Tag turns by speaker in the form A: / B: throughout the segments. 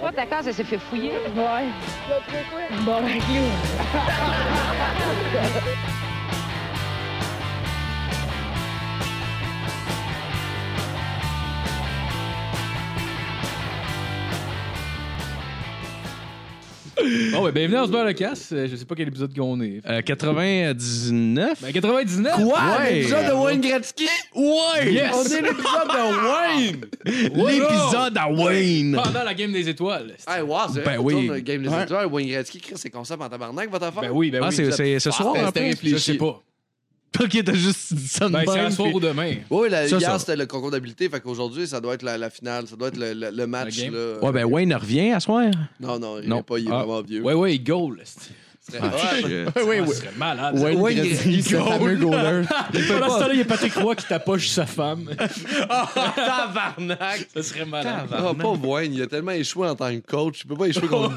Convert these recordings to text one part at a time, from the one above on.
A: Toi, ta case, elle s'est fait fouiller.
B: Ouais. Bon, ben, clou.
C: Bon, Ah ouais, bienvenue dans ce bar le casse. Euh, Je sais pas quel épisode qu'on est.
D: Euh, 99.
C: Ben, 99!
D: Quoi?
C: Ouais.
D: L'épisode de Wayne Gretzky? Ouais!
C: Yes!
D: On est l'épisode de Wayne! l'épisode à Wayne!
C: Pendant la game des étoiles.
E: Hey, wow, c'est
D: Ben
E: vrai, on
D: oui.
E: tourne le Game des
D: Ouais.
E: étoiles, Wayne Gretzky, Chris, c'est concept en tabarnak, votre affaire?
C: Ben oui, ben
D: Ah,
C: oui.
D: c'est- c'est ce soir un peu?
E: c'était
C: Je sais pas.
D: Ok, t'as juste dit ça de
C: Ben, c'est
D: même,
C: un soir
D: puis-
C: ou demain.
E: Oui, la,
D: Ça,
E: hier,
D: ça.
E: c'était le concours d'habileté, fait qu'aujourd'hui, ça doit être la, la finale, ça doit être le, le- le match,
C: game.
E: là.
D: Ouais, ben Wayne revient à soir.
E: Non, non, il
D: Non.
E: est pas, il est
C: Ah.
E: vraiment vieux.
C: Ouais, ouais, goal. esti.
E: Ce serait- ouais,
C: Ah, ce serait malade.
D: Wayne
E: Wayne
D: Gretzky, ce fameux goaler.
C: Pendant ce temps-là, il y a Patrick Roy qui tapoche sa femme.
D: Tabarnak!
C: Ça serait malade. Oh,
E: Ah, pauvre Wayne, il a tellement échoué en tant que coach, il peut pas échouer contre le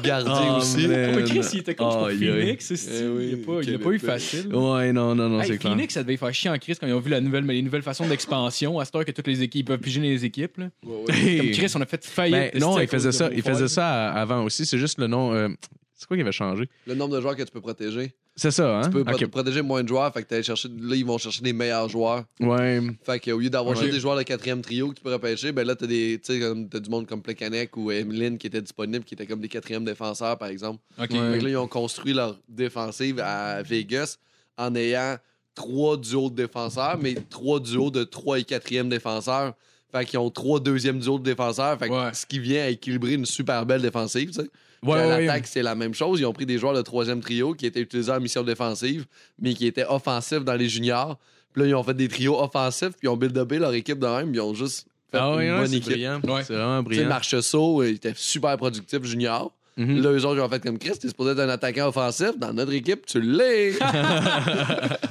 D: Oh,
E: gardien aussi.
D: man.
C: Mais Chris, il était coach pour
D: Aïe, aïe.
C: Phoenix. esti.
E: Eh oui,
C: Il a pas- il a
E: Québec.
C: pas eu facile.
D: ben. Ouais, non, non, non,
C: Hey,
D: c'est clair.
C: Phoenix, ça devait faire chier en crise quand ils ont vu la nouvelle, les nouvelles façons d'expansion, à cette heure que toutes les équipes ils peuvent piger les équipes. là.
E: Ouais, ouais.
D: Hey.
C: Comme Chris, on a fait faillite.
D: Ben,
C: esti,
D: non,
C: à
D: il
C: cause
D: faisait
C: de
D: ça, il
C: Beaufort.
D: faisait ça avant aussi. C'est juste le nom. euh, c'est quoi qu'il avait changé?
E: Le nombre de joueurs que tu peux protéger.
D: C'est ça, hein?
E: Tu peux
D: Ok.
E: pro- protéger moins de joueurs, fait que t'allais chercher, là, ils vont chercher des meilleurs joueurs.
D: Ouais.
E: Fait qu'au lieu d'avoir
C: Ouais.
E: juste des joueurs de quatrième trio que tu peux repêcher, ben là, t'as des, tu sais, comme, t'as du monde comme Plekanec ou Emeline qui était disponible, qui était comme des quatrièmes défenseurs, par exemple.
C: Ok.
E: Fait que là, ils ont construit leur défensive à Vegas en ayant trois duos de défenseurs, mais trois duos de trois et quatrième défenseurs. Fait qu'ils ont trois deuxièmes duos de défenseurs. Fait que
C: Ouais.
E: ce qui vient à équilibrer une super belle défensive, tu sais. Puis
D: Ouais,
E: à
D: ouais,
E: l'attaque, c'est la même chose. Ils ont pris des joueurs de troisième trio qui étaient utilisés en mission défensive, mais qui étaient offensifs dans les juniors. Puis là, ils ont fait des trios offensifs, puis ils ont build-upé leur équipe de même. Ils ont juste fait
D: Ah ouais,
E: une
D: ouais,
E: bonne
D: c'est
E: équipe.
D: brillant.
C: Ouais.
D: C'est vraiment
E: Tu sais,
D: brillant.
E: Marcheseau, il était super productif junior.
D: Mhm.
E: Là, eux autres, ils ont fait comme Chris, t'es supposé être un attaquant offensif. Dans notre équipe, tu l'es.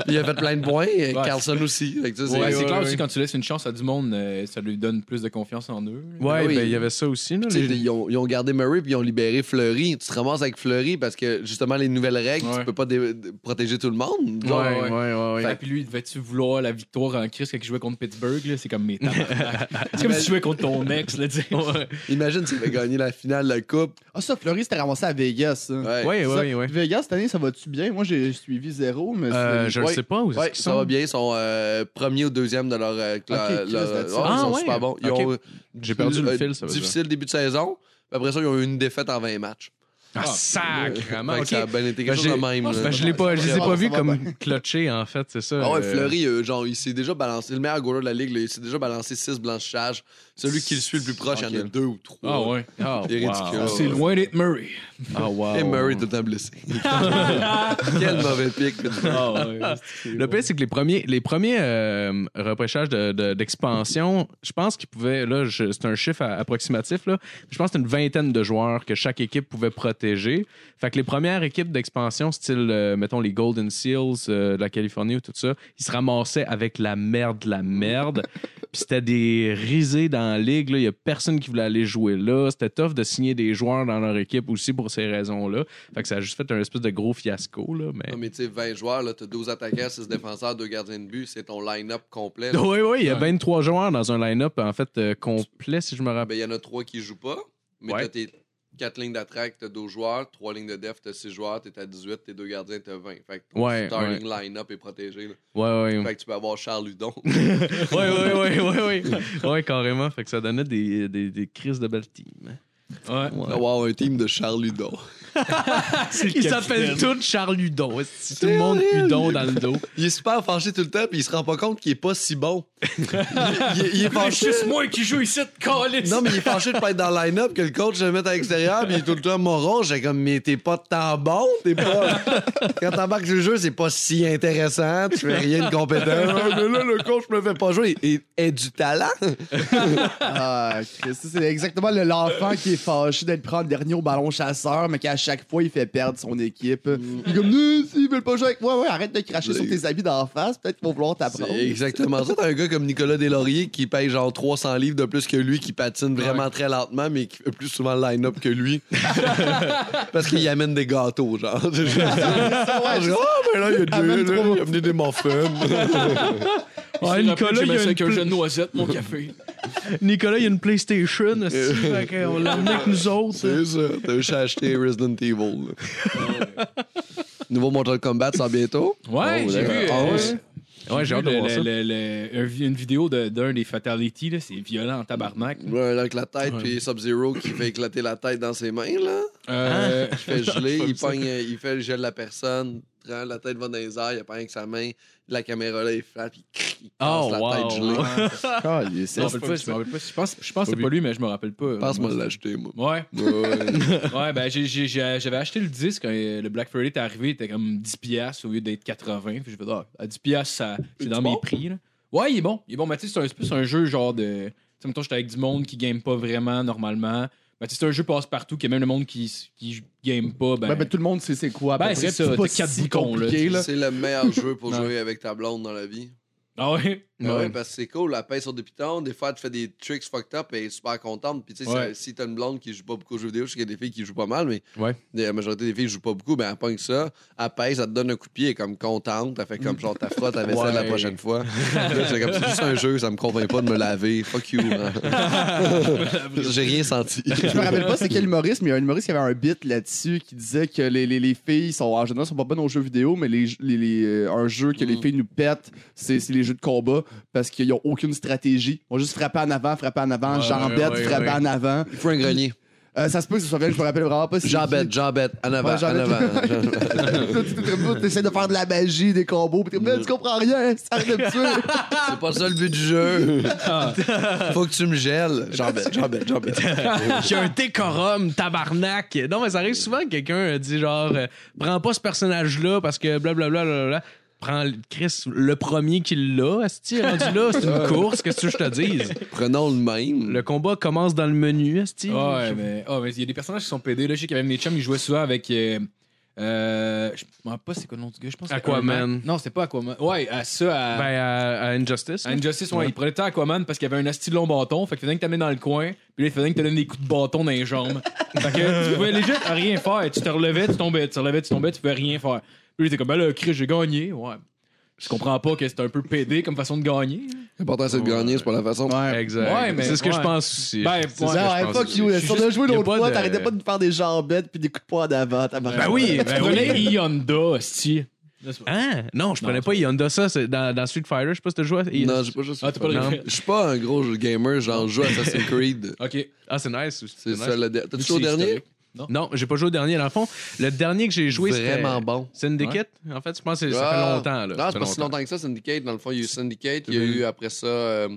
E: il a fait plein de points. et Carlson aussi. Fait que, tu sais,
C: Ouais,
E: c'est-
C: c'est
D: ouais,
C: clair
D: ouais.
C: aussi quand tu laisses une chance à du monde, euh, ça lui donne plus de confiance en eux. là.
D: Ouais,
E: Ah oui.
D: ben, il y avait ça aussi. Là,
E: Tu sais,
D: les-
E: Ils ont, ils ont gardé Murray puis ils ont libéré Fleury. Tu te ramasses avec Fleury parce que justement, les nouvelles règles,
C: Ouais.
E: tu peux pas dé- dé- protéger tout le monde.
D: Ouais,
E: Genre,
D: ouais, ouais. ouais.
C: Fait que lui, devais-tu vouloir la victoire en crise quand il jouait contre Pittsburgh? là? C'est comme mes tabarnak. C'est
D: Ben,
C: comme si tu jouais contre ton ex. Là, tu sais.
E: Imagine s'il avait gagné la finale de la Coupe.
F: Ah, ça, Fleury, c'était ramassé à Vegas. ça.
E: Ouais.
D: Ouais,
F: Ça,
D: ouais, ouais.
F: Vegas, cette année, ça va-tu bien? Moi, j'ai suivi zéro, mais.
D: Euh,
F: c'est-
D: je le
E: Ouais.
D: sais pas. Où est-ce
E: Ouais,
D: qu'ils
E: ça
D: sont?
E: va bien. Ils sont euh, premiers ou deuxième de leur. euh, cla-
F: Chris,
E: leur-
F: là-dessus.
E: Ouais,
D: Ah,
E: ils sont
D: ouais.
E: super bons. Ils
D: Ok.
E: ont, euh,
D: J'ai perdu le
E: euh,
D: fil, ça va
E: Difficile début de saison. Puis Après ça, ils ont eu une défaite en 20 matchs.
D: Ah, sacrement.
E: Euh, Fait que
D: ok.
E: Ça a bien été quelque
D: Ben,
E: chose de
D: j'ai-
E: même.
D: Ben,
E: là.
D: je l'ai pas, je les ai
F: Ça
D: pas
F: va,
D: vus
F: ça va
D: comme clutchés, en fait, c'est ça.
E: Ah ouais,
D: euh,
E: Fleury, euh, genre, il s'est déjà balancé. Le meilleur goaler de la ligue, là, il s'est déjà balancé 6 blanchissages. Celui qui le suit le plus proche, il y en a
D: Tranquille.
E: 2 ou 3.
C: Ah ouais.
D: Ah,
E: C'est
D: wow.
E: ridicule.
C: C'est loin d'être Murray.
D: Ah, wow.
E: Et Murray tout le temps blessé. Quel mauvais pic.
C: Ah ouais.
D: Le pire, c'est que les premiers, les premiers euh, repêchages de- de- d'expansion, je pense qu'ils pouvaient, là, je- c'est un chiffre à- approximatif, là, je pense que c'était une vingtaine de joueurs que chaque équipe pouvait protéger. Fait que les premières équipes d'expansion, style, euh, mettons, les Golden Seals euh, de la Californie ou tout ça, ils se ramassaient avec la merde, la merde. Puis c'était des risées dans la ligue, là. il y a personne qui voulait aller jouer là. C'était tough de signer des joueurs dans leur équipe aussi pour ces raisons-là. Fait que ça a juste fait un espèce de gros fiasco, là, mais...
E: Non, mais tu sais, 20 joueurs, là, t'as 12 attaquants, 6 défenseurs, 2 gardiens de but. C'est ton line-up complet. là.
D: Oui, oui, il y a 23 joueurs dans un line-up, en fait, euh, complet, si je me
E: Ben,
D: rappelle.
E: il y en a 3 qui jouent pas. Mais
D: Ouais.
E: t'as tes 4 lignes d'attaque, t'as 12 joueurs. 3 lignes de def, t'as 6 joueurs. T'es à 18, t'es 2 gardiens, t'as 20. Fait que ton
D: Ouais,
E: starting line-up est protégé. là.
D: Ouais, ouais. Ouais,
E: Fait que tu peux avoir Charles Ludon.
D: ouais, ouais, ouais, ouais. Ouais, carrément. Fait que ça donnait des, des, des crises de belles teams.
C: Ouais.
D: Ouais.
E: avoir un team de Charles Ludon.
D: Ils s'appellent tous Charles Hudon. C'est tout
E: C'est
D: le monde
E: horrible.
D: Hudon dans le dos.
E: Il est super fâché tout le temps, puis il se rend pas compte qu'il est pas si bon. il, il- il est fâché.
C: Ah, moi qui joue ici de calice.
E: Non, mais il est fâché de pas être dans le line-up, que le coach le mette à l'extérieur, puis il est tout le temps moron. J'ai comme, mais t'es pas tant bon, t'es pas. Quand t'embarques sur le jeu, c'est pas si intéressant, tu fais rien de compétent. Ah, Mais là, le coach me fait pas jouer. Et, et du talent.
F: Ah, Chris, ça, c'est exactement le- l'enfant qui est fâché d'être pris en dernier au ballon chasseur, mais qu'à chaque fois, il fait perdre son équipe.
E: Mm.
F: Il est comme, non, s'ils veulent pas jouer avec moi, ouais, arrête de cracher sur tes habits d'en face, peut-être qu'ils vont vouloir t'apprendre.
E: C'est exactement ça. T'as un gars comme Nicolas Deslauriers qui paye genre 300 livres de plus que lui, qui patine vraiment très lentement, mais qui fait plus souvent le line-up que lui. Parce qu'il amène des gâteaux, genre.
F: Ouais,
E: Ah,
F: je-
E: ben là, il y a
F: Amène
E: deux, là,
F: trois-
E: il a amené des muffins.
D: Ouais, Nicolas, il y a une
C: avec un
D: pla-
C: jeu de noisette, mon café.
D: Nicolas, il y a une PlayStation. aussi, fait que on l'a amené avec nous autres.
E: C'est ça. T'as juste acheté Resident Evil. là. Nouveau Mortal Kombat sort bientôt.
C: Ouais,
E: Oh,
C: j'ai vu.
E: là.
C: euh,
E: Ah ouais?
C: j'ai
D: Ouais, j'ai
C: vu
D: hâte de
C: le-
D: voir ça.
C: le- le- le- un vi- une vidéo de- d'un des Fatalities, là, c'est violent en tabarnak.
E: Ouais, là, avec la tête,
D: Ouais.
E: puis Sub-Zero qui fait éclater la tête dans ses mains, là.
D: Ah.
C: Euh,
E: Il fait geler, il pogne, euh, il fait le gel de la personne, prend la tête va dans les airs, il pogne avec sa main, la caméra là, il frappe, il, cric, il casse
D: Oh,
E: la
D: wow.
E: tête gelée.
C: Je me rappelle pas, je me rappelle pas. Je pense, je pense que c'est pas lui, mais je me rappelle pas.
E: Je pense moi l'acheter, moi.
C: Ouais.
E: Ouais.
C: Ouais, ben j'ai- j'ai- j'ai- j'avais acheté le disque quand euh, le Black Friday était arrivé, il était comme 10$ piastres au lieu d'être 80$. Puis je me dis, ah, à 10$, piastres, ça- c'est dans mes prix. Là. Ouais, il est bon. Il est bon, mais tu sais, c'est un- c'est plus un jeu genre de. Tu sais, mettons, j'étais avec du monde qui game pas vraiment normalement. Mais tu sais, c'est un jeu passe-partout, que même le monde qui, s- qui game pas, ben.
F: Ben, ben, tout le monde sait c'est quoi. à peu
C: Ben,
F: près,
C: c'est ça,
F: puis pas
C: t'as quatre
F: si
C: boutons, là.
F: compliqué, là.
E: C'est le meilleur jeu pour
C: Non.
E: jouer avec ta blonde dans la vie.
C: Ah ouais?
E: Ben
D: Ouais.
E: ouais, parce que c'est cool, elle pèse sur des pitons, des fois elle te fait des tricks fucked up et elle est super contente. Puis tu sais,
C: Ouais.
E: si- si t'as une blonde qui joue pas beaucoup aux jeux vidéo, je sais qu'il y a des filles qui jouent pas mal, mais
D: Ouais.
E: la majorité des filles jouent pas beaucoup, ben elle pogne ça, elle pèse, elle te donne un coup de pied, elle est comme contente, elle fait comme genre t'as frotte, ta vaisselle la
D: Ouais.
E: prochaine fois. Là, c'est comme c'est juste un jeu, ça me convainc pas de me laver, fuck you. man. J'ai rien senti.
F: Je me rappelle pas c'est quel humoriste, mais il y a un humoriste qui avait un bit là-dessus qui disait que les, les, les filles sont en général sont pas bonnes aux jeux vidéo, mais les, les, les, euh, un jeu que les
D: Mm.
F: filles nous pètent, c'est c'est les jeux de combat parce qu'ils n'ont aucune stratégie. Ils vont juste frapper en avant, frapper en avant,
D: Ouais,
F: jambette,
D: ouais,
F: frapper
D: ouais.
F: en avant.
E: Il faut un grenier.
F: Euh, ça se peut que ce soit bien, je me rappelle vraiment pas si.
E: Jambette, jambette, en avant,
F: Ouais,
E: en
F: jambette.
E: avant.
F: tu essaies de faire de la magie, des combos, pis t'es comme, tu comprends rien, ça arrête de me tuer.
E: C'est pas ça le but du jeu. Faut que tu me gèles. Jambette, jambette, jambette.
D: J'ai un décorum, tabarnak. Non, mais ça arrive souvent que quelqu'un euh, dit genre, euh, prends pas ce personnage-là parce que blablabla. Bla, bla, bla. Prends le- Chris, le premier qui l'a, Asti, rendu là, c'est une course, qu'est-ce que tu veux que je te dise?
E: Prenons le même.
D: Le combat commence dans le menu, Asti.
C: Ouais, mais ah, mais il y a des personnages qui sont pédés. Là, je sais qu'il y avait mes chums, ils jouaient souvent avec. Euh, euh, je me rappelle pas c'est quoi le nom du gars. Je pense que c'était
D: Aquaman.
C: Iron Man. Non, c'était pas Aquaman. Ouais, à ça, à.
D: Ben, à, à Injustice.
C: À Injustice, ouais,
D: Ouais.
C: il prenait le temps à Aquaman parce qu'il avait un asti de long bâton. Fait qu'il faisait que t'amener dans le coin, puis là, il faisait que t'amener des coups de bâton dans les jambes. fait que tu pouvais légit rien faire. Tu te relevais, tu tombais, tu te relevais, tu tombais, tu pouvais rien faire. Puis il était comme, ben là, Chris, j'ai gagné. Ouais. Je comprends pas que c'est un peu pédé comme façon de gagner.
E: L'important, c'est de gagner, c'est pas la façon.
F: Ouais.
D: Exact.
C: Ouais, mais-
D: c'est ce que je
C: ouais.
D: pense aussi.
C: Ben,
D: C'est
C: ouais.
D: ce que
F: Ah
D: je
F: ouais,
D: pense
F: fuck
D: aussi.
F: you,
D: Je
F: si
D: suis
F: on a
D: juste-
F: joué
D: y a
F: l'autre
D: pas
F: fois,
D: de-
F: t'arrêtais pas de nous faire des jambettes pis des coups de poing d'avant. tabarnak.
D: Ben oui,
C: Tu
D: ben oui.
C: prenais E-Honda, asti.
D: Hein? Non, je
C: Non,
D: prenais
C: c'est
D: pas Yonda ça, c'est dans, dans Street Fighter, je sais pas si t'as joué. à-
E: Non, j'ai pas juste.
C: Ah, t'as pas le
D: Non.
C: regret.
E: Je suis pas un gros gamer, j'en joue à Assassin's Creed.
C: Ok.
D: Ah, c'est nice. aussi,
E: C'est
D: nice.
E: ça le dernier. T'as joué au
C: C'est
E: dernier?
C: historique.
D: Non, j'ai pas joué au dernier. Dans le fond, le dernier que j'ai joué, c'était
E: Vraiment bon.
D: Syndicate. En fait, je pense que c'est- ça
E: Ah.
D: fait longtemps. Là.
E: Non,
D: Ça
E: c'est
D: fait
E: pas si longtemps que ça, Syndicate. Dans le fond, il y a eu Syndicate. Il y a
D: Mhm.
E: eu après ça, euh,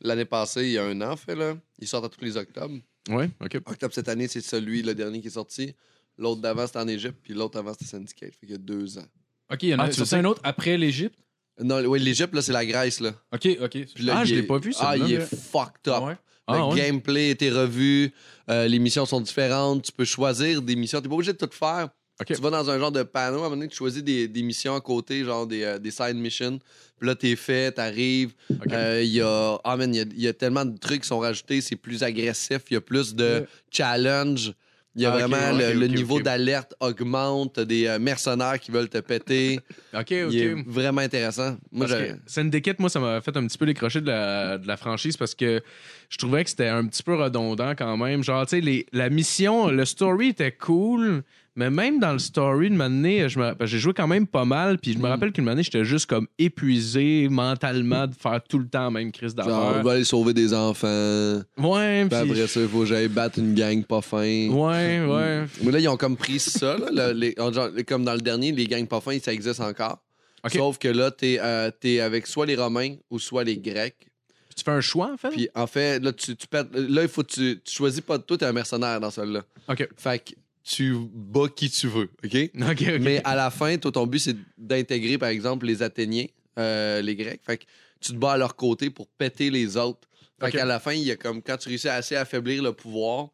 E: l'année passée, il y a un an, en fait, là. Ils sortent à tous les octobres.
D: Ouais, ok.
E: Octobre cette année, c'est celui, le dernier qui est sorti. L'autre d'avant, c'était en Égypte, puis l'autre avant, c'était Syndicate. Fait qu'il y a deux ans.
C: Ok, il y en
D: Ah,
C: a
D: tu
C: sorti
D: sais-
C: un autre après l'Égypte.
E: Non, oui, l'Égypte, là, c'est la Grèce, là.
C: Ok, ok.
E: Puis là,
D: Ah,
E: il
D: je l'ai
E: est-
D: pas vu,
E: Ah,
D: celui-là.
E: il est fucked up.
C: Ouais.
D: Ah,
E: le
D: ouais.
E: gameplay a été revu, euh, les missions sont différentes, tu peux choisir des missions, t'es pas obligé de tout faire.
D: Ok.
E: Tu vas dans un genre de panneau, à un moment donné, tu choisis des, des missions à côté, genre des, euh, des side missions. Puis là, t'es fait, t'arrives.
D: Ok.
E: Euh, Il y a, ah, man, il y a, il y a tellement de trucs qui sont rajoutés, c'est plus agressif, il y a plus de challenge. Il y a
D: Ah, ok,
E: vraiment
D: ok,
E: le, le
D: ok,
E: niveau
D: ok.
E: d'alerte augmente, t'as des euh, mercenaires qui veulent te péter.
D: Ok,
E: Il est
D: ok.
E: vraiment intéressant. Moi,
D: Parce
E: j'ai.
D: que Syndicate, moi, ça m'a fait un petit peu décrocher de la, de la franchise parce que je trouvais que c'était un petit peu redondant quand même. Genre, tu sais, les- la mission, le story était cool, mais même dans le story, de m'année, j'ai joué quand même pas mal, puis je
E: Hmm.
D: me rappelle qu'une année, j'étais juste comme épuisé mentalement de faire tout le temps la même crise
E: Genre, on
D: d'affaires.
E: va aller sauver des enfants.
D: Ouais,
E: Puis
D: puis-
E: après ça, il faut que j'aille battre une gang pas fin.
D: Ouais, ouais.
E: Mais là, ils ont comme pris ça. Là, le- les- en genre, comme dans le dernier, les gangs pas fins, ça existe encore.
D: Ok.
E: Sauf que là, t'es euh, t'es avec soit les Romains ou soit les Grecs.
D: Puis tu fais un choix, en fait?
E: Puis en fait, là, tu, tu pètes- Là, il faut que tu, tu choisis pas. Toi, t'es un mercenaire dans celui-là.
D: OK.
E: Fait que tu bats qui tu veux, OK?
D: OK, OK.
E: Mais à la fin, toi, ton but, c'est d'intégrer, par exemple, les Athéniens, euh, les Grecs. Fait que tu te bats à leur côté pour péter les autres. Fait
D: Ok.
E: qu'à la fin, il y a comme quand tu réussis à assez affaiblir le pouvoir,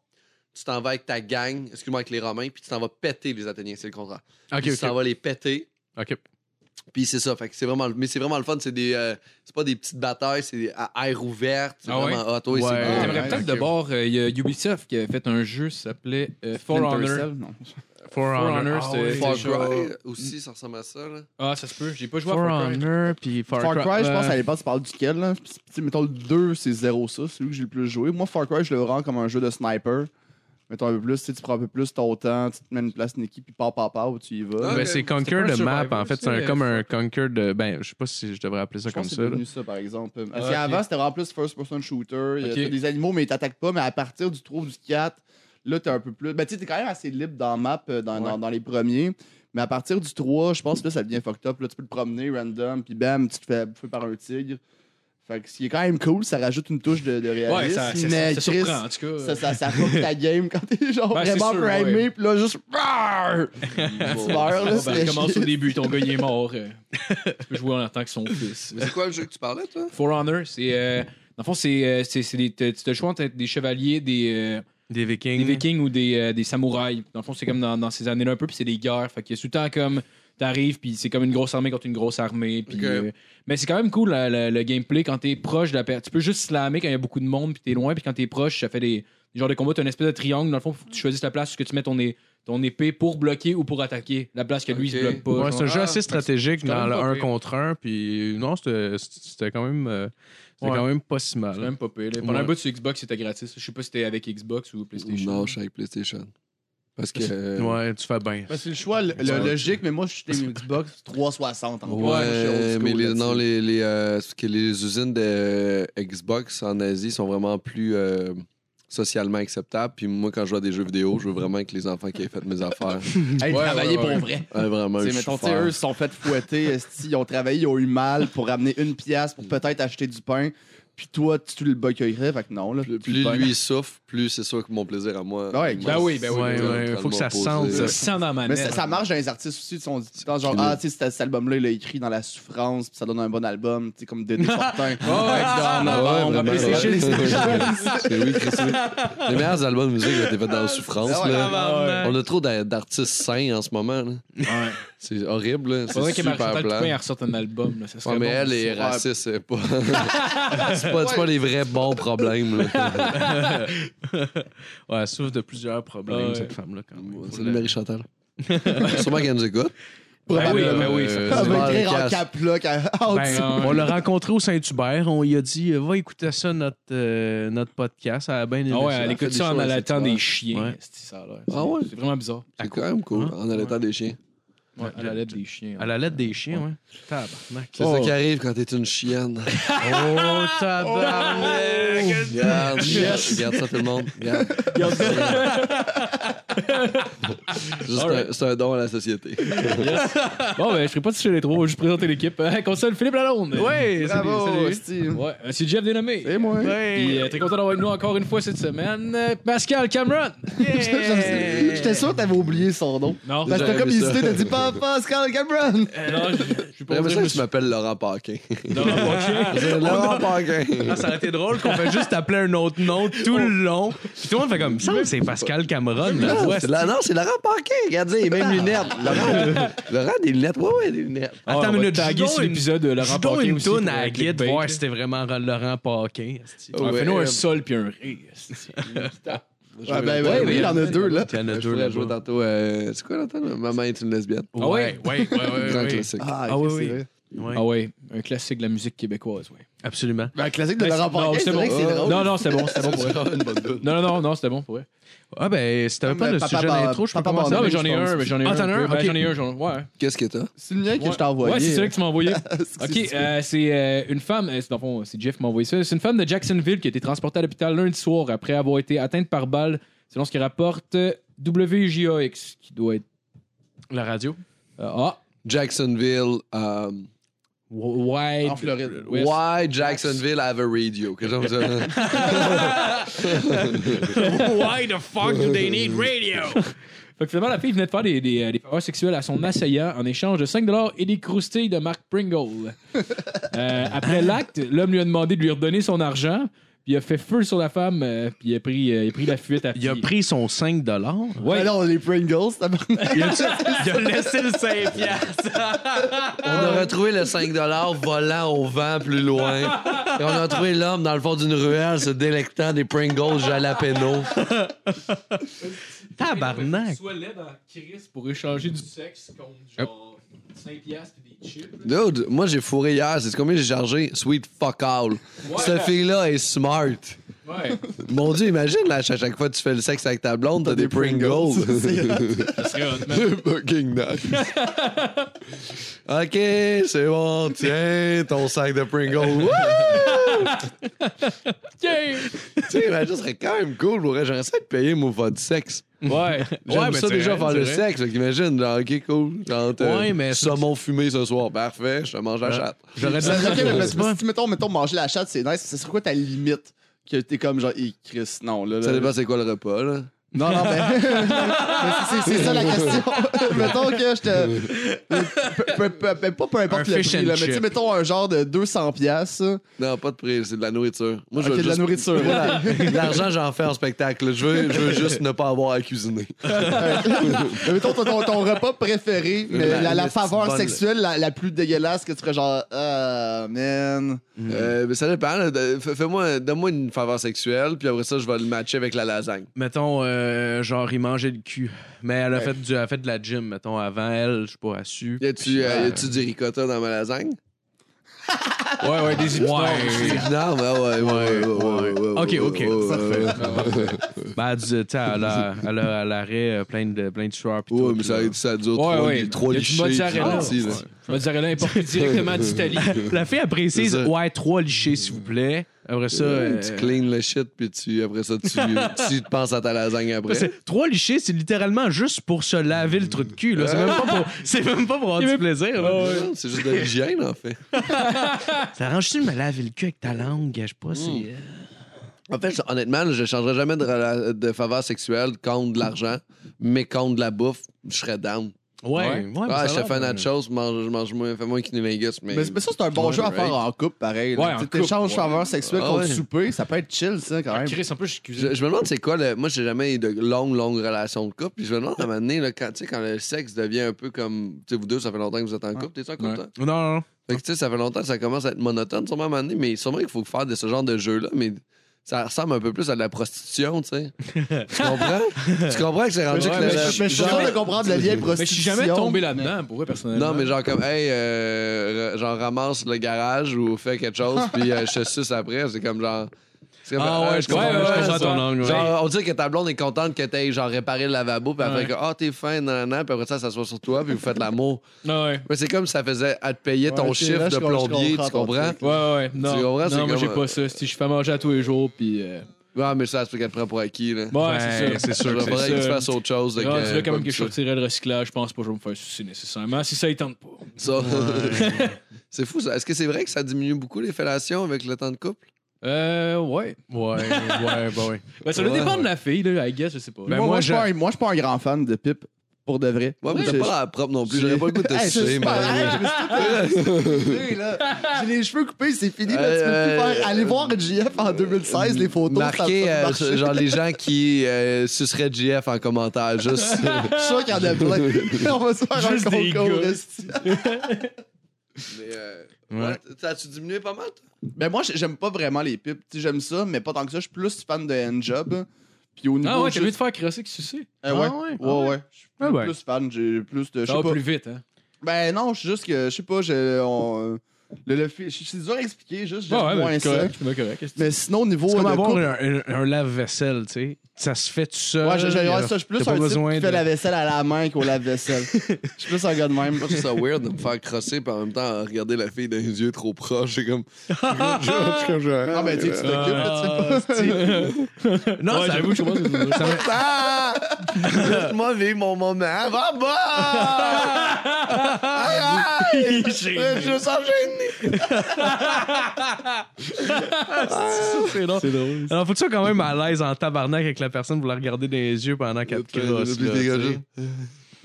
E: tu t'en vas avec ta gang, excuse-moi, avec les Romains, puis tu t'en vas péter les Athéniens, c'est le contraire.
D: OK,
E: Puis
D: OK.
E: Tu t'en vas les péter.
D: OK.
E: Puis c'est ça, fait que c'est vraiment, mais c'est vraiment le fun. C'est des, euh, c'est pas des petites batailles, c'est des- à air ouverte. C'est
C: Ah ouais?
E: vraiment hot, oui, c'est
D: Ouais.
E: cool.
C: J'aimerais
F: ouais,
C: peut-être
F: ok.
C: d'abord, euh, il y a Ubisoft qui a fait un jeu qui s'appelait euh, For
F: Splinter
C: Honor.
F: Cell, non.
D: For
C: Honor,
D: ah
C: c'était-
D: ouais.
E: Far
C: c'est chaud.
E: Cry aussi, ça ressemble à ça. Là.
C: Ah, ça se peut, j'ai pas joué
D: For
C: à Far Cry.
D: Honor, puis Far,
F: Far Cry, je pense,
D: euh,
F: à l'époque, tu parles duquel, là. Puis, tu sais, mettons, le 2, c'est 0 ça, c'est celui que j'ai le plus joué. Moi, Far Cry, je le rends comme un jeu de sniper. Mettons un peu plus, tu sais, tu prends un peu plus ton temps, tu te mets une place une équipe, puis pa, pa, pa, où tu y vas.
E: Ah,
D: Ben,
E: ok.
D: c'est
C: pas
D: Conquer
C: un euh,
D: de map,
C: survivor,
D: en fait. C'est
C: c'est-
D: un- comme un Conquer de. Ben, je sais pas si je devrais appeler ça
F: Je
D: comme
F: pense que
D: ça.
F: c'est
D: là.
F: devenu ça, par exemple. Parce
C: Ah, ok.
F: qu'avant, c'était vraiment plus first-person shooter. Il y a
C: Ok.
F: t'as des animaux, mais ils t'attaquent pas. Mais à partir du 3 ou du 4, là, t'es un peu plus. Ben, tu sais, t'es quand même assez libre dans la map, euh, dans, dans- dans les premiers. Mais à partir du 3, je pense que là, ça devient fucked up. Là, tu peux te promener random, puis bam, tu te fais bouffer par un tigre. Fait que ce qui est quand même cool, ça rajoute une touche de, de réalisme.
C: Ouais, ça, c'est-
F: mais
C: ça, ça
F: Chris,
C: surprend, en tout cas.
F: ça, ça, ça fuck ta game quand t'es genre
C: Ben, c'est
F: vraiment
C: sûr,
F: primé,
C: ouais.
F: puis là, juste. Brrr! tu meurs, là,
C: Bon,
F: c'est
C: ben, commence au
F: chier.
C: début, ton gars il est mort. euh. tu peux jouer en tant que son fils.
E: Mais c'est quoi le jeu que tu parlais, toi?
C: For Honor, c'est. euh, dans le fond, c'est. euh, c'est- c'est des- t'as- Tu te choix entre être des chevaliers, des, euh,
D: Des Vikings.
C: des vikings ou des, euh, des samouraïs. Dans le fond, c'est comme dans, dans ces années-là un peu, puis c'est des guerres. Fait qu'il y a tout le temps comme. T'arrives, puis c'est comme une grosse armée contre une grosse armée. Puis,
E: Ok.
C: euh, mais c'est quand même cool la- la- le gameplay quand t'es proche de la personne. Tu peux juste slammer quand il y a beaucoup de monde, puis t'es loin, puis quand t'es proche, ça fait des, des genres de combats. T'as une espèce de triangle. Dans le fond, faut que tu choisisses la place où que tu mets ton, é- ton épée pour bloquer ou pour attaquer. La place que lui, il
E: Ok.
C: se bloque pas.
D: Ouais,
C: genre.
D: c'est un jeu
E: Ah,
D: assez stratégique
C: quand
D: dans
C: même
D: le
C: pas
D: 1
C: pire.
D: contre 1. Puis non, c'était c'était quand même. euh, C'était
C: Ouais.
D: quand même pas si mal.
C: Ah, C'est même pas pire. là. Pendant
D: Ouais.
C: un bout sur Xbox, c'était gratis. Je sais pas si c'était avec Xbox ou PlayStation.
E: Non, je suis avec PlayStation. Parce que. euh,
D: Ouais, tu fais bien.
F: Ben, c'est le choix le- le logique, mais moi, je suis une Xbox 360 en
E: Ouais,
F: vrai. Je suis old school
E: mais les,
F: là-dessus.
E: non, les, les, euh, parce que les usines de euh, Xbox en Asie sont vraiment plus euh, socialement acceptables. Puis moi, quand je joue à des jeux vidéo, je veux vraiment que les enfants qui aient fait mes affaires.
F: Hey,
C: Ouais,
F: travailler
C: ouais,
F: pour
C: ouais.
F: vrai.
E: Ouais, vraiment,
F: T'sais,
E: je
F: mettons,
E: suis
F: t'sais,
E: fort.
F: eux se sont fait fouetter, esti, ils ont travaillé, ils ont eu mal pour ramener une pièce pour peut-être acheter du pain. Puis toi, tu le boycotterais, fait que non. Là,
E: Plus,
F: tu le
E: plus
F: pain.
E: lui souffre, plus c'est sûr que mon plaisir à moi.
F: Ouais,
E: moi,
C: Ben oui, ben oui.
D: Ouais,
E: c'est
C: ben oui.
D: ouais, faut que ça
E: totalement
D: sente,
C: Ça
E: opposé.
C: sent dans la
F: Mais
C: manette.
F: ça, ça marche dans les artistes aussi, ils sont tout le temps genre,
E: Criminel.
F: ah, tu sais, cet- cet album-là, il a écrit dans la souffrance, puis ça donne un bon album, tu sais, comme Dédé Fortin.
C: Ah,
E: Ah ouais,
C: on va
E: vraiment,
C: PlayStation,
E: ouais.
C: c'est-
E: Mais oui, Chris, oui. Les meilleurs albums de musique ont été faits dans la souffrance.
F: Ah ouais,
E: là.
D: tabarnak.
E: On a trop d'a- d'artistes sains en ce moment. là. C'est horrible. là. C'est
C: Faudrait que
E: super
C: Marie-Chantal
E: plat.
C: Toupin elle ressorte un album. Là. Ça serait
E: Ouais, mais
C: bon.
E: elle est
F: Ouais.
E: raciste, c'est pas. c'est pas, c'est pas les vrais bons problèmes. là.
D: Ouais, elle souffre de plusieurs problèmes,
C: Ouais.
D: cette femme-là, quand même. Faut
E: Salut
D: la-
E: Marie-Chantal. Sûrement qu'elle nous écoute.
C: Ben oui,
F: Probablement.
C: ben oui.
D: Euh,
F: Ça
E: c'est
F: va
E: pas
F: écrire en
E: efficace.
F: cap, là, quand- en
D: Ben,
F: dessous.
D: on l'a rencontré au Saint-Hubert, on lui a dit euh, va écouter ça notre, euh, notre podcast, elle a bien aimé
C: Ah ouais,
D: ça.
C: elle écoute
E: des
C: ça en
E: choses,
C: allaitant
E: c'est
C: des
E: clair.
C: chiens.
D: Ouais.
C: c'est- ça a l'air.
E: Ah ouais?
C: C'est vraiment bizarre.
E: C'est quand même cool,
D: Hein?
E: en allaitant des chiens.
C: Ouais, elle allait des chiens.
D: À la lettre des chiens, ouais. Tabarnak.
E: C'est ça qui arrive quand t'es une chienne.
D: Oh, tabarnak.
E: Regarde, regarde ça tout le monde. Regarde. Juste un- C'est un don à la société.
C: Bon, ben, je ferai pas de chez les trois. Je vais juste présenter l'équipe. Euh, Console Philippe Lalonde.
D: Ouais,
F: Bravo,
D: salut, salut.
F: esti.
C: Ouais, euh, c'est Jeff Dénommé.
F: Et moi.
C: Puis, euh, très content d'avoir avec nous encore une fois cette semaine. Euh, Pascal Cameron.
D: Yeah.
F: J'étais sûr que t'avais oublié son nom.
C: Non,
F: Parce que t'as
E: J'aurais
F: comme
E: aimé ça.
F: hésité, t'as dit pas Pascal Cameron.
C: euh, non, je- je suis pas
E: J'aimerais
C: vrai,
E: ça
C: je
E: que
C: me
E: tu
C: suis-
E: m'appelles Laurent Paquin.
C: Non, ok.
E: Laurent Paquin.
D: Ah, ça aurait été drôle qu'on fait juste appeler un autre nom tout le long. Puis tout le monde fait comme ça, c'est Pascal Cameron. la voix. Ah.
E: C'est la- non, c'est Laurent Paquin. Regardez, les mêmes lunettes. Laurent, Laurent, des lunettes. Ouais, ouais, des lunettes.
D: Attends
C: Ah, on
D: une
C: va
D: minute,
C: taguer
D: je
C: sur
D: donne une-
C: l'épisode de Laurent
D: Je donne
C: Paquin
D: une
C: aussi
D: toune
C: pour
D: à
C: un
D: Guide
C: clickbait,
D: voir
C: là.
D: si c'était vraiment Laurent Paquin. esti.
E: Ouais,
C: Ouais, Fais-nous
E: euh,
C: un sol puis un rire.
F: Ouais, ben, ouais,
E: Ouais,
F: oui, il y en a deux, là.
D: Il y en a
E: Je
D: deux
E: voulais jouer
D: là-bas.
E: tantôt. euh, c'est quoi l'antenne? Maman est une lesbienne.
C: Ah ouais?
D: ouais, ouais, ouais,
E: Grand
D: ouais.
E: classique.
D: Ah
F: ok,
D: oui,
F: c'est
D: oui.
F: vrai.
D: Ouais,
C: Ah ouais, un classique de la musique québécoise, ouais.
D: Absolument.
F: Ben, classique de
C: Ben,
F: Laurent
C: c'est- non,
F: Paquin, c'est
C: c'est
F: vrai que
C: bon.
F: c'est
E: Euh,
F: drôle.
C: Non, non, c'était bon, c'était bon pour vrai. Non, non, non, non, c'était bon pour vrai.
D: Ah ben, si t'avais
F: Comme
D: pas
F: le
D: le
F: papa
D: sujet
F: Bar-
D: d'intro, je peux
F: papa
D: commencer.
F: Bar-
C: Non, mais
D: avec-
C: j'en ai un, mais j'en ai
D: Ah,
C: un.
D: t'en as un?
C: Ben,
D: Ok.
C: J'en ai un, j'en ouais.
E: Qu'est-ce que t'as?
F: C'est le mien que
C: Ouais.
F: je t'ai envoyé. hein. Ah,
C: Ouais, c'est celui que tu m'as envoyé.
F: C'est-
C: Ok, euh, c'est euh, une femme, euh, c'est- dans le fond, c'est Jeff qui m'a envoyé ça. C'est une femme de Jacksonville qui a été transportée à l'hôpital lundi soir après avoir été atteinte par balle, selon ce que rapporte euh, WJAX, qui doit être.
D: La radio.
C: euh, ah,
E: Jacksonville. euh,
C: White.
F: En Floride.
C: West.
E: Why Jacksonville have a radio? Quelque chose comme ça.
D: Why the fuck do they need radio?
C: Fait que finalement, la fille venait de faire des, euh, des, des faveurs sexuelles à son assaillant en échange de 5$ et des croustilles de Mark Pringle. Euh, après l'acte, l'homme lui a demandé de lui redonner son argent. puis Puis il a fait feu sur la femme, euh, puis il a pris, euh, il a pris la fuite à
D: Il a
C: pied.
D: pris son 5
C: Ouais.
F: Alors, les Pringles, t'as
D: Il a, il a laissé le 5
E: On a retrouvé le 5 volant au vent plus loin. Et on a retrouvé l'homme dans le fond d'une ruelle se délectant des Pringles jalapeno.
D: Tabarnak.
C: Soit laid en crise pour échanger du sexe contre genre 5 piastres et des chips. là.
E: Dude, moi j'ai fourré hier. C'est combien j'ai chargé? Sweet fuck all. Cette fille-là est smart.
C: Ouais.
E: Mon Dieu, imagine, là, à chaque fois que tu fais le sexe avec ta blonde, t'as des, Pringles.
C: Ça serait hot, man.
E: C'est fucking nice. OK, c'est bon. Tiens, ton sac de Pringles. Wouh! tu sais, ben, ça serait quand même cool. Pour vrai. j'aurais ça de payer mon vote sexe.
C: Ouais.
E: J'aime
D: Ouais, mais
E: ça
D: c'est
E: déjà
D: vrai,
E: faire
D: c'est
E: le
D: vrai.
E: sexe. Fait qu'imagine, genre, OK, cool. Quand, euh,
D: Ouais, mais-
E: Saumon fumé ce soir. Parfait, je te mange la chatte.
D: J'aurais
F: Ça serait ok, mais
D: de la
F: si, mettons, mettons, manger la chatte, c'est nice. Ça serait quoi ta limite? Que t'es comme genre, hey, Chris, non, là. là
E: Ça dépend c'est quoi le repas, là.
F: Non, non, mais. mais c'est- c'est ça la question. mettons que je te. Peu- peu- peu- peu- Pas peu
D: Un
F: importe le
D: fish
F: prix,
D: and
F: là, mais tu sais,
D: chip.
F: mettons un genre de 200$. piastres, là.
E: Non, pas de prix, c'est de la nourriture. Moi,
F: Ok,
E: veux
F: de la
E: Ah, juste-
F: nourriture.
E: Voilà. De L'argent, j'en fais en spectacle. Je veux, je veux juste ne pas avoir à cuisiner.
F: Mais mettons ton, ton- ton repas préféré, mais
E: La-
F: la, la
E: le
F: faveur
E: bonne-
F: sexuelle la, la plus dégueulasse que tu serais genre, ah, man.
E: Euh, mais ça dépend. là. De- fais- Fais-moi, donne-moi une faveur sexuelle, puis après ça, je vais le matcher avec la lasagne.
D: Mettons, euh, genre, il mangeait le cul. Mais elle a, fait, du, elle a fait de la gym, mettons, avant elle, je sais pas, elle su.
E: Y a-tu euh, y a-tu du ricotta dans ma lasagne?
D: Ouais, ouais, des ouais.
E: Non, mais hein, ouais, ouais, ouais, ouais, ouais, ouais,
D: Ok,
E: ouais,
D: ok,
E: ouais,
D: ça
E: ouais, ouais.
D: Ben, elle disait, tu sais, elle a, elle a, elle arrêt euh, plein de, plein de sueurs. pis
E: Ouais,
D: tout,
E: mais ça,
D: là.
E: ça dure
C: Ouais,
E: trois,
C: ouais.
E: trois
C: Y a du
E: lichés.
C: mozzarella.
E: puis c'est parti,
C: Mozzarella importé directement d'Italie.
D: La fille, elle précise,
E: C'est ça.
D: ouais, trois lichés, s'il vous plaît. Après ça.
E: là.
D: euh,
E: Tu clean le shit, puis tu, après ça, tu, tu te penses à ta lasagne après.
D: c'est- Trois lichés, c'est littéralement juste pour se laver le trou de cul. là. C'est même pas pour, c'est même pas pour avoir du plaisir. là.
E: Non, C'est juste de l'hygiène, en fait.
D: Ça arrange-tu de me laver le cul avec ta langue? Je sais pas si.
E: Hmm. En fait, je- honnêtement, là, je changerais jamais de, rela- de faveur sexuelle contre de l'argent, mais contre de la bouffe, je serais down.
D: Ouais, ouais.
E: ah,
D: mais
E: je
D: ça
E: te fais
D: a l'air,
E: un chose, mange, je mange moins, fais-moi un Kinilingus, mais.
F: Mais, mais ça, c'est un bon
E: Ouais,
F: jeu à
E: right.
F: faire en couple, pareil.
C: Ouais, en
F: là. Tu sais,
C: couple,
F: T'échanges
C: ouais.
F: faveur sexuelle
E: Ah
F: contre
E: ouais.
F: souper, ça peut être chill, ça, quand même.
C: Chris, en plus, je suis cuisine.
E: Je, je me demande c'est quoi le. Moi, j'ai jamais eu de longue, longue relation de couple. Puis je me demande à un moment donné, là, quand, tu sais, quand le sexe devient un peu comme. Tu sais, vous deux, ça fait longtemps que vous êtes en couple, t'es-tu en couple,
C: Ouais.
E: toi?
D: Non, non, non.
E: Fait que, tu sais, ça fait longtemps que ça commence à être monotone, sûrement à un moment donné, mais sûrement qu'il faut faire de ce genre de jeu-là, mais ça ressemble un peu plus à de la prostitution, tu sais. tu comprends? tu comprends que c'est rendu
C: Ouais,
E: que le-
C: mais
F: Mais je suis sûr de comprendre le lien
C: Mais je suis jamais tombé là-dedans, pour vrai, personnellement.
E: Non, mais genre comme, hey, euh, ra- genre ramasse le garage ou fais quelque chose, puis euh, je te suce après. C'est comme genre. c'est comme,
D: Ah ouais, je comprends,
C: Euh, ouais,
D: je
C: ouais,
D: comprends
C: ça.
D: ton angle. ouais.
E: Genre, on dit que ta blonde est contente que t'aies genre réparé le lavabo, puis après
C: Ouais.
E: que, ah, t'es fin, nan, nan, puis après ça, ça soit sur toi, puis vous faites l'amour.
C: Non, ouais.
E: Mais c'est comme si ça faisait à te payer ton
F: Ouais, ok,
E: chiffre
F: là, je
E: de
F: comprends- je
E: plombier, tu
F: comprends ton
E: comprends?
F: truc.
C: Ouais, ouais, non.
E: Tu comprends, c'est
C: non, moi, j'ai
E: comme,
C: pas ça. Si je fais manger à tous les jours, puis. euh,
E: Ouais, mais ça, c'est qu'elle te prend pour acquis, là.
C: Ouais,
D: Ouais,
C: c'est ça.
D: c'est sûr que
E: Il
D: c'est
E: faudrait
C: ça.
E: que tu fasses autre chose. de
C: Rendu là,
E: que-
C: quand même que
E: comme
C: je sortirais le recyclage, je pense pas que je vais me faire soucier nécessairement. Si ça, il tente pas.
E: ça. c'est fou, ça. Est-ce que c'est vrai que ça diminue beaucoup les fellations avec le temps de couple?
C: Euh, ouais.
D: Ouais, ouais, bah ouais.
C: Ben, ça doit
E: Ouais.
C: dépendre de la fille, là, I guess, je sais pas.
D: Ben,
F: moi,
D: moi,
F: moi, je suis
D: je-
F: pas un- moi, je suis pas un grand fan de pipe, pour de vrai.
E: Ouais, mais
F: Je-
E: t'as pas l'air propre non plus.
F: j'ai-
E: J'aurais pas le goût de te
F: Hey, je
E: sucer,
F: suis pas-
E: mais-
F: Hey, je me suis tout fait sucer, là. J'ai les cheveux coupés, c'est fini. là, tu peux
E: Euh,
F: plus faire- Allez voir JF en 2016, les photos.
E: Marquez,
F: ça a
E: euh,
F: pas
E: ce-
F: marché.
E: genre les gens qui euh, suceraient JF en commentaire. Juste.
F: Je suis sûr qu'il y en a plein. On va se faire
C: Juste des
F: un concours.
C: gars.
F: esti.
E: Mais, euh,
D: Ouais.
E: ouais, T'as-tu diminué pas mal, toi?
F: Mais moi, j'ai- j'aime pas vraiment les pipes. Tu sais, j'aime ça, mais pas tant que ça. Je suis plus fan de handjob. Puis au niveau.
C: Ah ouais, t'as
F: juste-
C: vu de faire crosser qui sucer.
F: Euh, ouais.
D: Ah ouais, ah
F: ouais, ouais. Je suis
D: Ah ouais.
F: plus fan. J'ai plus de. je sais
C: Ça va
F: pas.
C: plus vite, hein.
F: Ben non, je suis juste que. Je sais pas, j'ai. on- euh, Le, le fi- c'est dur à expliquer, juste j'aime
C: Ouais, ouais,
F: moins
C: ben,
F: ça.
C: correct. ben, correct. Qu'est-ce que
F: Mais sinon, au niveau
D: C'est comme
F: de
D: avoir
F: couple,
D: un, un- un lave-vaisselle, tu sais. Ça se fait tout seul.
F: Ouais, je, je,
D: y a-
F: ouais, ça, je suis
D: Euh, t'as
F: plus
D: pas
F: un type
D: besoin
F: qui
D: de...
F: fait la vaisselle à la main qu'au lave-vaisselle. Je suis plus un gars de même.
E: Moi, je trouve ça weird de me faire crosser, puis en même temps, regarder la fille d'un yeux trop proche. C'est comme.
F: Ah, ben, tu sais, tu t'occupes,
D: Ah,
F: là, tu sais pas.
D: Non,
C: Ouais,
D: ça-
C: j'avoue, je comprends ce que tu veux dire.
D: ça me-
E: Ah! Laisse-moi vivre mon moment. Va bas! Arrête! Je sens gêné.
D: c'est drôle.
C: C'est drôle.
D: Alors, faut que tu sois quand même à l'aise en tabarnak avec la personne pour la regarder dans les yeux pendant qu'elle te
E: Puis
D: crosse.
E: les gars,
D: là, tu sais.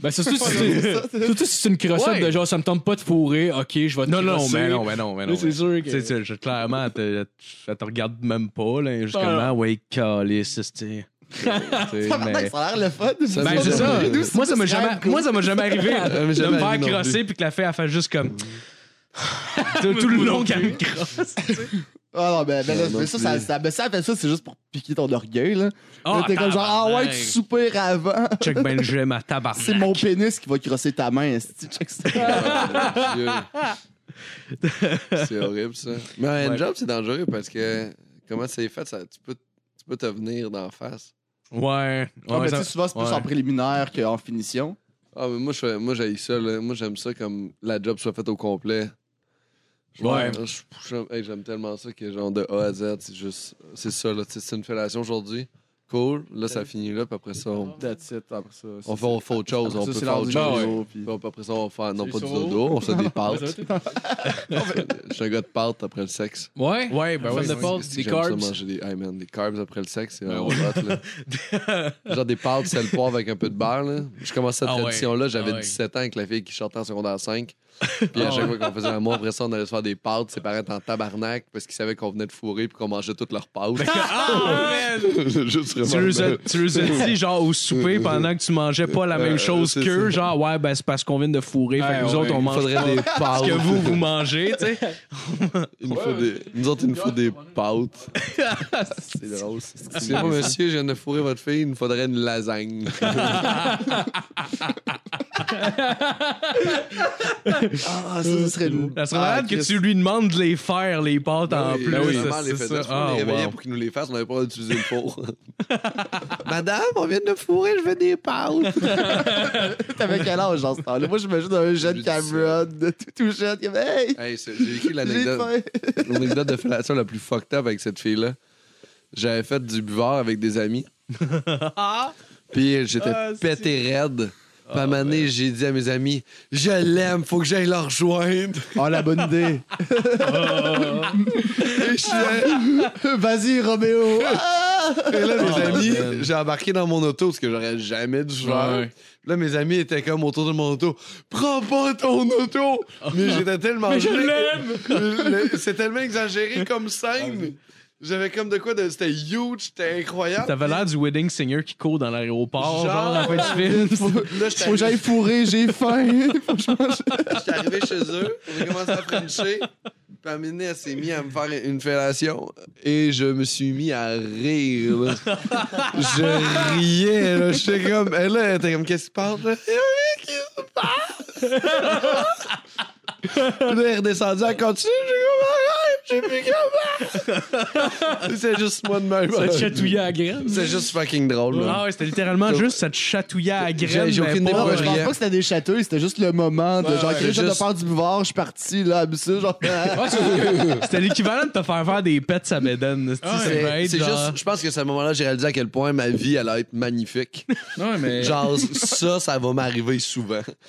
C: Ben, surtout si c'est surtout si c'est une crossette
D: Ouais.
C: de genre, ça me tente pas de fourrer, ok, je vais te
D: Non, non,
C: crosser.
D: mais non, mais non, mais non.
C: Là, c'est sûr que.
D: Tu sais, tu sais, clairement, elle te, elle te regarde même pas, là, jusqu'à
C: Ah.
D: comment, ouais, calice, c'est.
F: Tabarnak, Ça a l'air le fun.
D: Ben, c'est ça. Moi, ça m'a jamais, moi, ça m'a jamais arrivé de me
E: jamais
D: faire
E: arrivé non
D: crosser puis que la fille, elle fasse juste comme. tout tout le long qu'elle me crosse.
F: Ah non, ben, ben là,
E: Non, non
F: mais ça, ça,
E: plus.
F: ça, ben, ça, fait ça, c'est juste pour piquer ton orgueil, là.
D: Ah,
F: Là, t'es comme genre, ah ouais,
D: tabarnak.
F: tu soupires avant.
D: Check ben, j'aime à tabarnak.
F: C'est mon pénis qui va crosser ta main, esti. Check ça.
E: c'est horrible, ça. Mais un
D: Ouais.
E: job, c'est dangereux parce que comment c'est fait, ça, tu, peux, tu peux te venir d'en face.
D: Ouais.
F: Ah,
D: ouais,
F: ben,
D: ça-
F: tu sais, souvent, c'est plus
D: ouais.
F: en préliminaire qu'en finition.
E: Ah, mais moi, je fais- moi j'aille ça. Là. Moi, j'aime ça comme la job soit faite au complet. Je-
D: Ouais.
E: je- je- hey, J'aime tellement ça que, genre, de A à Z, c'est juste. C'est ça, là. tu sais, C'est une fellation aujourd'hui. Cool. Là, ça finit là. Puis après ça, on,
F: That's it, après ça.
E: on fait, on fait autre chose. on peut faire autre
C: l'heure
E: chose.
C: du
E: Puis on- après ça, on va faire. Non,
C: C'est
E: pas du
C: sur-
E: dodo, on se fait des
C: Ouais, ça
E: pâtes.
C: va, t'es-
E: Je suis un gars de pâtes après le sexe.
C: Ouais.
D: Ouais, ben
C: Femme
D: ouais.
C: de
D: c'est-
C: porc.
E: Si
C: Des
E: j'aime ça,
C: carbs.
E: manger des, hey, man, des carbs après le sexe, c'est
C: Ben
E: vraiment
C: ouais.
E: hot, là. Genre des pâtes, sel, poivre avec un peu de beurre. Là. Je commençais cette
D: Ah ouais.
E: tradition-là, j'avais
D: Ah ouais.
E: 17 ans avec la fille qui chantait en secondaire 5. Puis à
D: Ah
E: chaque fois qu'on faisait un mois, après ça, on allait se faire des pâtes, ses parents étaient en tabarnak parce qu'ils savaient qu'on venait de fourrer puis qu'on mangeait toutes leurs pâtes.
D: Ben, Ah, man!
E: Juste
D: Tu
E: vraiment.
D: les as- tu les as dit, genre, au souper, pendant que tu mangeais pas la même
E: ben, Euh,
D: chose
E: c'est
D: qu'eux,
E: ça.
D: genre, ouais, ben, c'est parce qu'on vient de fourrer, fait
C: Ouais,
D: que nous
C: ouais.
D: autres, on
E: Il
D: mange pas
E: faudrait des pâtes.
D: ce que vous, vous mangez, tu sais.
E: Il nous faut des- Nous autres, il nous faut des pâtes. c'est drôle. Excusez-moi, monsieur, je viens de fourrer votre fille, il nous faudrait une lasagne.
F: Ah, ça, ça serait Ah, nous.
D: Ça serait malade que tu lui demandes de les faire, les pâtes en plus.
E: Ah, Ben oui,
D: ça,
E: maman les
D: c'est
E: faisait.
D: ça.
E: Je crois qu'on
D: Ah,
E: les réveillait
D: wow.
E: pour qu'ils nous les fassent. On n'avait pas d'utiliser le four. Ah. Madame, on vient de me fourrer, je veux des pâtes.
F: T'avais quel âge dans ce temps-là? Moi, j'imagine un jeune
E: J'ai dit ça.
F: Cameron, de tout, tout jeune, qui avait, hey,
E: hey, c'est- j'ai vécu
F: j'ai
E: l'anecdote.
F: faim.
E: L'anecdote de fellation la plus fucked up avec cette fille-là. J'avais fait du buvard avec des amis. Puis j'étais
D: Ah, c'est-
E: pété raide. Puis à un moment donné, j'ai dit à mes amis, je l'aime, faut que j'aille la rejoindre.
F: Oh, la bonne idée.
E: Et j'étais-
F: Vas-y, Roméo. Ah!
E: Et là, mes
D: Oh,
E: amis,
D: man.
E: j'ai embarqué dans mon auto parce que j'aurais jamais dû faire.
C: Ouais.
E: Là, mes amis étaient comme autour de mon auto. Prends pas ton auto! Mais j'étais tellement.
C: Mais je
E: gelé.
C: l'aime!
E: Le- C'est tellement exagéré comme scène. J'avais comme de quoi de. C'était huge, c'était incroyable.
D: T'avais l'air du wedding singer qui court dans l'aéroport, genre,
E: Genre,
D: à la fin du film.
E: Là, j'étais
F: Faut que j'aille fourrer, j'ai faim. Faut que je mange.
E: j'étais arrivé chez eux, on a commencé à frencher. Puis à un moment donné, elle s'est mise à me faire une fellation et je me suis mis à rire. là. Je riais, là. J'étais comme. Elle, là, elle était comme, qu'est-ce qui se passe? là? Eh oui, qu'est-ce qui se passe? Puis là, elle est redescendue, elle continue. J'ai comme, arrête, j'ai plus capable. C'est juste moi de même.
C: Ça te chatouillait à la graine.
E: C'est juste fucking drôle, là.
D: Ah ouais, c'était littéralement
E: J'ai-
D: juste ça te chatouillait à la
E: J'ai-
D: graine.
E: j'ai
D: mais
E: aucune
D: pas-
E: idée
F: Non,
E: pourquoi
F: je
E: je
F: pense pas
E: riais.
F: que c'était des châteux, c'était juste le moment de
C: Ouais,
F: genre,
C: ouais,
F: Chris, je viens de
E: juste-
F: faire du buvard, je suis parti, là, abusé, genre.
C: Ouais, c'est-
D: C'était l'équivalent de te faire faire des pets à Beden.
C: Ah ouais.
D: C'est
E: C'est
D: vrai,
E: c'est
D: genre-
E: juste, je pense que c'est à ce moment-là, j'ai réalisé à quel point ma vie allait être magnifique.
C: Non, mais.
E: Genre, ça, ça va m'arriver souvent.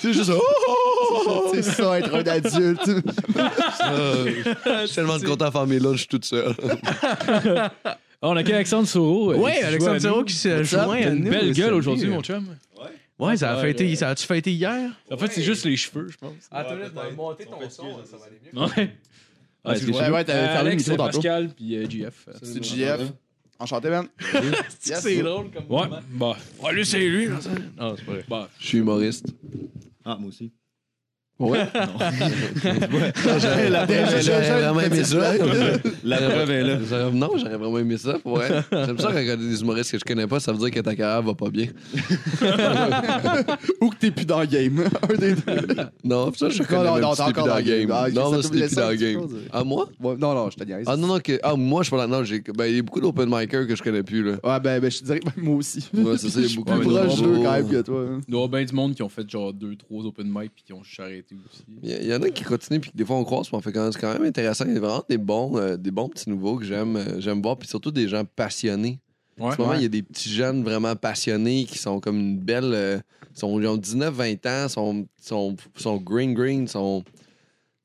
E: c'est juste oh, oh, oh,
F: C'est ça, être un adulte.
E: oh. Je suis tellement content de faire mes lunchs toute seule.
C: Ah, on a qu'Alexandre Soro. euh, qui
D: Ouais,
C: joue à
D: Alexandre
C: nous.
D: Soro qui se
C: T'as
D: joint à
C: une
D: nous.
C: belle gueule
D: Salut.
C: aujourd'hui, mon chum.
D: Ouais, ça a
C: Ouais,
D: fêté.
C: ouais.
D: Ça a-tu fêté hier?
C: En fait, c'est juste les cheveux, je pense.
D: Attends, t'as monté ton son, ça va aller mieux.
C: Ouais.
F: Ouais, c'est ouais, ouais, t'avais
C: Euh,
F: parlé le
C: Alex,
F: micro tantôt.
C: Pascal, puis euh, GF.
F: C'est JF. Enchanté, man. Yes.
D: C'est drôle comme
C: Ouais,
D: moment.
C: bah,
D: Ouais, lui, c'est lui. là, ça. Non, c'est pas vrai.
C: bah.
E: Je suis humoriste.
A: Ah, moi aussi.
E: Ouais.
F: La
E: J'aurais vraiment aimé ça.
A: La preuve est là.
E: J'aurais- Non, j'aurais vraiment aimé ça. pour vrai. J'aime ça regarder des humoristes que je connais pas. Ça veut dire que ta carrière va pas bien.
F: Ou que t'es plus dans le game. Un des deux.
E: Non, ça, je
F: Non,
E: connais
F: non,
E: même
F: non,
E: si
F: t'es
E: t'es plus
F: encore
E: dans
F: dans
E: le
F: le game.
E: game.
F: Ah, ok,
E: Non,
F: ça
E: non, si
F: double
E: t'es plus
F: ça,
E: dans le
F: tu
E: game.
F: peux dire.
E: À moi?
F: Ouais, non, non, je te niaise.
E: Ah non, non, que... ah, moi, je suis pas là. Non, j'ai- ben, il y a beaucoup d'open micers que je connais plus, là.
F: Ouais, ben, ben, je te dirais que moi aussi.
E: Ouais, c'est ça, il y a
F: Je suis
E: beaucoup
F: plus
E: de
F: proche
E: monde.
F: d'eux quand même que toi. hein.
C: Il doit y avoir bien du monde qui ont fait genre 2-3 open mic puis qui ont juste arrêté aussi.
E: Il y, en a qui continuent puis que des fois on croise, puis on fait quand même, c'est quand même intéressant. Il y a vraiment des bons, euh, des bons petits nouveaux que j'aime, euh, j'aime voir, puis surtout des gens passionnés.
C: Ouais.
E: en ce moment, il y a des petits jeunes vraiment passionnés qui sont comme une belle. euh, sont, ils ont 19-20 ans, sont, sont, sont green green, sont.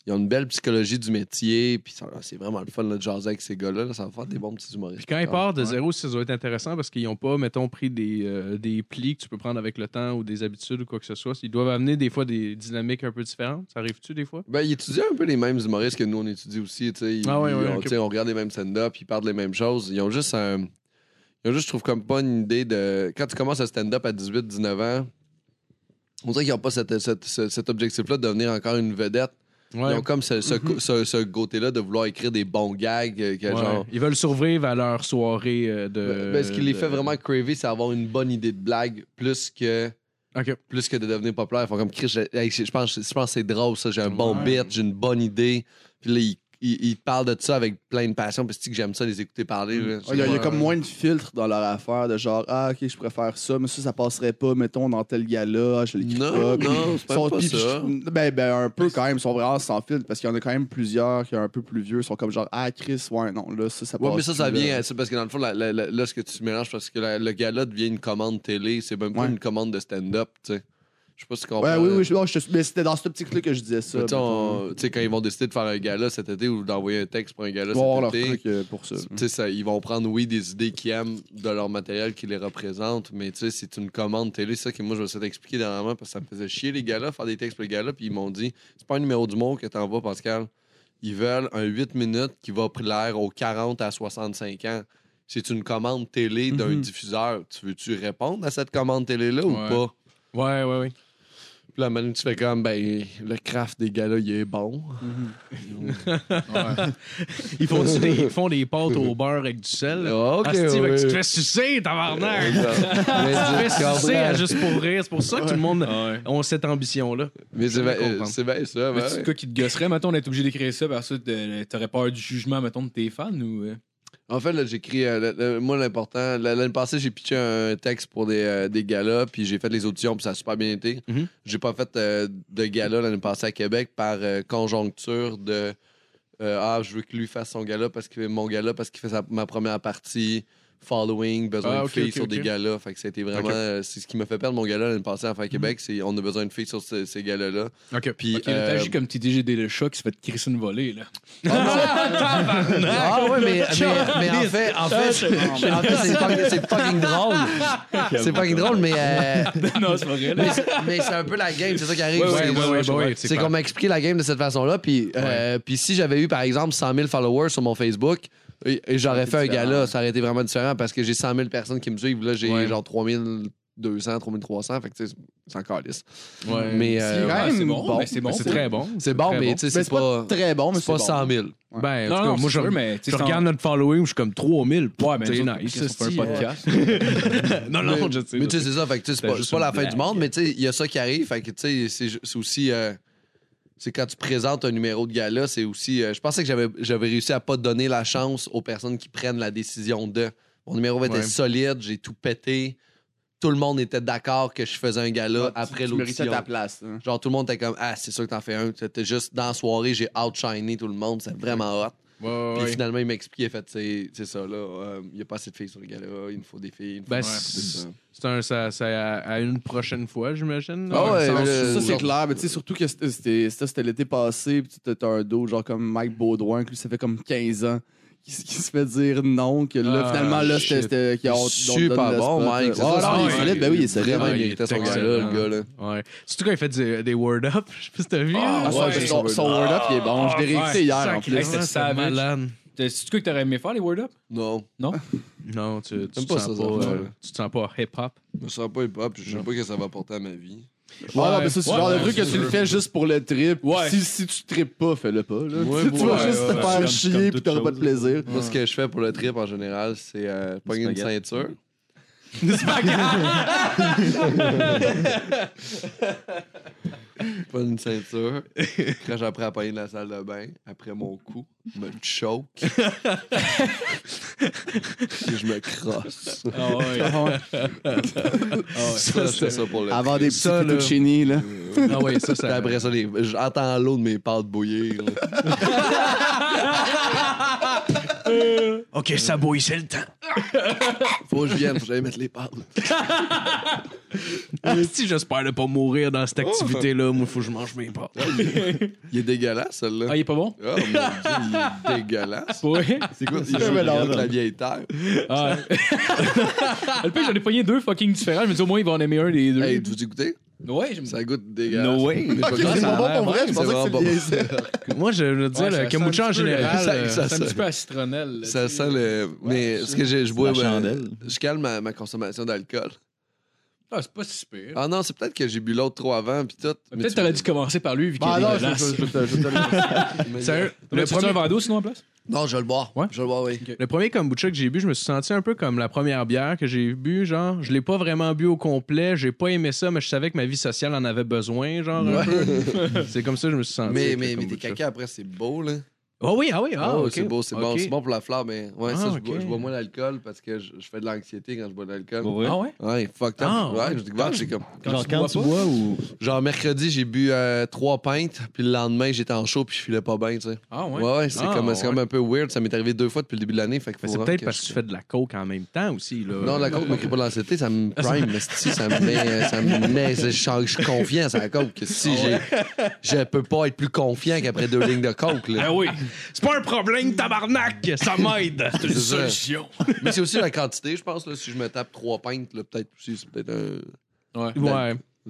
E: Ils ont une belle psychologie du métier, puis ça- c'est vraiment le fun là, de jaser avec ces gars-là. là. ça va faire des bons petits humoristes. Ah,
D: Puis quand ils partent de zéro, ça doit être intéressant parce qu'ils n'ont pas, mettons, pris des, euh, des plis que tu peux prendre avec le temps ou des habitudes ou quoi que ce soit. Ils doivent amener des fois des dynamiques un peu différentes. Ça arrive-tu des fois?
E: Ben, ils étudient un peu les mêmes humoristes que nous, on étudie aussi. tu sais. Ils-
D: Ah ouais, ouais,
E: on,
D: ok.
E: tu sais, on regarde les mêmes stand-up, ils parlent les mêmes choses. Ils ont juste un. Ils ont juste, je trouve, comme pas une idée de. Quand tu commences à stand-up à 18-19 ans, on dirait qu'ils n'ont pas cette- cette- ce- cet objectif-là de devenir encore une vedette. Ils ont comme ce, ce, ce- ce côté-là de vouloir écrire des bons gags. euh, que
D: Mm-hmm. Ouais.
E: genre-
D: Ils veulent survivre à leur soirée euh, de.
E: Ben, ben, ce qui les
D: de-
E: fait vraiment craver, c'est avoir une bonne idée de blague plus que.
D: Ok.
E: Plus que de devenir populaire. Ils font comme Chris, je, hey, je pense, je pense que c'est drôle, ça. J'ai un bon
D: Ouais.
E: beat, j'ai une bonne idée. Puis là, ils ils- ils parlent de ça avec plein de passion. Puis c'est que j'aime ça les écouter parler. là.
F: Ah, Il y, a- il y a comme moins de filtres dans leur affaire, de genre, ah, ok, je préfère ça, mais ça, ça passerait pas, mettons, dans tel gars-là, ah, je l'écris
E: Non,
F: pas. Puis
E: non, c'est
F: ils sont-
E: pas
F: puis-
E: ça.
F: Ben, ben, un peu quand même, ils sont vraiment sans filtre, parce qu'il y en a quand même plusieurs qui sont un peu plus vieux, ils sont comme genre, ah, Chris, ouais, non, là, ça, ça passe.
E: Ouais, mais ça, ça
F: plus, là.
E: vient. c'est parce que dans le fond, la- la- la- là, ce que tu mélanges, parce que la- le gala devient une commande télé, c'est même pas
F: Ouais.
E: une commande de stand-up, tu sais. Je sais pas si tu comprends.
F: Ouais, oui, oui, je, non, je te- mais c'était dans ce petit truc que je disais ça.
E: Mais tu sais,
F: mettons.
E: on- tu sais, quand ils vont décider de faire un gala cet été ou d'envoyer un texte pour un gala
F: Ils vont avoir leur
E: cet été,
F: truc euh, pour ça.
E: Tu sais, ça- ils vont prendre, oui, des idées qu'ils aiment de leur matériel qui les représente, mais tu sais, c'est une commande télé, c'est ça que moi, je vais essayer d'expliquer dernièrement parce que ça me faisait chier les gars-là, faire des textes pour les gars-là, puis ils m'ont dit c'est pas un numéro du monde que t'envoies, Pascal. Ils veulent un 8 minutes qui va plaire aux 40 à 65 ans. C'est une commande télé d'un
F: Mhm.
E: diffuseur. Tu veux-tu répondre à cette commande télé-là ou
D: Mm-hmm. Ouais.
E: pas?
D: Ouais, ouais, ouais.
E: Puis là, maintenant, tu fais comme, ben, le craft des gars-là, il est bon.
D: Ils font, des, ils font des pâtes au beurre avec du sel.
E: Ah, Ok,
D: Ah, Asti, fait que
E: ouais.
D: tu te fais sucer, tabarnak!
E: Mais
D: Tu te
E: tu
D: fais sucer
E: comprends.
D: à juste pour rire. C'est pour ça que tout le monde
C: Ah,
D: a cette ambition-là.
E: Mais c'est bien
D: comprendre.
E: euh, c'est bien ça.
C: Mais
E: ben
C: c'est
E: ouais.
C: quoi qui te gosserait, mettons, d'être obligé d'écrire ça, parce que t'aurais t'aurais peur du jugement, mettons, de tes fans ou. euh?
E: En fait, là, j'écris. euh, le- le- moi, l'important. la- L'année passée, j'ai pitché un texte pour des, euh, des galas, puis j'ai fait les auditions, puis ça a super bien été.
D: Mhm.
E: J'ai pas fait euh, de gala l'année passée à Québec par euh, conjoncture de. euh, ah, je veux que lui fasse son gala parce qu'il fait mon gala parce qu'il fait sa- ma première partie. Following, besoin
D: Ah,
E: de
D: ok,
E: filles
D: ok,
E: sur des
D: ok.
E: galas. Fait que c'était vraiment.
D: Ok.
E: euh, c'est ce qui m'a fait perdre mon gala l'année passée à Faire Québec. C'est on a besoin de filles sur ce- ces galas-là.
D: Ok.
E: Puis.
C: Ok, là,
E: euh,
C: T'agis comme TDGD le chat qui se fait te crisser une volée, là.
E: Ah ouais, mais, mais, mais en fait, en fait, en fait, c'est fucking- c'est fucking drôle. C'est fucking drôle, mais, euh,
C: non, c'est pas vrai, là.
E: mais c'est- mais c'est un peu la game, c'est ça qui arrive.
D: Ouais, ouais,
E: c'est-
D: ouais, ouais,
E: c'est-
D: ouais, ouais, c'est
E: c'est
D: clair.
E: qu'on m'a expliqué la game de cette façon-là. Puis euh, puis si j'avais eu, par exemple, 100 000 followers sur mon Facebook, et, et j'aurais fait un gala, ça aurait été vraiment différent parce que j'ai 100 000 personnes qui me suivent. Là, j'ai
D: Ouais.
E: genre 3200, 3300. Fait que tu sais, c'est encore lisse.
D: Ouais.
E: Mais
C: C'est
E: euh,
C: quand
F: ouais,
C: même
F: c'est
C: bon,
F: bon.
C: mais c'est bon.
D: C'est très bon.
E: c'est bon,
D: très
E: mais tu sais,
F: Mais
E: c'est pas,
F: Très bon, mais
E: c'est
F: c'est
E: pas
F: bon.
E: 100 000.
D: Ben,
C: Non,
D: en tout cas,
C: non,
D: moi,
C: c'est
D: je,
C: sûr, mais, tu sais,
D: je
C: c'est
D: regarde notre following, je suis comme 3000.
C: Ouais, mais
D: ben, c'est
C: Ah, ben, nous autres, euh,
D: nice.
C: qu'est-ce qu'on fait
D: hostie.
C: un podcast.
D: Non, non, je sais.
E: Mais
D: je
E: tu sais,
D: sais.
E: c'est ça. Fait que tu sais, c'est
D: C'était
E: pas,
D: juste
E: c'est pas
D: une
E: la fin
D: blague.
E: du monde, mais tu sais, il y a ça qui arrive. Fait que tu sais, c'est ju- c'est aussi. euh, c'est quand tu présentes un numéro de gala, c'est aussi. euh, je pensais que j'avais j'avais réussi à pas donner la chance aux personnes qui prennent la décision de. Mon numéro était
D: Ouais.
E: solide, j'ai tout pété. Tout le monde était d'accord que je faisais un gala
D: Ah,
F: Tu-
E: après
F: Ah, Tu méritais
E: l'audition.
F: ta place. hein.
E: Genre, tout le monde était comme Ah, c'est sûr que t'en fais un. C'était juste dans la soirée, j'ai outshiné tout le monde. C'est vraiment hot.
D: Ouais,
E: Puis
D: ouais.
E: finalement, il m'expliquait, fait, c'est c'est ça, là. euh, Il y a pas assez de filles sur le gala, il me faut des filles. il me faut-
D: Ben,
E: Ouais,
D: c'est-
E: c'est ça.
D: C'est un, ça, ça- à une prochaine fois, j'imagine.
E: Ah ouais,
F: Ça,
E: mais
F: ça,
E: le-
F: ça, c'est
E: genre-
F: clair, mais tu sais, surtout que c'était- c'était ça, c'était l'été passé, puis tu as un dos, genre comme Mike Baudouin, que lui, ça fait comme 15 ans qu'il s- qu'il se fait dire non, que là,
D: Ah,
F: finalement, là, c'était-
D: shit.
F: c'était. qu'il y a- on- on donne
E: Super
F: le
E: bon,
F: spot,
E: Mike. Ah,
F: là. Ouais, non, il est
D: ouais,
F: solide, ben oui, il est solide.
E: Vraiment,
D: Ah,
E: il
D: il
E: était
D: était
E: son gars-là,
D: excellent.
E: le gars, là.
D: Ouais. Surtout quand il fait du- des word up, je sais pas si t'as vu. là.
F: Ah, son-
C: ouais,
F: son, son word up, il est bon. Je l'ai
D: Ah,
F: réécouté
C: ouais,
F: hier, en
D: Sacrément,
F: plus.
C: Hey, c'était
D: c'est
C: savage.
D: malade.
C: T'as- C'est-tu quoi que t'aurais aimé faire, les Word Up?
E: Non,
D: Non, tu, tu,
E: J'aime
D: te
E: pas
D: sens
E: ça,
D: pas,
E: ça,
D: euh,
E: ouais.
D: tu te sens pas hip-hop.
E: je me sens pas hip-hop, je sais pas ce que ça va apporter à ma vie.
F: Ouais, non, mais ça, c'est le
C: Ouais,
F: genre de
C: ouais,
F: truc que
C: c'est
F: tu le
C: sûr.
F: fais juste pour le trip.
C: Ouais.
F: Si, si tu tripes pas, fais-le pas. là.
E: Ouais,
F: tu tu vas
E: ouais,
F: juste
E: ouais, ouais.
F: te
A: Comme-
F: faire chier
A: comme
F: puis t'auras
A: toute
F: pas de plaisir.
E: Moi, ce que je fais pour le trip en général, c'est euh, pogner une
A: Spaghetti.
E: ceinture. Pas une ceinture. Crache après à pogner de la salle de bain, après mon cou, me choke. Et je me crosse.
C: Ah ouais.
E: Ça, je fais ça pour le
F: Avant des petits
D: Ça, là.
F: fettuccini, là.
D: Ah ouais, ça,
E: Puis
D: ça.
E: après ça, les... j'entends l'eau de mes pâtes bouillir. là.
D: Ok, ça bouille, c'est le temps.
E: Faut que je vienne, faut que j'aille mettre les pâtes.
D: Ah, si j'espère ne pas mourir dans
E: Oh,
D: cette activité-là, moi, il faut que je mange mes pâtes.
E: Il est dégueulasse, celle-là.
C: Ah, il est pas bon?
E: Oh mon dieu, il est dégueulasse.
C: Ouais.
E: C'est quoi? Il
F: un
E: joue
F: mélange.
E: de la vieille terre.
C: Ah. Le pire, j'en ai pogné deux fucking différents. Je me dis, au moins, il va en aimer un des deux.
E: Hey, vous écoutez?
C: Ouais, j'aime
E: Ça goûte dégueulasse.
A: No way.
E: Mais pas
F: Ok,
E: grave,
F: c'est
E: ça
F: pas
E: a
F: bon
E: l'air
F: pour vrai, je
E: bon.
F: pensais que
E: C'est
F: c'est
E: vraiment
F: bien ça.
D: Moi, je veux dire,
A: Ouais, ça
D: le
A: sent
D: kombucha
A: un
D: en
A: petit peu le-
D: général.
E: ça-
D: euh,
E: ça-
C: C'est un petit peu à citronnelle. là,
E: Ça
C: tu sais.
E: sent le. Mais ce que j'ai- je bois.
A: La
E: ben,
A: chandelle.
E: Je calme ma, ma consommation d'alcool.
C: Ah, c'est pas si pire.
E: Ah non, c'est peut-être que j'ai bu l'autre trop avant, puis tout. mais
C: Peut-être
E: tu-
C: t'aurais dû commencer par lui, vu qu'il
D: Bah
F: Ah
C: est
F: non,
C: dégueulasse.
F: je- je- je- je- je-
E: Mais-
D: Sérieux,
C: Le
D: le
C: premier
D: premier,
C: verre d'eau, sinon, en place?
F: Non, je vais le boire.
D: Ouais.
F: Je vais le boire, oui.
D: le premier kombucha que j'ai bu, je me suis senti un peu comme la première bière que j'ai bu. Genre, je l'ai pas vraiment bu au complet. J'ai pas aimé ça, mais je savais que ma vie sociale en avait besoin. Genre, un peu. Ah, c'est comme ça que je me suis senti.
E: Mais,
D: avec le
E: mais, mais tes
D: kombucha.
E: caca après, c'est beau, là.
D: Ah oui, ah oui, ah,
E: Oh,
D: ok.
E: c'est beau, c'est bon.
D: Ok.
E: C'est bon pour la fleur, mais ouais,
D: Ah,
E: ça, je,
D: ok.
E: bois, je bois moins d'alcool parce que je, je fais de l'anxiété quand je bois de l'alcool.
A: Pour vrai?
C: Ah ouais?
E: Ouais, fuck that.
D: Ah,
E: ouais,
D: ouais.
E: j'ai découvert, j'ai comme.
C: Quand
A: Genre,
C: tu
A: quand
C: bois
A: tu
C: pas?
A: bois ou.
E: Genre, mercredi, j'ai bu euh, trois pintes, puis le lendemain, j'étais en chaud, puis je filais pas bien, tu sais.
C: Ah
E: Ouais,
C: ouais?
E: ouais, c'est
D: Ah,
E: comme, c'est
D: ouais.
E: comme un peu weird. Ça m'est arrivé deux fois depuis le début de l'année. Fait que
D: Mais
E: faut
D: Ben, c'est
E: vraiment
D: peut-être
E: que
D: parce
E: je-
D: que tu fais de la coke en même temps aussi. Là.
E: Non, la coke me crée pas de l'anxiété, ça me prime, mais si, ça me met, ça me met, je, je suis confiant sur la coke, que si
D: Ah,
E: j'ai, je peux pas être plus confiant qu'après deux lignes de coke, là.
D: Ah oui. C'est pas un problème, tabarnak. Ça m'aide.
E: C'est ça. Mais c'est aussi la quantité, je pense, là, si je me tape trois pintes, là, peut-être aussi, c'est peut-être un,
C: Ouais.
D: Ouais.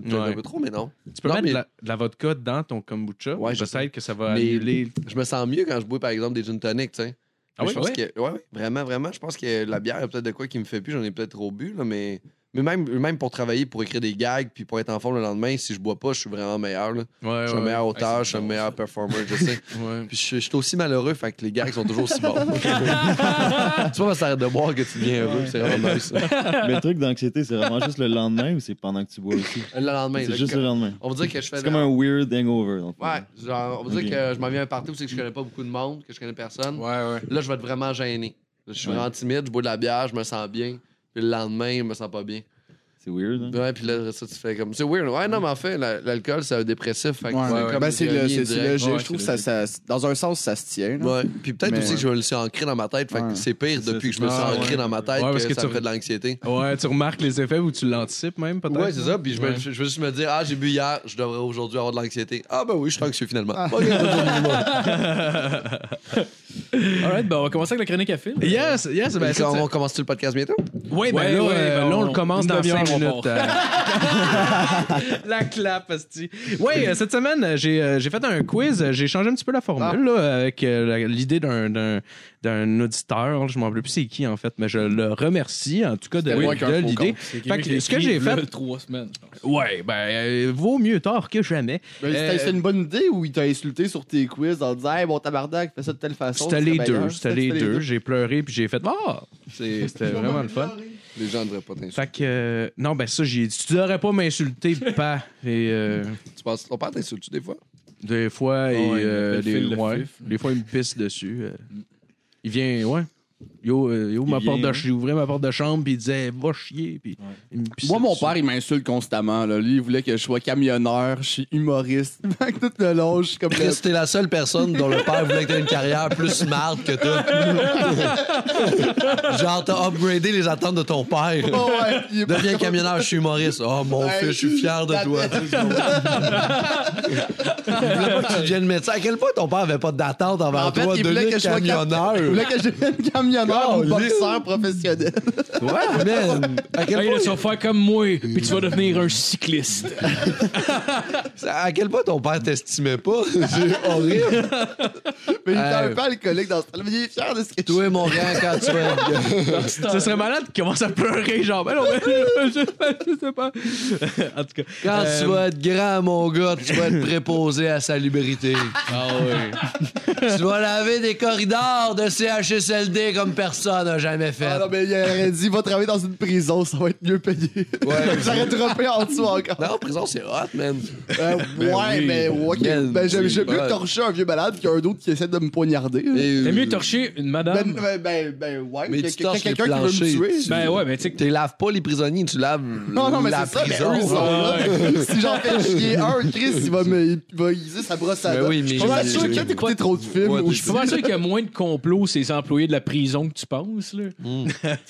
E: peut-être un
D: Ouais.
E: peu trop, mais non.
D: Tu peux
E: Non,
D: mettre
E: mais-
D: de, la, de la vodka dans ton kombucha.
E: Ouais, je sais.
D: Peut-être que ça va
E: Mais-
D: annuler.
E: Je me sens mieux quand je bois, par exemple, des gin tonic, tu sais.
D: Ah
E: Mais
D: oui?
E: je pense
D: Ouais.
E: que, ouais, ouais, vraiment, vraiment, je pense que la bière, il y a peut-être de quoi qui me fait plus, j'en ai peut-être trop bu, là, mais, mais même, même pour travailler, pour écrire des gags, puis pour être en forme le lendemain, si je bois pas, je suis vraiment meilleur, là.
D: Ouais,
E: Je suis un
D: ouais.
E: meilleur
C: Ouais,
E: auteur,
C: c'est
E: je suis un
C: bon,
E: meilleur performer, je sais.
D: Ouais.
E: Puis je, suis- je suis aussi malheureux, fait que les gags sont toujours aussi bons. c'est pas parce que t'arrêtes de boire que tu deviens heureux, c'est vraiment nice.
A: Le truc d'anxiété, c'est vraiment juste le lendemain ou c'est pendant que tu bois aussi?
E: Le lendemain,
A: C'est
E: là,
A: juste
E: que-
A: le lendemain.
E: on va dire que je fais.
A: C'est comme un weird hangover. dans le fond.
E: Ouais, genre, on va dire
A: Ok.
E: que je m'en viens à un party où c'est que je connais pas beaucoup de monde, que je connais personne.
C: Ouais, ouais.
E: Là, je vais être vraiment gêné. Je suis vraiment timide, je bois de la bière, je me sens bien. Puis le lendemain, je me sens pas bien.
A: C'est weird, hein?
E: Ouais, puis là, ça, tu fais comme. C'est weird. Ouais, non, mais en fait, la- l'alcool, c'est un dépressif. Fait que
F: Ouais,
E: c'est
F: ouais.
E: comme
F: Ben, c'est
E: une
F: le-
E: ligne
F: c'est- c'est
E: directe.
F: logique.
C: Ouais,
F: je trouve que
C: c'est
F: ça, ça- dans un sens, ça se tient. là.
E: Ouais. Puis peut-être
F: Mais-
E: aussi que je le suis ancré dans ma tête. Fait que
F: Ouais.
E: c'est pire
A: C'est
E: depuis que
A: ça,
E: je me
A: c'est
E: suis
A: ça.
E: ancré
A: Ouais.
E: dans ma tête
D: Ouais,
E: que,
D: parce que
E: ça
D: tu-
E: me fait de l'anxiété.
D: Ouais, tu remarques les effets ou tu l'anticipes même, peut-être?
E: Ouais, c'est ça. Puis je, me,
D: Ouais.
E: je, je veux juste me dire, ah, j'ai bu hier, je devrais aujourd'hui avoir de l'anxiété. Ah, ben oui, je suis anxieux finalement. Ok, ben, on
C: Alright, ben on va commencer avec la chronique à fil.
D: Yes, yes, ben ça,
E: on commence-tu le podcast bientôt?
D: ça- Ouais, ben
C: Ouais,
D: là,
C: ouais,
D: euh,
C: ben,
D: là, on,
C: on-
D: le commence
C: une
D: dans
C: demi-heure,
D: 5
C: on
D: minutes. euh. la clap, asti. Ouais, euh, cette semaine, euh, j'ai euh, j'ai fait un quiz. euh, J'ai changé un petit peu la formule, là, avec euh, la- l'idée d'un- d'un d'un auditeur. Je m'en rappelle plus c'est qui, en fait, mais je le remercie, en tout cas, de
F: C'était moi qui ai un
D: de
F: faux
D: l'idée.
F: compte.
C: C'est
D: Fait que ce que j'ai fait,
C: trois semaines.
D: ouais, ben, euh, vaut mieux tard que jamais.
F: Ben,
D: Euh,
F: c'était- c'était une bonne idée ou il t'a insulté sur tes quiz en disant, hey, bon tabarnak, fais ça de telle façon.
D: C'était
F: c'est
D: les
F: meilleur.
D: deux, c'était les deux. J'ai pleuré, puis j'ai fait, ah, C'est- c'était vraiment le fun.
E: Les gens devraient pas t'insulter.
D: Fait que, euh, non, ben ça, j'ai dit, tu devrais pas m'insulter, pas. Et euh,
E: Tu penses, ton père t'insulte-tu des fois?
D: des fois,
C: il
D: il,
C: m'appelle
D: euh, des,
C: Phil le
D: ouais,
C: fif.
D: des fois, il me pisse dessus. euh.
E: Mm.
D: il vient, ouais. Yo, euh, yo,
A: Il
D: ma
A: vient,
D: porte de,
A: hein?
D: ch- il ouvrait ma porte de chambre, puis il disait, va chier, puis il me pissait
F: Moi, mon
D: dessus.
F: père, il m'insulte constamment. Là. Lui, il voulait que je sois camionneur, je suis humoriste. Fait que tout le long, je suis comme.
E: Chris, t'es la seule personne dont le père voulait que t'aies une carrière plus smart que toi. Genre, t'as upgradé les attentes de ton père.
F: Oh, ouais, il est pas
E: Deviens
F: comme-
E: camionneur, je suis humoriste. Oh mon
F: Hey,
E: fils, je suis fier de
F: la
E: toi.
F: tête.
E: Pourquoi tu deviennes médecin? À quel point ton père avait pas d'attente envers
F: En fait,
E: toi?
F: il voulait
E: Deviens
F: que je sois
E: camionneur.
F: Il voulait que je devienne camionneur ou
E: Colin.
F: boxeur professionnel.
E: Ouais, man. À quel,
C: Hey,
E: point,
C: là, tu vas faire comme moi, puis tu vas devenir un cycliste.
E: à quel point ton père t'estimait pas? C'est horrible.
F: Mais il était
E: Hey.
F: un peu alcoolique dans ce temps-là. Mais il est fier de ce que je
E: Toi, mon grand, quand tu vas.
D: Ce serait malade qu'il commence à pleurer, genre, ben non, ben, je, je sais pas. en tout cas.
E: Quand
D: euh,
E: tu vas être grand, mon gars, tu vas être préposé à salubrité.
D: Ah oui.
E: tu vas laver des corridors de CHSLD comme personne n'a jamais fait.
F: Ah non, mais il aurait dit, va travailler dans une prison, ça va être mieux payé.
E: Ouais.
F: J'aurais droppé en dessous encore.
E: Non, prison, c'est hot, man.
F: Euh, ouais,
E: oui.
F: mais ouais, ok.
E: Ben,
F: Ben, j'aime
E: c'est
F: j'aime mieux
E: bon.
F: torcher un vieux malade qu'un autre qui essaie de me poignarder.
C: T'aimes mieux
E: euh,
C: torcher une
F: Ben,
C: madame.
F: ben, ben, ben, ouais.
E: Mais
F: que-
E: tu
F: que-
E: torches
F: quelqu'un
E: les
F: qui veut me
E: planchers,
F: tuer.
E: tu-
C: Ben ouais, mais tu sais que
E: Tu laves pas les prisonniers, tu laves
F: Non, non, mais
E: la
F: c'est ça, mais
E: prison.
F: eux, ils sont là. si j'en fais chier un, Chris, il va, me, il va utiliser sa brosse à
E: Ben
F: dents.
E: oui, mais-
F: Je suis pas mal sûr que t'as écouté trop de films.
E: Ouais,
F: ou-
E: t'es-
C: Je suis pas mal sûr qu'il y a moins de complots, ces employés de la prison que tu penses, là.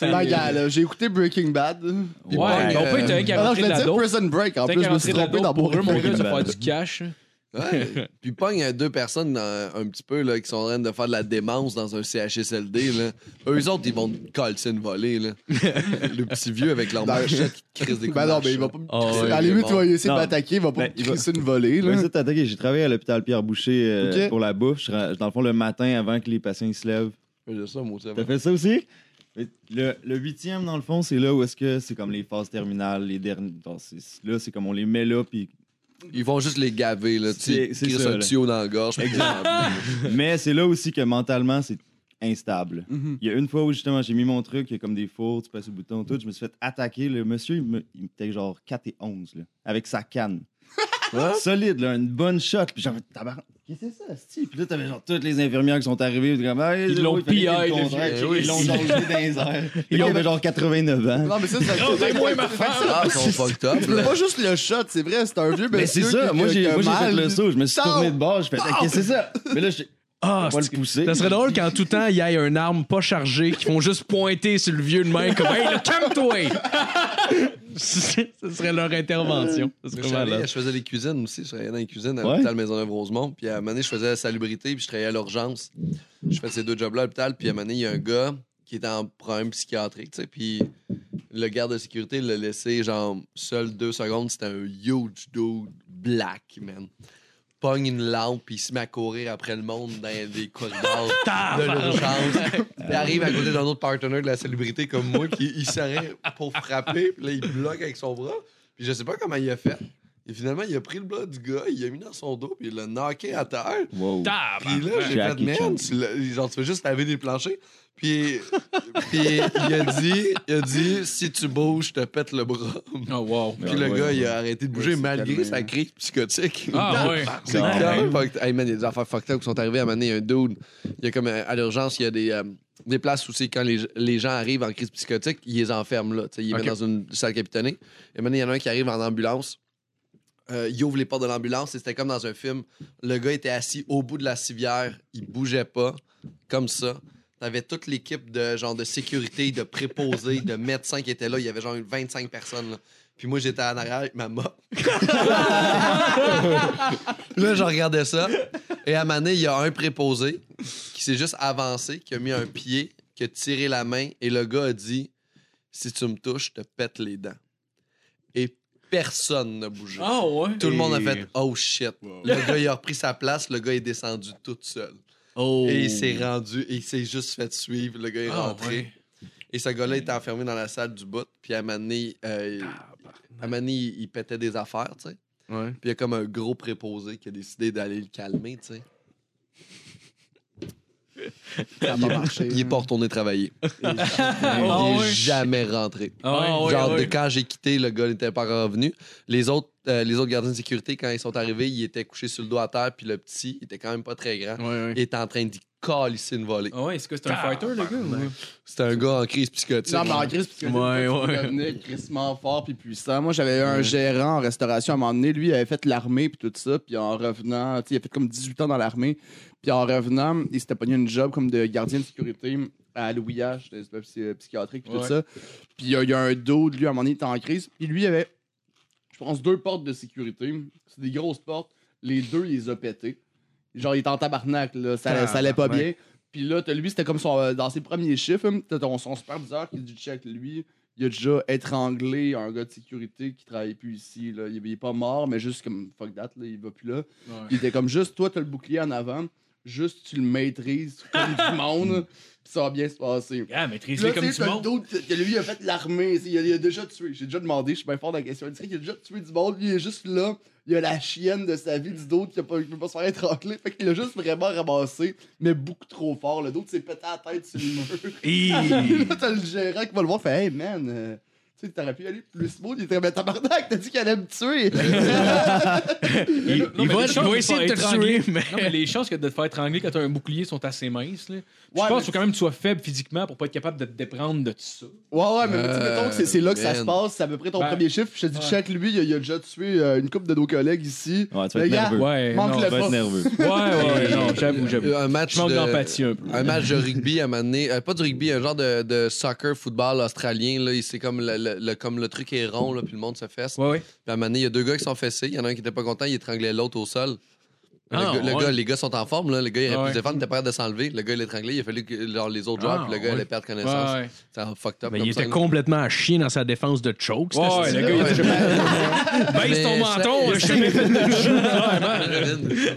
F: Ben, gars, là, j'ai écouté Breaking Bad.
C: Ouais,
E: bon,
C: mais on peut être un qui
F: Ah non,
C: a rentré de
F: je voulais
C: la
F: dire
C: dope.
F: Prison Break. En
C: T'as
F: plus,
C: qu'à
F: je me suis
C: rentrer de la
F: trompé
C: dope,
F: dans
C: Pour eux, mon gars,
F: Breaking
C: ça va faire
F: Bad.
C: du cash. hein.
E: Ouais. Puis pogne deux personnes dans- un petit peu là, qui sont en train de faire de la démence dans un CHSLD. Là. Eux autres, ils vont te coller une volée. Là. le petit vieux avec leur
F: Ben-
E: machette qui crise des coups
F: Ben
E: de
F: non, mais il va
E: machette.
F: pas me
D: Ah
F: crisser.
D: ouais,
F: À la
E: il est
F: limite, il
E: mort.
F: va essayer de
A: Non.
F: m'attaquer, il va pas
A: Ben, il
F: me crisser une volée.
A: Ouais,
F: Là.
A: c'est attaqué. J'ai travaillé à l'hôpital Pierre Boucher euh,
F: Ok.
A: pour la bouffe. Je ra- Dans le fond, le matin avant que les patients ils se lèvent.
E: Ouais, j'ai ça, moi, aussi, avant.
A: T'as fait ça aussi? Mais Le, le huitième, dans le fond, c'est là où est-ce que c'est comme les phases terminales, les derniers. bon, c'est- Là, c'est comme on les met là, puis.
E: Ils vont juste les gaver. Là. Tu sais,
A: C'est- c'est
E: crisses
A: ça,
E: un
A: là.
E: tuyau dans la gorge. puis
A: Mais c'est là aussi que mentalement, c'est instable.
F: Mhm.
A: Il y a une fois où justement j'ai mis mon truc, il y a comme des fours, tu passes le bouton, tout. Je me suis fait attaquer. Le monsieur, il me- il était genre 4 et 11, là, avec sa canne. Solide, là, une bonne shot. Puis j'avais tabarnak. Qu'est-ce que c'est ça, Steve? Puis là, t'avais genre toutes les infirmières qui sont arrivées. puis comme, Ah,
C: Ils l'ont
A: oui, fallait qu'il y ait le
C: pillé, le
A: contraire.
C: vieux.
A: Ils l'ont
C: Ils-
A: longé dans les airs. Puis Il
C: l'ont-
A: avait genre 89 ans.
F: Non, mais ça, c'est
C: Rendez-moi ma femme!
E: Ah, ils sont fucked up.
F: Tu
E: là.
F: peux pas juste le shot, c'est vrai, c'est un vieux
A: Mais c'est ça, moi j'ai moi, j'ai fait le saut, je me suis
F: Tao!
A: tourné de bord, je fais Ah, qu'est-ce que c'est ça. Mais là, je
D: Ah,
A: pas le
D: c'est-
A: pousser.
D: ça serait drôle qu'en tout temps, il y ait un arme pas chargée qui font juste pointer sur le vieux de main comme Hey, le calme-toi! Ce serait leur intervention. Ce
E: Je,
D: serait
E: suis allé,
D: malade.
E: je faisais les cuisines aussi. Je travaillais dans les cuisines à
A: Ouais.
E: l'hôpital Maisonneuve-Rosemont. Puis à un moment donné, je faisais la salubrité, puis je travaillais à l'urgence. Je faisais ces deux jobs-là à l'hôpital. Puis à un moment donné, il y a un gars qui est en problème psychiatrique, tu sais. Puis le garde de sécurité l'a laissé, genre, seul deux secondes. C'était un huge dude black, man. Pogne une lampe, puis il se met à courir après le monde dans des corridors
C: Ah
E: de l'urgence. Il arrive à côté d'un autre partenaire de la salubrité comme moi qui il s'arrête pour frapper, puis là, il bloque avec son bras. Puis je sais pas comment il a fait. Et finalement, il a pris le bras du gars, il l'a mis dans son dos, puis il l'a knocké à terre.
A: Wow.
C: Ah
E: Puis là, j'ai fait,
A: Jackie
E: man,
A: Chan.
E: tu l'as- genre, tu veux juste laver des planchers. Puis, puis il, a dit, il a dit, si tu bouges, je te pète le bras.
C: Oh, wow.
E: Puis
A: Ah,
E: le
A: ouais,
E: gars,
A: ouais.
E: il a arrêté de bouger
F: Ouais, c'est
E: malgré
F: calmé,
E: sa
F: hein.
E: crise psychotique.
C: Ah, ouais.
E: C'est
A: Ah,
E: quand même
C: ouais.
E: fucked Hey man, il y a des affaires fucked up qui sont arrivées à mener un dude. Il y a comme euh, à l'urgence, il y a des, euh, des places où c'est quand les, les gens arrivent en crise psychotique, ils les enferment là. Tu sais, Ils les
D: Ok.
E: mettent dans une salle capitonnée. Et maintenant, il y en a un qui arrive en ambulance. Euh, il ouvre les portes de l'ambulance et c'était comme dans un film. Le gars était assis au bout de la civière, il bougeait pas, comme ça. T'avais toute l'équipe de genre de sécurité, de préposés, de médecins qui étaient là. Il y avait genre 25 personnes. là. Puis moi, j'étais en arrière avec ma mop. Là, je regardais ça. Et à Mané, il y a un préposé qui s'est juste avancé, qui a mis un pied, qui a tiré la main. Et le gars a dit Si tu me touches, je te pète les dents. Et personne n'a bougé.
C: Ah, ouais.
E: Tout le monde a
D: Et-
E: fait Oh shit. Le gars, il a repris sa place. Le gars est descendu tout seul. Et il s'est rendu. Et il s'est juste fait suivre. Le gars est
C: Oh. Ah,
E: rentré.
C: ouais.
E: Et ce gars-là était enfermé dans la salle du bout. Puis à Mané, euh, à Mané il, il pétait des affaires, tu sais.
D: Ouais.
E: Puis il y a comme un gros préposé qui a décidé d'aller le calmer, tu sais.
F: Ça a pas marché. hein.
E: Il est pas retourné travailler.
C: Ah,
E: il est
C: ouais.
E: jamais rentré.
C: Ah, ouais.
E: Genre,
C: ah,
E: de
C: ouais.
E: quand j'ai quitté, le gars n'était pas revenu. Les autres, euh, les autres gardiens de sécurité, quand ils sont arrivés, ils étaient couchés sur le dos à terre, puis le petit, il était quand même pas très grand.
D: Ouais, ouais.
E: Il était en train d'y calisser une volée.
C: Ah, ouais. Est-ce que c'est un fighter, le gars? ou-
E: C'était un gars en crise psychotique.
F: Non, mais en crise, parce que
D: Ouais,
F: tu
D: ouais.
F: devenais crissement fort puis puissant. Moi, j'avais eu un gérant en restauration à un moment donné. Lui, il avait fait l'armée puis tout ça. Puis en revenant, tu sais, il a fait comme 18 ans dans l'armée. Puis en revenant, il s'était pogné une job comme de gardien de sécurité à l'ouillage, des espèces psy- psychiatriques puis
C: Ouais.
F: tout ça. Puis euh, il y, a- il y a un dos de lui, à un moment donné, il était en crise. Puis lui, il avait, je pense, deux portes de sécurité. C'est des grosses portes. Les deux, il les a pétées. Genre, il est en tabarnak, là. Ça, ça allait pas
D: Tabarnak.
F: bien. Puis là, t'as lui, c'était comme son, euh, dans ses premiers chiffres, hein, t'as ton, son superviseur qui dit check, lui, il a déjà étranglé un gars de sécurité qui travaille plus ici, là. Il, il est pas mort, mais juste comme fuck that, là, il va plus là. Il était comme juste, toi, t'as le bouclier en avant, juste tu le maîtrises comme du monde, pis ça va bien se passer.
C: Ah, maîtrise-le
F: Là, tu
C: comme
F: sais,
C: du
F: t'as le
C: monde.
F: d'autre que lui a fait l'armée, tu sais, il a, il a déjà tué. J'ai déjà demandé, je suis bien fort dans la question. Il dirait qu'il a déjà tué du monde, lui, il est juste là. Il a la chienne de sa vie du d'autre qui a pas- qui peut pas se faire étrangler. Fait qu'il l'a juste vraiment ramassé, mais beaucoup trop fort. Le d'autre s'est pété la tête sur le mur.
D: Hi.
F: là, t'as le gérant qui va le voir, fait Hey man, euh, Tu sais, t'aurais pu aller plus smooth. Il était, mais tabarnak, t'as dit qu'elle allait me tuer.
D: Il,
C: non, mais
D: il va,
C: les
D: il
C: chances
D: va
C: de
D: essayer de
C: faire
D: te
C: étrangler.
D: tuer, mais.
C: Non, mais les chances que de te faire étrangler quand t'as un bouclier sont assez minces. Là. je
F: Ouais,
C: pense
F: mais-
C: qu'il faut quand même que tu sois faible physiquement pour pas être capable de te déprendre de tout ça.
F: Ouais, ouais, mais tu sais,
E: Euh,
F: mettons que c'est- c'est là que ça
E: man.
F: se passe. C'est à peu près ton
C: Ben,
F: premier chiffre. Je te dis,
C: ouais.
F: check, lui, il a, il a déjà tué euh, une couple de nos collègues ici.
A: Ouais, tu
F: Le
A: vas être
F: gars,
A: nerveux.
C: Ouais,
F: Manque
C: non,
A: Tu
F: le-
A: vas être nerveux.
C: ouais, ouais, non, j'avoue, j'avoue.
E: Euh, Un match
C: Je manque
E: de-
C: d'empathie un peu.
E: Un match de rugby à un moment donné, euh, pas du rugby, un genre de, de soccer, football australien, là, il- c'est comme le, le- le- comme le truc est rond, là, puis le monde se fesse.
C: Ouais, ouais.
E: Puis à un moment donné, il y a deux gars qui sont fessés, il y en a un qui était pas content, il étranglait l'autre au sol. Le,
D: Ah,
E: gars- le
D: ouais.
E: gars- les gars sont en forme, là. le gars il aurait
C: Ah,
E: pu
C: ouais.
E: se défendre, il était pas capable de s'enlever, le gars il étranglait, il a fallu que genre, les autres
D: Ah,
E: joueurs, puis le gars
D: ouais.
E: allait perdre
C: Ouais,
E: connaissance.
C: ouais. Ben,
E: Ça a fucked up.
D: Mais
E: comme
D: Ben, il
E: ça,
D: était
E: là.
D: complètement à chier dans sa défense de choke.
C: Ouais,
D: ce
C: le
D: style-là.
C: gars, il a déjà
E: Mais
C: Baisse ton
E: ça-
C: menton, je t'ai fait de jeu, clairement.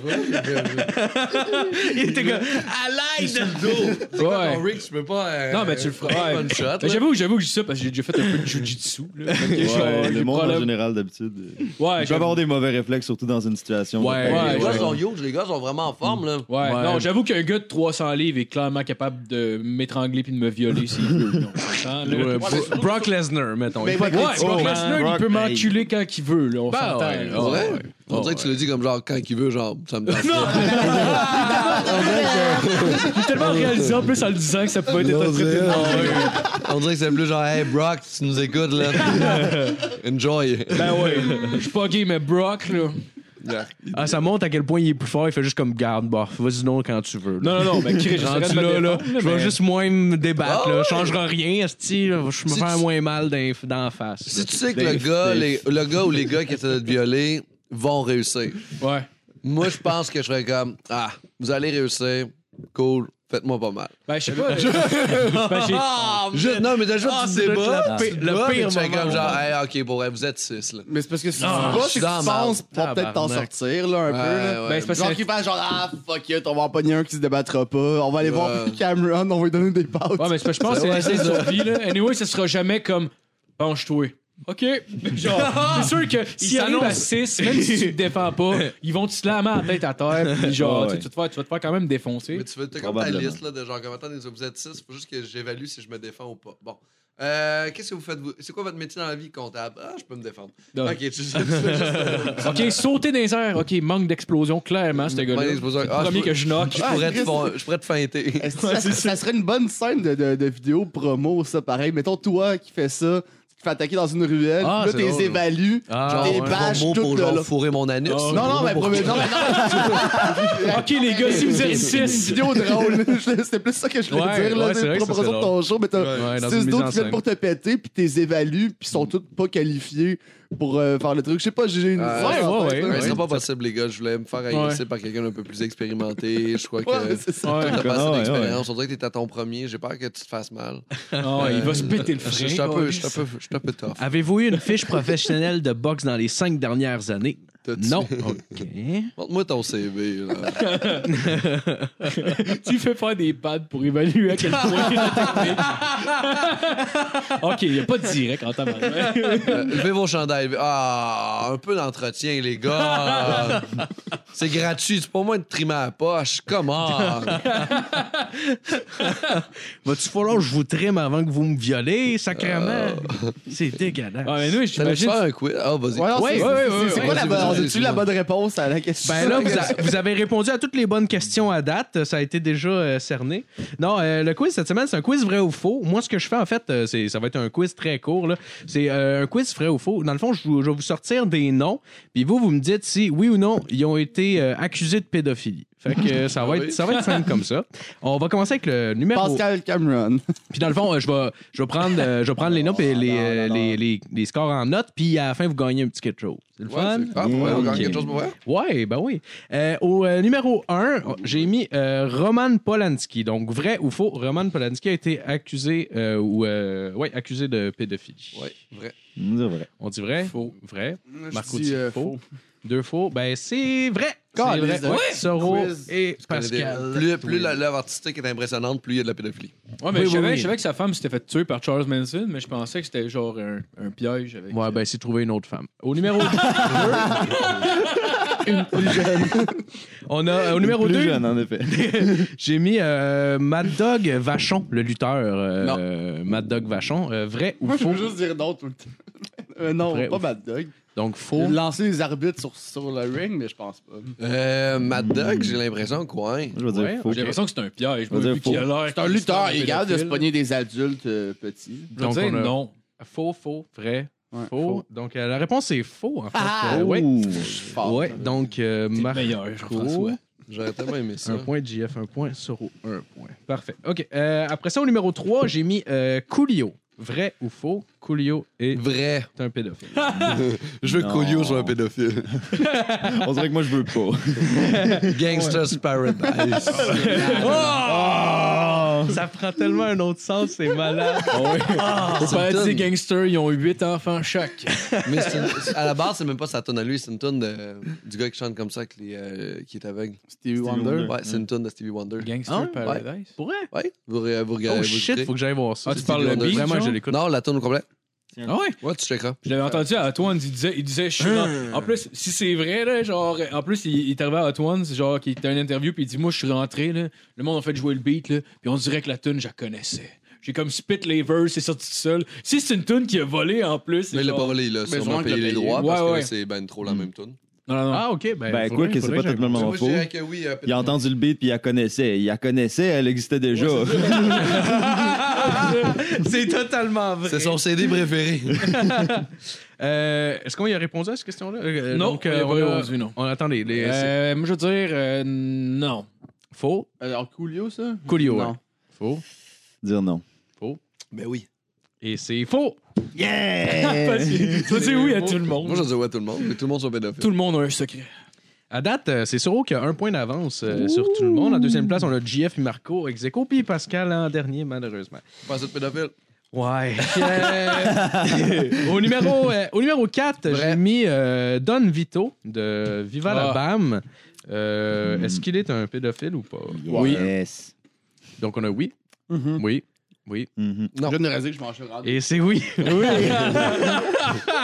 D: il était comme à l'aide.
C: Ouais.
E: Rick, je peux pas. euh,
C: Non, mais tu le feras.
E: faire
C: Ouais.
E: One shot.
C: Mais
E: là.
C: J'avoue, j'avoue que je dis ça parce que j'ai déjà fait un peu de jujitsu. là. Fait que j'ai-
A: Ouais,
C: j'ai
A: le monde en
C: problème.
A: général, d'habitude. euh,
C: Ouais,
A: Il peut avoir
C: j'avoue.
A: des mauvais réflexes, surtout dans une situation.
D: Ouais,
A: de-
E: Les
C: ouais,
E: gars
C: ouais.
E: sont huge, les gars sont vraiment en forme. Là.
C: Ouais,
D: Ouais.
C: non, j'avoue qu'un gars de 300 livres est clairement capable de m'étrangler puis de me violer s'il veut. là, on s'entend, là.
D: Ouais, Bro- Brock Lesnar, mettons.
F: Mais
D: Il-
F: pas
C: Ouais,
F: critique.
C: Brock
D: Oh,
C: Lesnar, il
A: Brock,
C: peut
A: hey.
C: m'enculer quand il Ben veut, là, on
D: Bah,
C: s'entend.
D: ouais,
C: là.
E: Pour vrai?
D: ouais.
E: On dirait que tu le dis comme genre quand il veut, genre ça me tente. pas.
C: J'ai tellement réalisé en plus en le disant que ça pouvait être
E: On
C: interprété.
E: dirait-
C: de-
E: On dirait que c'est plus genre Hey Brock, tu nous écoutes là. Enjoy.
C: Ben ouais, je suis pas gay, mais Brock, là.
D: Ah, ça montre à quel point il est plus fort. Il fait juste comme garde, bof, vas-y non quand tu veux. là.
C: Non, non, non, mais Chris, j'essaierai
D: Rendu
C: de me
D: là, là,
C: défendre,
D: je vais
C: mais-
D: juste moins me débattre.
E: Ah
D: là.
E: ouais.
D: Je changerai rien, esti, là. Je vais me
E: Si
D: faire
E: tu-
D: moins mal dans, dans la face.
E: Si
D: là.
E: tu sais que le
A: Dave,
E: gars,
A: Dave.
E: les- le gars ou les gars qui essaient de te violer vont réussir.
C: Ouais.
E: Moi, je pense que je serais comme Ah, vous allez réussir. Cool. Faites-moi pas mal. Ah,
C: Ben, je sais pas. là. Ben, j'ai-
E: Je- non, mais déjà, tu
D: c'est
E: te débats.
D: le-
E: tu
D: le
E: te débats,
D: pire
E: puis tu fais
D: moment
E: comme
D: au
E: genre,
D: monde.
E: hey, ok, pour vrai, vous êtes six, là.
F: Mais c'est parce que si tu
D: Ah,
F: vas,
E: je suis
F: c'est que
E: dans
F: tu
E: la
F: penses tu vas peut-être t'en
D: Tabarnak.
F: sortir, là, un peu. Là.
E: Ouais, ouais.
C: Ben, c'est parce
F: Genre
C: que.
F: qui fait genre ah fuck it, on va en pogner un qui se débattra pas, on va aller voir
E: Ouais.
F: Pete Cameron, on va lui donner des pâtes.
C: Ouais, mais c'est parce que je pense que
E: Ouais,
C: c'est
E: c'est
C: l'essai de survie, là. Anyway, ce sera jamais comme penche-toi. OK. Genre, c'est sûr que s'ils arrivent à 6, même si tu te défends pas, ils vont te slammer la tête à terre. Puis genre,
A: Ouais,
C: tu,
A: ouais.
C: sais, tu vas te faire, tu vas te faire quand même défoncer.
E: Mais tu veux, t'as comme ta
A: Probablement.
E: liste là, de genre, comme attendez, vous êtes 6, faut juste que j'évalue si je me défends ou pas. Bon. Euh, Qu'est-ce que vous faites? vous? C'est quoi votre métier dans la vie comptable? Ah, je peux me défendre.
C: Non.
E: Ok, tu tu fais juste.
C: OK, sauter dans les airs. OK, manque d'explosion, clairement, ce gars-là.
E: Manque d'explosion.
C: C'est le
E: Ah,
C: premier
E: je-
C: que je Ah, knock.
E: Je pourrais, te, fon- je pourrais te feinter.
F: Est-ce que ça, ça serait une bonne scène de, de- de vidéo promo, ça, pareil. Mettons, toi qui fais ça, tu te fais attaquer dans une ruelle,
D: Ah,
F: puis
D: c'est
F: là, t'es
D: drôle.
F: évalues.
D: Ah,
E: Genre,
F: Des
E: un
F: bâches
E: gros mot
F: toutes
E: pour
F: là,
E: genre
F: là.
E: fourrer mon anus.
C: Ah,
F: Non, non, mais premier. Non, mais non.
C: OK, les gars, si vous êtes
F: Une
C: 6.
F: vidéo drôle. C'était plus ça que je voulais
D: Ouais,
F: dire. Là,
D: ouais, c'est vrai que ça,
F: pas pour
D: c'est
F: de ton show, mais
D: Ouais,
F: t'as
D: dans une
F: six
D: mise en
F: d'autres qui
D: scène.
F: viennent pour te péter, puis t'es évalues, puis sont toutes pas qualifiés pour euh, faire le truc. Je sais pas, j'ai une.
E: Euh,
F: Ouais,
D: ouais,
E: Ouais,
D: ouais.
E: ce serait pas possible, les gars. Je voulais me faire agresser par quelqu'un d'un peu plus expérimenté. Je crois que.
F: mais c'est ça.
C: Ouais.
E: T'as
A: Ouais,
E: passé
A: Ah, ouais,
E: d'expérience. On dirait que t'es à ton premier. J'ai peur que tu te fasses mal.
C: Ah, il va se péter le
E: Euh, Je
C: frein.
E: je suis un peu, je suis un
C: câlisse.
E: peu, je suis un peu tough.
D: Avez-vous eu une fiche professionnelle de boxe dans les cinq dernières années?
E: T'as-tu-
D: Non. OK.
E: Montre-moi ton CV. Là.
C: Tu fais faire des pads pour évaluer à quel point. OK, il n'y a pas de direct en temps.
E: Euh, Levez vos chandails. Ah, un peu d'entretien, les gars. C'est gratuit. C'est pas moi de trimer à la poche. Comment?
D: Va-tu falloir que je vous trime avant que vous me violez,
E: Euh.
D: sacrément? C'est
C: Ah,
D: dégueulasse.
C: mais nous,
E: T'allais
C: j'imagine.
E: faire un quiz? Ah, vas-y.
F: Ouais, non,
D: Ouais, ouais, ouais,
F: c'est- c'est- c'est-
D: ouais,
F: C'est
E: ouais.
F: quoi la bonne.
E: Vas-y,
F: On
E: vas-y,
F: a-tu la
E: excuse-moi.
F: bonne réponse à la question?
D: Ben là, vous, a- vous avez répondu à toutes les bonnes questions à date. Euh, Ça a été déjà euh, cerné. Non, euh, le quiz cette semaine, c'est un quiz vrai ou faux. Moi, ce que je fais, en fait, euh, c'est, ça va être un quiz très court. Là. C'est euh, un quiz vrai ou faux. Dans le fond, je, vous- je vais vous sortir des noms. Puis vous, vous me dites si, oui ou non, ils ont été euh, accusés de pédophilie. Fait que euh, ça, va être, ça va être simple comme ça. On va commencer avec le numéro
F: Pascal Cameron.
D: puis dans le fond, euh, je vais, je vais prendre, euh, je vais prendre les noms et les, euh, les, les, les scores en notes, puis à la fin, vous gagnez un petit quelque chose. C'est le
E: Ouais,
D: fun?
E: c'est- Ah, ouais, on gagne
D: Ok.
E: quelque chose pour vrai?
D: Ouais, ben oui. Euh, au euh, numéro 1, j'ai mis euh, Roman Polanski. Donc, vrai ou faux, Roman Polanski a été accusé, euh, ou, euh, ouais, accusé de pédophilie.
E: Ouais, vrai.
A: On dirait vrai.
D: On dit vrai?
C: Faux.
D: Vrai. Marco
F: dis,
D: dit
F: euh,
D: faux. Deux faux. Ben, c'est vrai. C'est
F: Caliste,
D: vrai.
F: hein?
D: Ouais, Soro
F: Quiz.
D: et
E: Parce que
D: Pascal.
E: Plus, plus la- l'œuvre artistique est impressionnante, plus il y a de la pédophilie.
C: Ouais, mais
D: Oui,
C: je,
D: oui,
C: savais,
D: oui.
C: je savais que sa femme s'était fait tuer par Charles Manson, mais je pensais que c'était genre un, un piège avec.
D: Ouais, ben, c'est trouver une autre femme. Au numéro 2. On a, euh, au numéro
A: Plus
D: 2,
A: jeune, en effet.
D: J'ai mis euh, Mad Dog Vachon, le lutteur. euh, Mad Dog Vachon, euh, vrai ou
F: Moi, je
D: faux?
F: veux juste dire non tout le temps. Euh, non,
D: Vrai
F: pas
D: ou-
F: Mad Dog.
D: Donc faux.
F: Lancer les arbitres sur, sur le ring, mais je pense pas.
E: Euh, Mad Dog, j'ai l'impression que ouais.
A: Moi, Je vais
D: Ouais,
A: dire faux.
C: J'ai l'impression que c'est un piège.
A: On va dire
C: Moi, vu qu'il a l'air-
F: C'est un lutteur,
C: c'est
F: il garde de se
C: pédophile.
F: pogner des adultes euh, petits.
C: Je vais
D: Donc,
C: dire
D: on a-
C: non.
D: Faux, faux, vrai,
F: Ouais,
D: faux. Donc euh, la réponse est faux, en fait.
F: Ah!
D: Euh, ouais.
A: Ouh.
E: oh!
F: Fort.
D: Ouais, donc euh,
C: T'es le
D: Marco,
C: meilleur, François.
E: J'aurais tellement aimé ça.
D: Un point, JF, un point, Soro, un point. Parfait. OK. euh, après ça, au numéro 3, j'ai mis euh, Coolio. Vrai ou faux? Coolio est
E: Vrai.
D: un pédophile.
E: Je veux que
A: Non.
E: Coolio soit un pédophile.
A: On dirait que moi, je veux pas.
E: Gangster's Paradise.
C: Ah!
D: Oh! Ça prend tellement un autre sens, c'est malade.
E: Ah,
C: Au paradis
E: Simpson.
C: gangster, ils ont huit enfants chaque.
E: Mais c'est une- à la base, c'est même pas sa tonne à lui, c'est une tonne de- du gars qui chante comme ça, avec les, euh, qui est aveugle.
F: Stevie Wonder.
A: Wonder.
E: Ouais, c'est une tonne de Stevie Wonder.
C: Gangster Paradise.
D: Pour vrai?
E: Ouais, vous, re- vous regardez.
D: Oh
E: vous
D: shit,
E: écouterez.
D: faut que j'aille voir ça.
C: Ah, tu parles le
E: Wonder.
C: beat,
D: Vraiment,
C: genre?
D: je l'écoute.
E: Non, la tonne au complet.
C: Ah ouais?
E: Ouais, tu checkeras.
C: Je l'avais entendu à Antoine, il disait, il disait, je suis ren- En plus, si c'est vrai, là, genre, en plus, il, il est arrivé à Antoine, c'est genre, qu'il était à une interview, puis il dit, moi, je suis rentré, là, le monde a fait jouer le beat, là, puis on dirait que la tune, je la connaissais. J'ai comme spit les verses, c'est sorti tout seul. Si c'est une tune qui a volé en plus. c'est
E: Mais il l'a
C: genre-
E: pas volé, il a sûrement
F: sûrement qu'il
E: payé
F: l'a
E: les
F: payé.
E: droits parce
C: Ouais,
E: que
C: ouais.
E: là, c'est ben trop la même tonne.
C: Non, non, non.
D: Ah, ok, ben.
A: Ben, quoi
D: faudrait-
A: que c'est
D: faudrait
A: pas
D: que
A: totalement
E: Moi, je
A: faux.
E: dirais que oui. euh,
A: Il a entendu le beat, puis il la connaissait. Il la connaissait, elle existait déjà.
D: j'aille- C'est totalement vrai.
E: C'est son CD préféré.
D: Euh, Est-ce qu'on y a répondu à cette question-là? Euh,
C: Non,
D: donc,
C: on y a
D: on
C: pas
D: a-
C: répondu, non.
D: On attend les. les- c'est
C: Euh, moi, je veux dire, euh, non. hein.
D: Faux.
F: Alors, Coolio, Euh, ça?
D: Coolio,
F: Non.
D: ouais. Faux.
A: Dire non.
E: Ben oui.
D: Et c'est faux.
C: Parce que- Tu vas dire oui à tout le
E: Moi,
C: monde.
E: je dis ouais à tout le monde, mais tout le monde soit pédophile.
C: Tout le monde a un secret.
D: À date, euh, c'est Soro qui a un point d'avance euh, sur tout le monde. En deuxième place, on a JF et Marco, Execo, puis Pascal en dernier, malheureusement.
E: Pas ça de pédophile.
D: Ouais. Euh, au, numéro, euh, au numéro 4, j'ai mis euh, Don Vito de Viva la
C: Ah.
D: Bam. Euh, Est-ce qu'il est un pédophile ou pas?
C: Oui.
A: Yes.
D: Donc on a oui,
C: Mm-hmm.
D: oui, oui.
A: Mhm.
F: Je viens de réaliser que je mange le rad.
D: Et c'est oui.
C: Ah!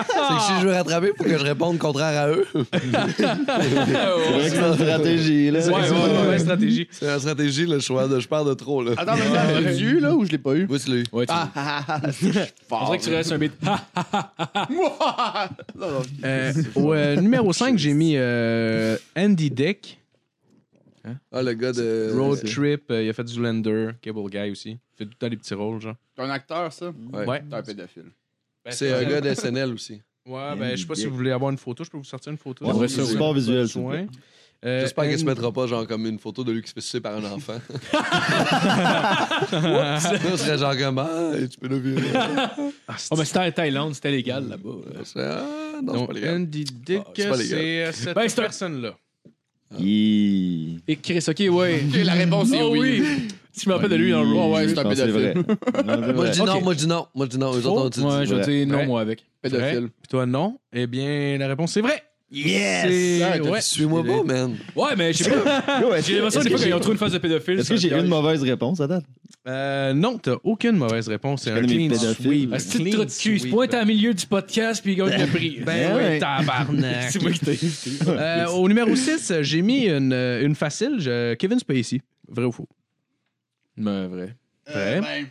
E: C'est que si je veux rattraper, faut que je réponde contraire à eux.
A: C'est vrai que c'est une stratégie, là.
D: C'est
C: ouais,
D: une
C: ouais.
D: mauvaise stratégie.
E: C'est la stratégie, là, je, suis de, je pars de trop. Là.
F: Attends, mais je l'ai eu, là, ou je l'ai pas eu?
E: Oui, c'est lui.
C: Ouais, tu-
F: Ah, ah, ah, ah, c'est
C: On
F: fort.
C: dirait que tu restes un beat. Ah,
F: Moi! Non, non.
D: Euh, au euh, numéro 5, j'ai mis euh, Andy Dick,
E: Ah, le gars de.
D: Road Trip, euh, il a fait du Lander, Cable Guy aussi. Il fait tout le temps des petits rôles, genre.
F: T'es un acteur, ça?
E: Ouais.
D: Ouais.
F: T'es un pédophile.
E: Ben, C'est un gars de SNL aussi.
D: Ouais, ben, je sais pas
A: Andy
D: si
A: Dick.
D: vous voulez avoir une photo, je peux vous sortir une photo.
A: Ouais,
D: J'aimerais
A: c'est
D: ça, oui.
A: super visuel, s'il vous
D: Soin.
A: plaît.
D: Euh,
E: J'espère qu'il se
D: Andy-
E: mettra pas, genre, comme une photo de lui qui se fait sucer par un enfant. Oups! Ça serait genre comme, ah, tu peux le virer.
D: Ah,
C: oh, mais c'était en Thaïlande, c'était légal là-bas.
E: Ça serait, Ah, non, c'est
D: Donc,
E: pas légal.
D: Andy Dick,
E: Ah, c'est pas légal.
D: c'est euh, cette
C: Ben, c'est un-
D: personne-là.
A: Hi.
C: Et Chris, ok, ouais.
F: Ok, la réponse est
C: Oh
F: oui.
C: oui. Si je me rappelle de lui dans le
A: Oui,
C: Raw, ouais,
A: je
C: c'est un
A: pense que
C: pédophile.
A: vrai. Non, c'est
E: Moi, je
A: vrai.
E: dis non, moi, je dis non. Moi, je dis non. Eux autres ont dit.
C: Ouais, je veux
A: vrai.
C: dire non,
D: Ouais.
C: moi, avec.
F: Pédophile.
D: Vrai. Puis toi, non. Eh bien, la réponse, c'est vrai. Yes!
F: Ah, t'as
D: ouais.
E: Suis-moi pas, man.
C: Ouais, mais je sais pas.
A: Yo, est-ce
C: J'ai l'impression des
A: que- est-ce que
C: fois
A: j'ai-
C: qu'ils ont trouvé une phase de pédophile.
A: Est-ce que j'ai une mauvaise réponse à date?
D: Euh, non, t'as aucune mauvaise réponse. C'est un
A: connais mes
D: clean
A: pédophiles.
D: sweep.
A: Ah,
C: C'est
D: Clean
C: trop de cul. Il se
D: sweep.
C: pointe en milieu du podcast, puis il gagne le prix.
D: Ben
A: Ben
D: oui,
A: oui.
D: tabarnak.
C: C'est moi qui t'ai
D: Euh, au numéro 6, j'ai mis une, euh, une facile. je- Kevin Spacey. Vrai ou faux?
C: Mais vrai.
D: Vrai.
F: Euh, ben,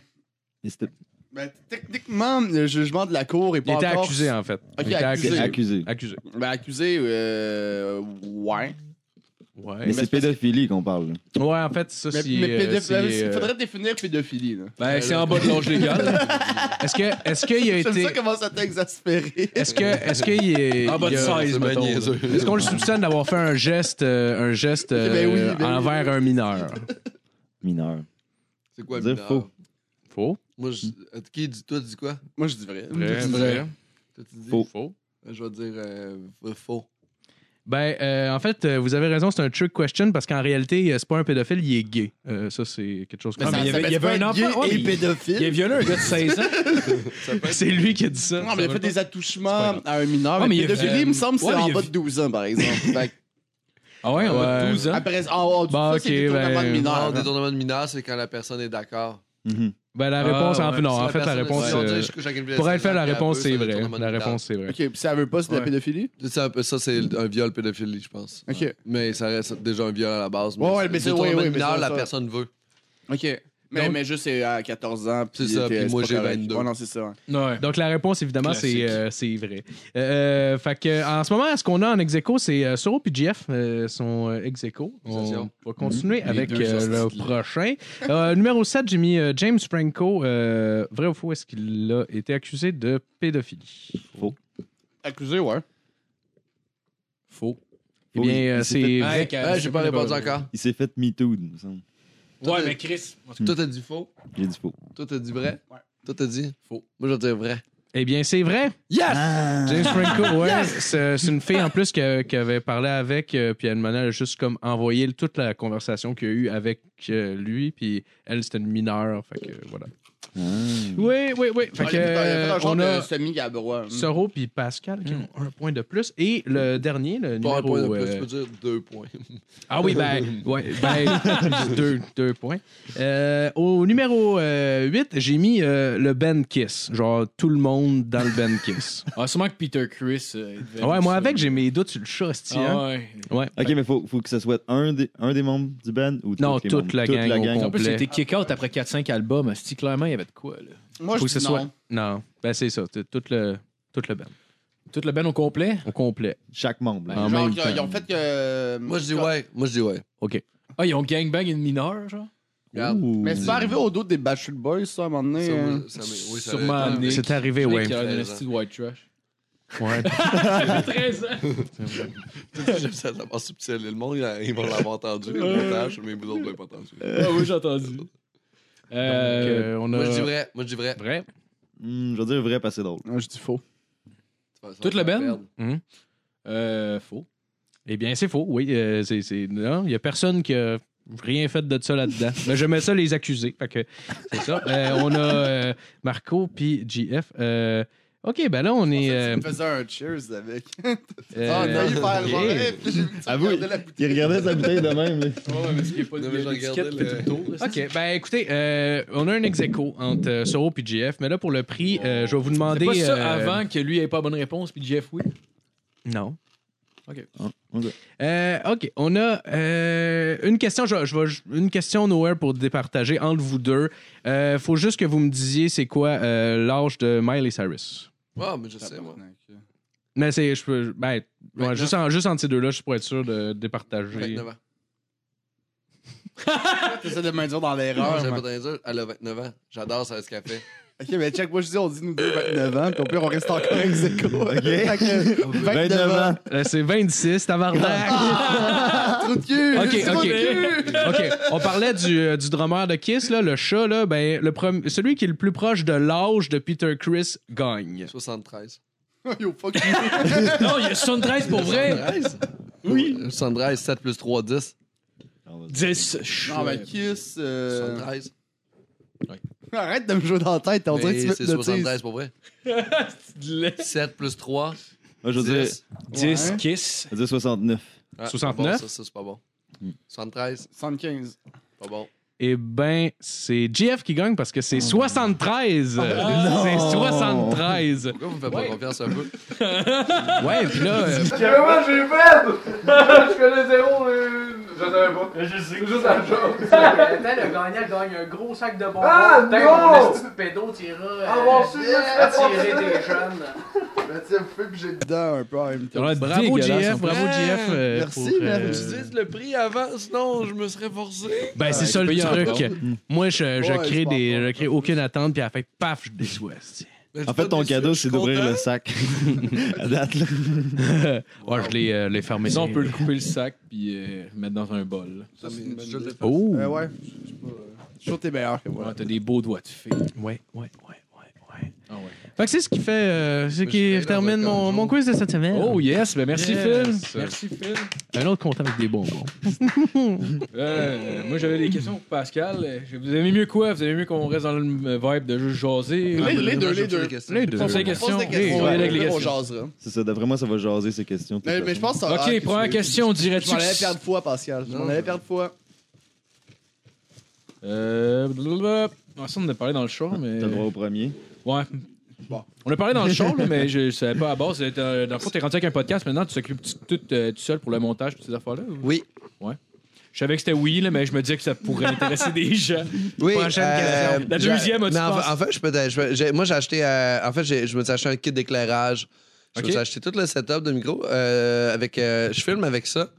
A: Mais c'était
F: ben, techniquement, le jugement de la cour est
D: Il
F: pas
D: était
F: encore-
D: accusé,
C: hein.
D: en fait. Il
F: Ok,
D: était
F: accusé.
D: accusé.
A: accusé.
D: Accusé.
F: Ben, accusé, euh, ouais.
A: Mais
D: Ouais.
A: c'est pédophilie qu'on parle. là.
D: Ouais, en fait, ça,
F: Mais,
D: c'est.
F: mais
D: euh,
F: pédoph- ben,
D: c'est,
F: il
D: euh,
F: faudrait définir pédophilie, là. Euh,
C: Ben, c'est en bas de l'âge légal.
D: Est-ce que, est-ce qu'il a
F: J'aime
D: été,
F: ça comment ça t'a exaspéré.
D: est-ce que, est-ce qu'il est,
C: En bas
D: il
C: de
D: a-
C: 16,
E: C'est bien
C: mettons.
E: niaiseux.
D: est-ce qu'on le soupçonne d'avoir fait un geste, euh, un geste euh,
F: Ben oui, ben oui.
D: envers un mineur
A: Mineur.
E: C'est quoi,
A: Dire
E: mineur?
A: faux.
D: Faux,
E: Moi, je. euh, Qui dit toi, dis quoi?
F: Moi, je dis vrai.
D: vrai,
C: vrai.
E: Toi, tu dis-
A: Faux.
D: faux.
E: Euh, Je vais dire euh, faux.
D: Ben, euh, en fait, euh, vous avez raison, c'est un trick question parce qu'en réalité, euh, c'est pas un pédophile, il est gay. Euh, ça, c'est quelque chose.
F: Ah,
C: Mais
D: comme
C: ça- il y avait- il y avait un enfant, ouais,
F: et
C: mais-
F: pédophile.
C: Il a violé un gars de 16 ans.
D: C'est lui qui a dit ça.
F: Non, Ah, mais il
D: Ça
F: a
D: veut
F: fait
D: pas-
F: des
D: C'est
F: attouchements
D: pas
F: à un mineur.
C: Ouais, mais
F: mais
C: il y a-
F: pédophilie, il me semble, que
C: Ouais,
F: c'est
C: mais il
F: en
C: y a-
F: bas de 12 ans, par exemple. Fait que
C: Ah ouais, on a
D: Ouais.
C: 12 ans.
F: après, en haut,
D: Bah,
F: ça, c'est
D: ok,
F: détournement
D: ben,
F: de
E: Non,
F: mineur.
E: détournement de mineur, c'est quand la personne est d'accord.
A: Mhm.
D: Ben, la Ah, réponse, en ouais.
E: Si
D: fait, non, en fait, la
E: personne
D: réponse.
E: décide de dire,
D: euh,
E: je couche avec une
D: Pour être fait, la
E: elle
D: réponse,
E: veut,
D: c'est
E: ça lui
D: vrai.
E: tourne en
D: La
E: dedans.
D: réponse, c'est vrai.
F: Ok, puis ça veut pas, c'est de la
C: Ouais.
F: pédophilie?
E: Ça, ça, c'est un viol pédophilie, je pense.
F: Ok.
E: Mais ça reste déjà un viol à la base.
F: Ouais, ouais, mais c'est-
E: détournement
F: oui, oui, mais
E: mineur,
F: c'est
E: la
F: ça.
E: personne veut.
F: Ok. Mais,
D: Donc-
F: mais juste, c'est à 14 ans.
E: C'est ça,
F: t'es-
E: puis moi,
F: pas
E: j'ai
F: correct.
E: 22.
F: Ouais, non, c'est ça. ouais.
C: Ouais.
D: Donc, la réponse, évidemment, c'est
C: Classique.
D: euh, c'est vrai. Euh, fait que, en ce moment, ce qu'on a en ex aequo, c'est euh, Soro puis Jeff euh, sont euh, ex aequo. On
E: Sensation.
D: va continuer avec
C: deux
D: euh, le
C: hosties.
D: prochain. Euh, numéro 7, j'ai mis euh, James Franco. Euh, vrai ou faux, est-ce qu'il a été accusé de pédophilie?
F: Accusé, ouais.
C: Mm. Faux.
D: Eh
A: Faux,
D: bien,
A: il- il
D: euh,
A: s'est
D: c'est
A: fait-
D: vrai.
C: Ouais,
E: Ah, j'ai pas répondu encore.
A: Il s'est fait me too, il me semble.
C: Ouais, mais Chris. en tout
E: Toi, t'as dit faux.
A: J'ai dit faux.
E: Toi, t'as dit vrai.
C: Ouais.
E: Toi, t'as dit
C: Faux.
E: Moi, je vais dire vrai.
D: Eh bien, c'est vrai. Ah.
E: Yes!
D: James Franco, ouais, c'est c'est une fille en plus qui, a- qui avait parlé avec, euh, puis elle a juste comme envoyé toute la conversation qu'il y a eu avec euh, lui, puis elle, c'était une mineure, fait que euh, voilà.
A: Ah.
D: Oui, oui, oui. Fait
F: Fait
D: que, euh, on a
F: semi-gabrois. Hmm.
D: Soro puis Pascal qui ont un point de plus, et le dernier, le
E: Hmm. Pas un
D: numéro...
E: point de plus,
D: euh,
E: tu peux dire deux points.
D: Ah oui, ben, ouais, ben deux, deux points. Euh, au numéro 8, j'ai mis euh, le Ben Kiss, genre tout le monde dans le Ben Kiss.
C: cas. Ah, sûrement que Peter Chris. euh, il devait
D: Ah ouais,
C: être
D: moi
C: ça.
D: avec, j'ai mes doutes sur le chat,
C: Ah,
D: c'est-tu, hein?
C: ouais.
D: Ouais.
A: Ok, mais faut, faut que ce soit un des, un des membres du band ou
D: Non,
A: toutes les
D: toute
A: membres?
D: la gang au
C: En plus,
D: Complet.
C: c'était kick-out après 4-5 albums. Asti, clairement, il y avait de quoi, là.
F: Moi,
D: Faut que ce
F: dis
D: soit.
F: non.
D: Non, ben c'est ça, t- tout le tout le band,
C: Tout le ben au complet.
D: au complet.
A: Chaque membre. là.
D: En
F: Ben, Genre,
D: même
F: qu'ils- ils ont
D: temps.
F: fait que. euh,
E: Moi, je dis ouais. Moi, je dis ouais.
C: Ah, ils ont gangbang une mineure, genre.
E: Regarde.
A: Ouh.
F: Mais c'est pas arrivé au dos des Bachelor Boys, ça, à un moment
E: Ça,
F: donné. hein.
E: ça m'est- oui, ça
C: Sûrement
E: m'est-
C: amené.
D: C'est arrivé,
C: Je sais
D: ouais.
F: euh,
C: qu'il y a un
E: Ouais.
C: esti de white trash.
D: Ouais.
C: 13 ans.
E: J'aime ça, ça passe subtil. Le monde, ils vont l'avoir entendu, le montage, mais vous autres, vous l'avez pas entendu.
C: Ah oui, j'ai entendu.
D: Donc,
C: Euh,
D: euh, on a...
E: Moi, je dis vrai. Moi, je dis vrai.
D: Vrai.
A: Hmm, je veux dire vrai parce que c'est drôle.
F: Non, Ah, je dis faux.
C: Toute la benne?
E: Merde.
C: euh, faux.
D: Eh bien, c'est faux, oui. euh, c'est, c'est- Non, il n'y a personne qui a rien fait de ça là-dedans. Mais j'aimais ça les accuser. Fait que c'est ça. Euh, on a euh, Marco puis JF. Euh, OK, ben là, on est...
F: Ça,
D: euh,
F: tu me faisais un cheers avec.
D: euh,
F: Ah, non, il fait
D: ok.
F: le mauvais, puis j'ai vu que tu
A: Avoue,
F: regardais la bouteille.
A: Il regardait sa bouteille de même. là.
C: Ouais, mais ce qui est pas
E: Non, mais je regardais
C: l'étiquette fait
E: le-
C: tout le tour, là, Ah, c'est-
D: OK, ben écoutez, euh, on a un ex aequo entre euh, Soro et JF, mais là, pour le prix, euh, je vais vous
C: C'est
D: demander...
C: pas ça
D: euh,
C: avant que lui ait pas bonne réponse, puis Jeff oui.
D: Non.
A: Ok.
D: Euh, OK, on a euh, une question. Je, je vais- une question nowhere pour départager entre vous deux. Euh, faut juste que vous me disiez c'est quoi euh, l'âge de Miley Cyrus.
E: Ah, mais je sais, moi.
D: Mais c'est, je peux, ben, ouais,
E: 29.
D: juste, en, juste entre ces deux-là, je pourrais être sûr de départager.
E: 29 ans.
F: T'essaies de m'induire dans
E: Non,
F: l'erreur.
E: j'avais
F: man.
E: pas t'en dire. Elle a 29 ans. J'adore ça, ce qu'elle fait.
F: Ok, mais check, moi je dis, on dit nous deux 29 ans, puis au pire, on reste encore ex aequo. Ok. Fait que
A: 29 ans.
D: Euh, c'est 26, tabarnak.
C: Ah!
F: Trou de cul!
D: Ok,
F: Trou de
D: ok.
F: cul!
D: OK, on parlait du, euh, du drummer de Kiss, là, le chat, là, ben, le prom- celui qui est le plus proche de l'âge de Peter Chris gagne.
E: 73.
F: Yo, fuck you.
C: non, il y a 73 pour vrai.
E: 73? Oui. 73, 7 Euh, plus 3, 10.
A: On va dire.
C: 10. chouette.
F: Non, mais Kiss. euh,
E: 73.
F: Arrête de me jouer dans la tête, on dirait que tu
E: Mais C'est
F: me
E: 73 pour vrai.
C: De l'est.
E: 7 plus 3,
A: Moi, Ah, je veux dire,
E: 10.
C: 10,
F: Ouais.
C: Kiss.
A: je veux dire 69.
E: Ah,
D: 69.
E: c'est pas bon, ça, ça, c'est pas bon.
A: Hmm.
E: 73,
F: 75.
E: pas bon.
D: Eh ben, c'est JF qui gagne parce que c'est 73.
G: Oh.
D: C'est 73.
E: Pourquoi vous me faites pas confiance un peu?
D: Ouais, puis là, euh,
G: Maintenant, le gagnant gagne un gros sac de bonbons. Ah, non! Un pédo tirera. Ah, bon, si, tirer des jeunes.
F: Mais tu sais, vous faites j'ai dedans un peu en même temps.
D: ouais, bravo
C: dégueulasse,
D: JF,
C: en
D: bravo
E: plus.
D: JF. euh,
F: Merci,
D: pour,
F: man.
D: euh,
F: Tu
E: le prix avant, sinon je me serais forcé.
D: Ben, c'est ça le
C: payé en
D: truc. Moi, je, je
F: Ouais,
D: crée
F: c'est pas
D: des,
F: bon.
D: je crée aucune attente, puis à la fin, paf, je déçois. c'est-tu.
A: En fait, ton cadeau, c'est d'ouvrir le sac. à date, là.
D: Ouais, je l'ai euh, l'ai fermé.
C: Sinon, on peut le couper le sac puis euh, mettre dans un bol.
E: Ça, mais je le fais.
D: Oh!
F: Euh, ouais, je je sais pas. euh, Je suis sûr que t'es meilleur que moi.
C: Ouais, t'as des beaux doigts de fille.
D: Ouais, ouais, ouais, ouais, ouais.
C: Ah ouais.
D: Fait que c'est ce qui fait, euh, ce
E: je
D: qui
E: fais
D: termine
E: l'avocat
D: mon,
E: jaune.
D: mon quiz de cette semaine.
C: Oh yes, ben merci
D: Yes.
C: Phil. Merci Phil.
D: Un autre content avec des bonbons.
C: Euh, moi j'avais des questions pour Pascal. Euh, Vous aimez mieux quoi? Vous aimez mieux qu'on reste dans le vibe de juste jaser?
F: Les- les deux,
E: Moi, je
F: les
E: fais
F: deux.
E: questions.
D: Les deux.
C: Pose des
F: Pose
C: questions.
F: des questions.
C: On va y aller avec les
F: Ouais, On
C: questions.
F: jasera.
A: C'est ça. D'après moi, ça va jaser ces questions.
F: Mais mais je pense que ça-
C: Ok,
F: ah, que
C: première
F: tu-
C: question,
F: Je
C: dirais-tu
F: m'en
C: que
F: allais
C: c'est-
F: perdre foi, Pascal. Je m'en allais perdre foi.
C: Euh, blablabla. Ouais, ça, on en a parlé dans le show, mais.
A: T'as le droit au premier.
C: Ouais. On a parlé dans le show, là, mais je savais pas à base. euh, t'as- Dans le fond, t'es rendu avec un podcast maintenant, tu t'occupes tu- tout, euh, tout seul pour le montage, toutes ces affaires-là? ou-
E: Oui.
C: Je savais que c'était oui, là, mais je me disais que ça pourrait intéresser des gens.
E: Oui, euh,
D: Prochaine question.
C: La
E: j'ai-
C: deuxième, as-tu
E: non, en,
C: pensé?
E: en fait, je peux te- je peux- j'ai- moi, j'ai acheté. euh, en fait, j'ai- je me suis acheté un kit d'éclairage. Je me
C: Ok.
E: suis acheté tout le setup de micro. euh, avec, euh, je filme avec ça.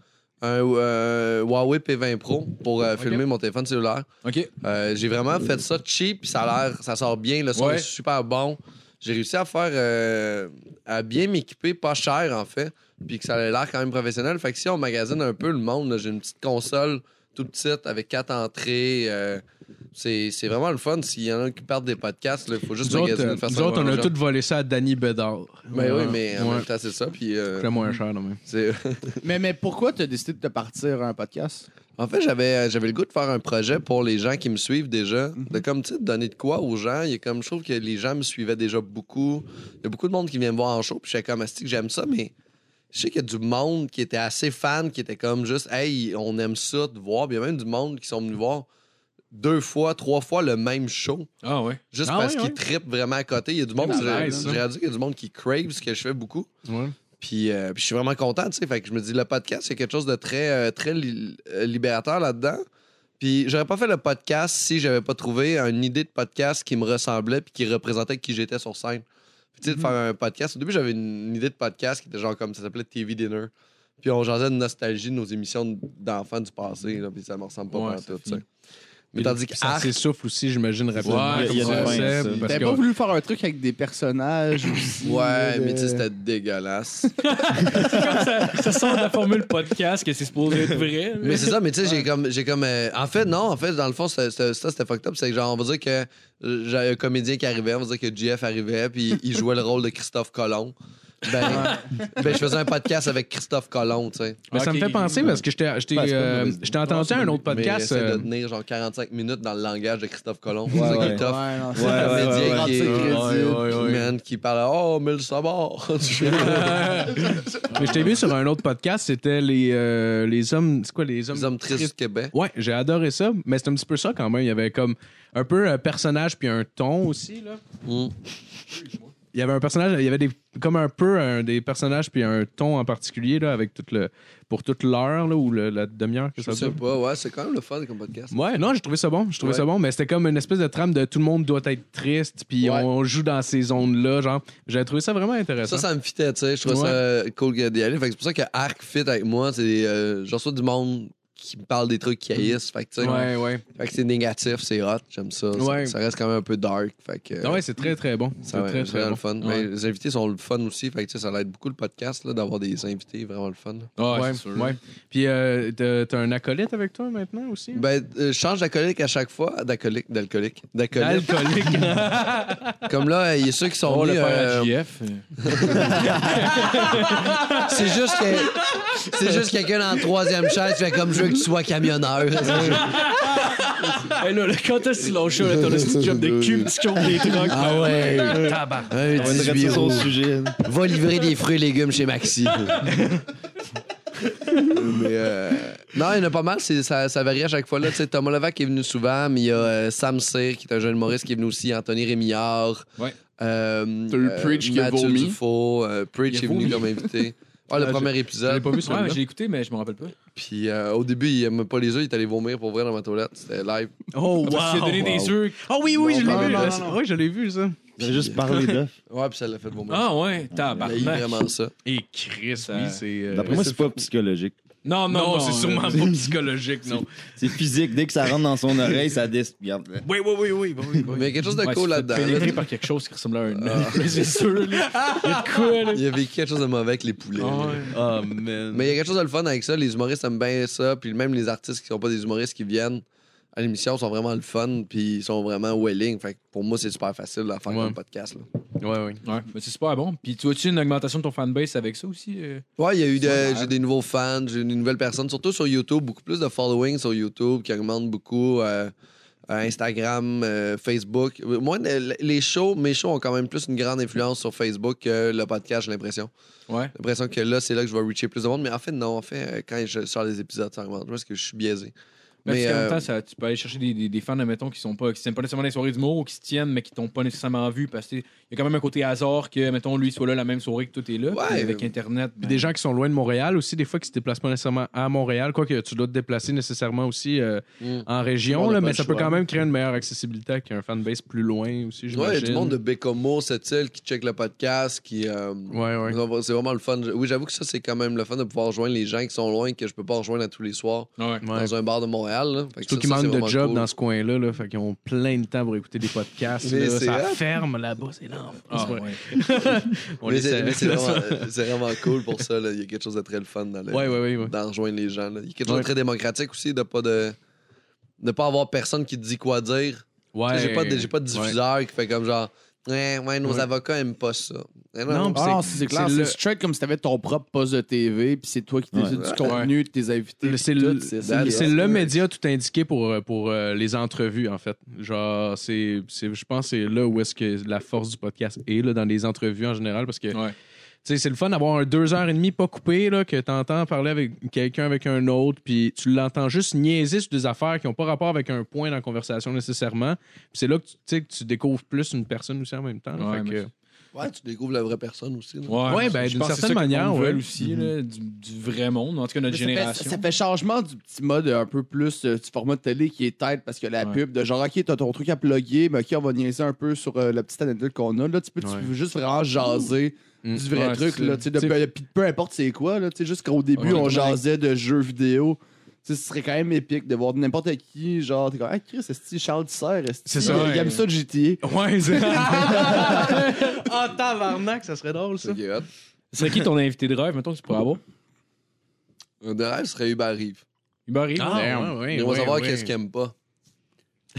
E: Un euh, Huawei P20 Pro pour euh, filmer mon téléphone cellulaire.
C: OK.
E: Euh, j'ai
D: Mm.
E: vraiment fait ça cheap, puis ça a l'air, ça sort bien, le son
C: Ouais.
E: est super bon. J'ai réussi à faire, euh, à bien m'équiper, pas cher en fait, puis que ça a l'air quand même professionnel. Fait que si on magasine un peu le monde, là, j'ai une petite console toute petite avec quatre entrées. euh, c'est, c'est vraiment le fun. S'il y en a qui partent des podcasts, il faut juste
D: Nous autres,
E: magasiner.
D: euh,
E: faire
D: nous
E: ça
D: autres, on
E: aux
D: a
E: gens.
D: tout volé ça à Danny Bedard.
E: Ben oui, mais en
D: Ouais.
E: même temps, c'est ça. Puis, euh,
D: Très moins cher, non, mais.
E: c'est-
F: Mais, mais pourquoi t'as décidé de te partir un podcast?
E: En fait, j'avais, euh, j'avais le goût de faire un projet pour les gens qui me suivent déjà, de comme, tu sais, de donner de quoi aux gens. Il y a comme, je trouve que les gens me suivaient déjà beaucoup. Il y a beaucoup de monde qui vient me voir en show, puis je suis comme, Asti, que j'aime ça, mais je sais qu'il y a du monde qui était assez fan, qui était comme juste, hey, on aime ça de voir. Puis il y a même du monde qui sont venus voir deux fois, trois fois le même show,
C: Ah ouais.
E: juste
D: Ah
E: parce
D: ouais,
E: qu'ils trippent vraiment à côté. Il y a du monde,
D: C'est
E: j'ai
D: malade, ça.
E: j'ai réalisé qu'il y a du monde qui crave ce que je fais beaucoup.
D: Ouais.
E: Puis, euh, puis je suis vraiment content, tu sais. Fait que je me dis, le podcast, c'est quelque chose de très, euh, très li- euh, libérateur là-dedans. Puis j'aurais pas fait le podcast si j'avais pas trouvé une idée de podcast qui me ressemblait puis qui représentait qui j'étais sur scène. Puis tu sais, de faire
D: Mm-hmm.
E: un podcast. Au début, j'avais une, une idée de podcast qui était genre comme ça s'appelait TV Dinner. Puis on jasait de nostalgie de nos émissions d'enfants du passé, là, puis ça me ressemble pas
C: Ouais,
E: à
C: ça
E: tout, tu
C: finit.
E: sais. Mais tandis que
D: Puis ça
E: Arc-
D: s'essouffle aussi, j'imagine, rapidement.
C: Ouais,
D: comme
A: il y a
D: ça,
A: des fins,
D: c'est-
A: ça.
D: parce
F: T'avais
D: que-
F: pas voulu faire un truc avec des personnages aussi? là,
E: Ouais,
F: de-
E: mais tu sais, c'était dégueulasse.
C: ça, ça sort de la formule podcast que c'est supposé être vrai.
E: Mais c'est ça, mais tu sais, j'ai comme. J'ai comme euh, en fait, non, en fait, dans le fond, c'est- c'est- ça, c'était fucked up. C'est que genre, on va dire que euh, j'avais un comédien qui arrivait, on va dire que Jeff arrivait, puis il jouait le rôle de Christophe Colomb. Ben, ben, je faisais un podcast avec Christophe Colomb, tu sais.
D: Mais ça me
C: Ok.
D: fait penser parce que j'étais- j'étais
A: Ouais, c'est pas une
D: euh,
A: mauvaise idée.
D: j'étais entendu un autre
E: Mais
D: podcast.
E: essaie
D: euh,
E: de tenir genre 45 minutes dans le langage de Christophe Colomb.
F: Ouais,
E: c'est ça qui
A: ouais.
E: est tough.
F: Ouais, non,
A: Ouais, ouais,
E: Un
A: ouais,
E: média
A: ouais.
E: qui est-
D: Ouais,
F: crédible.
D: ouais, ouais, ouais.
E: man, qui parle Oh, mille sabords!
D: Mais je t'ai vu sur un autre podcast, c'était les, euh, les hommes. C'est quoi les hommes?
E: Les hommes tristes du Québec.
D: Ouais, j'ai adoré ça, mais c'est un petit peu ça quand même. Il y avait comme un peu un personnage puis un ton aussi. Là.
E: Mm.
D: Il y avait un personnage, il y avait des, comme un peu un- des personnages puis un ton en particulier là, avec toute le, pour toute l'heure là, ou le- la demi-heure que
E: Je
D: ça
E: sais
D: dure.
E: pas, ouais, c'est quand même le fun comme podcast.
D: Ouais, non, j'ai trouvé ça bon. J'ai trouvé
E: Ouais.
D: ça bon, mais c'était comme une espèce de trame de tout le monde doit être triste, puis
F: Ouais.
D: on joue dans ces zones-là. Genre, j'ai trouvé ça vraiment intéressant.
E: Ça, ça me fitait, tu sais. Je trouvais ça cool que d'y aller. Fait que c'est pour ça que Arc fit avec moi. C'est euh, je reçois du monde qui me parle des trucs qui haïssent. Fait que, tu sais,
D: ouais, ouais.
E: fait que c'est négatif, c'est hot. J'aime ça. Ça-
D: Ouais.
E: Ça, reste quand même un peu dark. Fait que. euh,
D: Ah ouais, c'est très, très bon. C'est
E: ça, ouais,
D: très,
E: c'est
D: très
E: vraiment
D: bon.
E: le fun.
D: Ouais.
E: Mais les invités sont le fun aussi. Fait que, tu sais, ça l'aide beaucoup le podcast là, d'avoir des invités. Vraiment le fun.
C: Ouais,
D: Ouais,
C: c'est sûr.
D: ouais. Puis euh, t'as t'as un acolyte avec toi maintenant aussi?
E: Ben, euh, je change d'acolyte à chaque fois. D'acolyte, d'alcoolique. D'acolyte.
D: Alcoolique.
E: Comme là, il y a ceux qui sont
C: On va le
E: venus.
C: faire
E: euh,
C: à JF.
E: C'est juste que c'est juste quelqu'un en troisième chaise fait comme je veux que tu sois camionneur.
D: Ah
C: Hey, là, là, quand est-ce qu'ils l'ont chaud, là, t'as le petit job de cul, petit compte des trucs.
E: ah ouais. Un
A: On va être
E: 18
A: sur
E: roues.
A: le sujet.
E: Va livrer des fruits et légumes chez Maxi. Mais euh, Non, il y en a pas mal, c'est- ça, ça varie à chaque fois. Là, Tu sais, Thomas Levac est venu souvent, mais il y a euh, Sam Cyr, qui est un jeune humoriste, qui est venu aussi, Anthony Rémillard.
C: Ouais.
E: Euh,
H: T'as eu Preach qui a
E: Mathieu
H: vomi.
E: Dufault, euh, Preach
C: Il a
E: est venu
C: vomi.
E: comme invité. Ah, le
D: Ah,
E: premier
D: Je l'ai
E: épisode.
D: pas vu sur
C: Ouais, j'ai écouté, mais je m'en rappelle pas.
E: Puis euh, au début, il aimait pas les œufs, il est allé vomir pour vrai dans ma toilette. C'était live.
D: Oh, wow!
C: Parce qu'il a donné des œufs.
D: Ah oui, oui,
F: Non,
D: je l'ai
F: non,
D: vu.
F: non,
D: là.
F: non, non.
D: Oui, je l'ai vu, ça.
A: J'avais juste parlé d'œuf.
E: Ouais, puis ça l'a fait vomir.
C: Ah ouais,
E: il a eu
C: tabarnak.
E: vraiment ça.
D: Et Chris,
C: oui, euh,
D: c'est...
A: D'après moi, c'est pas psychologique.
C: Non, non,
D: non, Euh, c'est
C: euh,
D: sûrement pas psychologique, non.
A: C'est physique. Dès que ça rentre dans son oreille, ça dis. Regarde.
D: Oui, oui, oui, oui. oui,
E: Mais il y a quelque chose de
C: Ouais, tu
E: cool
C: te fais
E: là-dedans.
C: pénétrer par quelque chose qui ressemblait à un œuf. C'est sûr, là. Il y a de quoi, là?
E: Il y avait quelque chose de mauvais avec les poulets.
C: Ah ouais.
D: Oh, man.
E: Mais il y a quelque chose de le fun avec ça. Les humoristes aiment bien ça. Puis même les artistes qui sont pas des humoristes qui viennent à l'émission sont vraiment le fun. Puis ils sont vraiment welling. Fait que pour moi, c'est super facile à faire
D: Ouais.
E: comme podcast. Là.
D: Ouais, ouais.
C: Ouais, mais c'est super bon. Puis tu vois-tu une augmentation de ton fanbase avec ça aussi? euh?
E: Ouais, il y a eu de- j'ai des nouveaux fans, j'ai une nouvelle personne, surtout sur YouTube, beaucoup plus de following sur YouTube qui augmente beaucoup. euh, euh, Instagram, euh, Facebook. Moi, le- les shows, mes shows ont quand même plus une grande influence sur Facebook que le podcast, j'ai l'impression.
C: Ouais.
E: J'ai l'impression que là, c'est là que je vais reacher plus de monde. Mais en fait, non, en fait, euh, quand je sors les épisodes, ça augmente. Moi, parce que je suis biaisé.
C: Mais
E: Mais,
C: en même
E: euh,
C: temps, ça, tu peux aller chercher des, des, des fans, admettons, qui sont pas, qui s'aiment pas nécessairement les soirées d'humour ou qui se tiennent, mais qui t'ont pas nécessairement vu parce qu'il y a quand même un côté hasard que, mettons, lui soit là la même soirée que toi t'es là.
E: Ouais.
C: puis avec Internet.
D: Puis
C: ben,
D: des gens qui sont loin de Montréal aussi, des fois qui se déplacent pas nécessairement à Montréal, quoique tu dois te déplacer nécessairement aussi euh,
E: Mm.
D: en
E: Tout le
D: région,
E: monde
D: là,
E: a pas
D: mais
E: le
D: ça peut
E: choix.
D: quand même créer une meilleure accessibilité qu'un fanbase plus loin aussi,
E: Ouais, il y a
D: j'imagine.
E: du monde de Bécomo, cette île qui check le podcast, qui. euh,
D: Ouais, ouais.
E: non, C'est vraiment le fun. Oui, j'avoue que ça, c'est quand même le fun de pouvoir rejoindre les gens qui sont loin, que je peux pas rejoindre à tous les soirs
C: ah, ouais.
D: Ouais.
E: dans un bar de Montréal. là. Fait que
D: Surtout
E: ça,
D: qu'ils
E: ça, c'est
D: manquent de
E: vraiment
D: job
E: cool.
D: dans ce coin-là, là, fait qu'ils ont plein de temps pour écouter des podcasts.
E: Mais
D: là,
E: c'est
D: ça
E: hot.
D: ferme là-bas, c'est énorme.
C: Ah, ouais.
D: On
E: Mais
D: les
E: c'est
D: salue.
E: mais c'est vraiment, euh, c'est vraiment cool pour ça. là. Il y a quelque chose de très le fun dans le,
D: Ouais, ouais, ouais, ouais.
E: d'en rejoindre les gens. là. Il y a quelque chose
D: Ouais.
E: de très démocratique aussi de pas de ne pas avoir personne qui te dit quoi dire. Tu sais, J'ai pas de, j'ai pas de diffuseur qui fait comme genre Ouais, ouais, nos
D: Ouais.
E: avocats aiment pas ça. Eh
D: Non,
F: Ah, non, c'est clair.
D: c'est
F: C'est
D: le-
F: straight comme si t'avais ton propre poste de TV, puis c'est toi qui décides
E: Ouais.
F: du contenu de tes invités.
D: Le- C'est
F: puis
D: le,
F: tout, c'est ça.
D: c'est- c'est le média tout indiqué pour, euh, pour euh, les entrevues, en fait. Genre, c'est, c'est- je pense que c'est là où est-ce que la force du podcast est, là, dans les entrevues en général, parce que
C: Ouais.
D: tu sais, c'est le fun d'avoir un deux heures et demie pas coupé, là, que t'entends parler avec quelqu'un, avec un autre, puis tu l'entends juste niaiser sur des affaires qui n'ont pas rapport avec un point dans la conversation nécessairement. Puis c'est là que tu, tu sais, que tu découvres plus une personne aussi en même temps. là.
C: Ouais,
D: Fait
C: mais
D: que-
E: Ouais, tu découvres la vraie personne aussi. là.
C: Ouais,
D: Ouais, ben,
C: je
D: d'une
C: pense que
D: certaine
C: c'est ça qu'ils
D: manière,
C: veulent
D: ouais.
C: aussi, là, du, du vrai monde, en tout cas notre
F: Mais ça fait-
C: génération.
F: Ça fait, changement du petit mode un peu plus euh, du format de télé qui est tête parce que la
C: Ouais.
F: pub de genre, OK, t'as ton truc à plugger, mais OK, on va niaiser un peu sur euh, la petite anecdote qu'on a. Là, tu peux tu
D: Ouais.
F: peux juste vraiment jaser
D: Mm.
F: du vrai
C: Mmh. Ouais,
F: truc.
C: c'est-
F: Là, tu sais, de-
D: tu sais-
F: peu, puis peu importe c'est quoi. Là, tu sais, juste qu'au début,
C: Ouais,
F: on
C: comme
F: jasait de jeux vidéo. Tu sais, ce serait quand même épique de voir n'importe qui, genre, t'es comme, ah, Chris, est-ce que Charles Tisser,
D: C'est
F: est-ce
D: ça,
F: qu'il
D: ouais.
F: aime ça de GTA?
D: Ouais, c'est. Ah, tabarnak, ça serait drôle,
E: C'est hot.
C: C'est qui ton invité de rêve, mettons, que tu pourrais avoir
E: Un de rêve serait Uber Eves.
C: Hubert Reeves?
D: Ah,
C: Damn.
D: ouais, ouais,
E: Mais on va
D: ouais,
E: savoir
D: ouais.
E: qu'est-ce qu'il aime pas.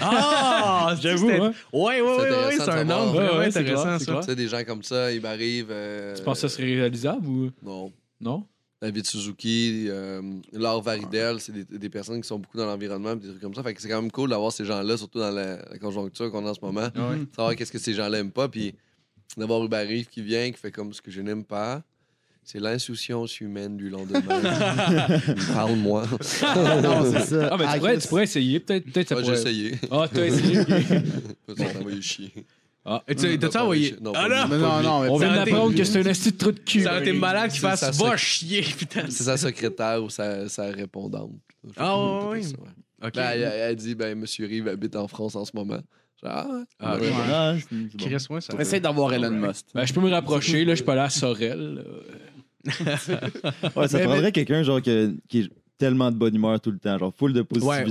D: Ah,
C: J'avoue,
D: c'était-
C: hein.
D: Ouais, ouais,
E: C'est
D: ouais, ouais,
E: intéressant
D: c'est
E: de
D: un
E: savoir.
D: angle
C: Ouais,
D: vraiment
C: ouais, c'est clair,
D: intéressant,
C: c'est
D: ça.
C: clair.
E: Tu sais, des gens comme ça, Uber Eves. euh,
C: Tu penses que ça serait réalisable ou
E: Non.
C: non?
E: David Suzuki, euh, Laure Varidel, c'est des, des personnes qui sont beaucoup dans l'environnement, pis des trucs comme ça. Fait que c'est quand même cool d'avoir ces gens-là, surtout dans la, la conjoncture qu'on a en ce moment.
C: Ouais.
E: Savoir qu'est-ce que ces gens-là aiment pas, puis d'avoir Uber Eats qui vient, qui fait comme ce que je n'aime pas. C'est l'insouciance humaine du lendemain. Parle-moi.
F: non, c'est ça.
C: Ah, ben, tu pourrais,
F: Chris.
C: tu pourrais essayer, peut-être. Peut-être ça
E: Moi, j'ai
C: pourrait.
E: essayé.
C: Ah, t'as essayé.
E: Ils ont envoyé chier.
C: ah.
D: Et tu- T'as-tu
E: Non,
D: envoyé?
E: pas lui. Non,
D: Ah
E: pas
D: non!
E: lui.
F: Non, non, non, mais
C: On
D: Ça
C: vient
D: aurait été-
C: d'apprendre que c'est un asti de trou de cul.
D: Ça aurait été malade qu'il
E: Ça, ça
D: fasse
E: serait-
D: va chier, putain.
E: C'est sa secrétaire ou sa, sa répondante.
D: Ah, ouais,
E: oui.
D: ouais. Ok.
E: Ben, elle, elle dit ben, Monsieur Rive habite en France en ce moment. Genre, ah,
D: Ah,
E: ouais.
D: ouais.
A: Ah, c'est- c'est bon.
D: Chris, ouais, ça.
F: Essaye d'avoir Elon Musk.
C: Ben, je peux me rapprocher, là, je peux aller à Sorel. euh,
A: Ouais, ça
F: Mais-
A: prendrait quelqu'un genre que- qui est tellement de bonne humeur tout le temps, genre full de positivité,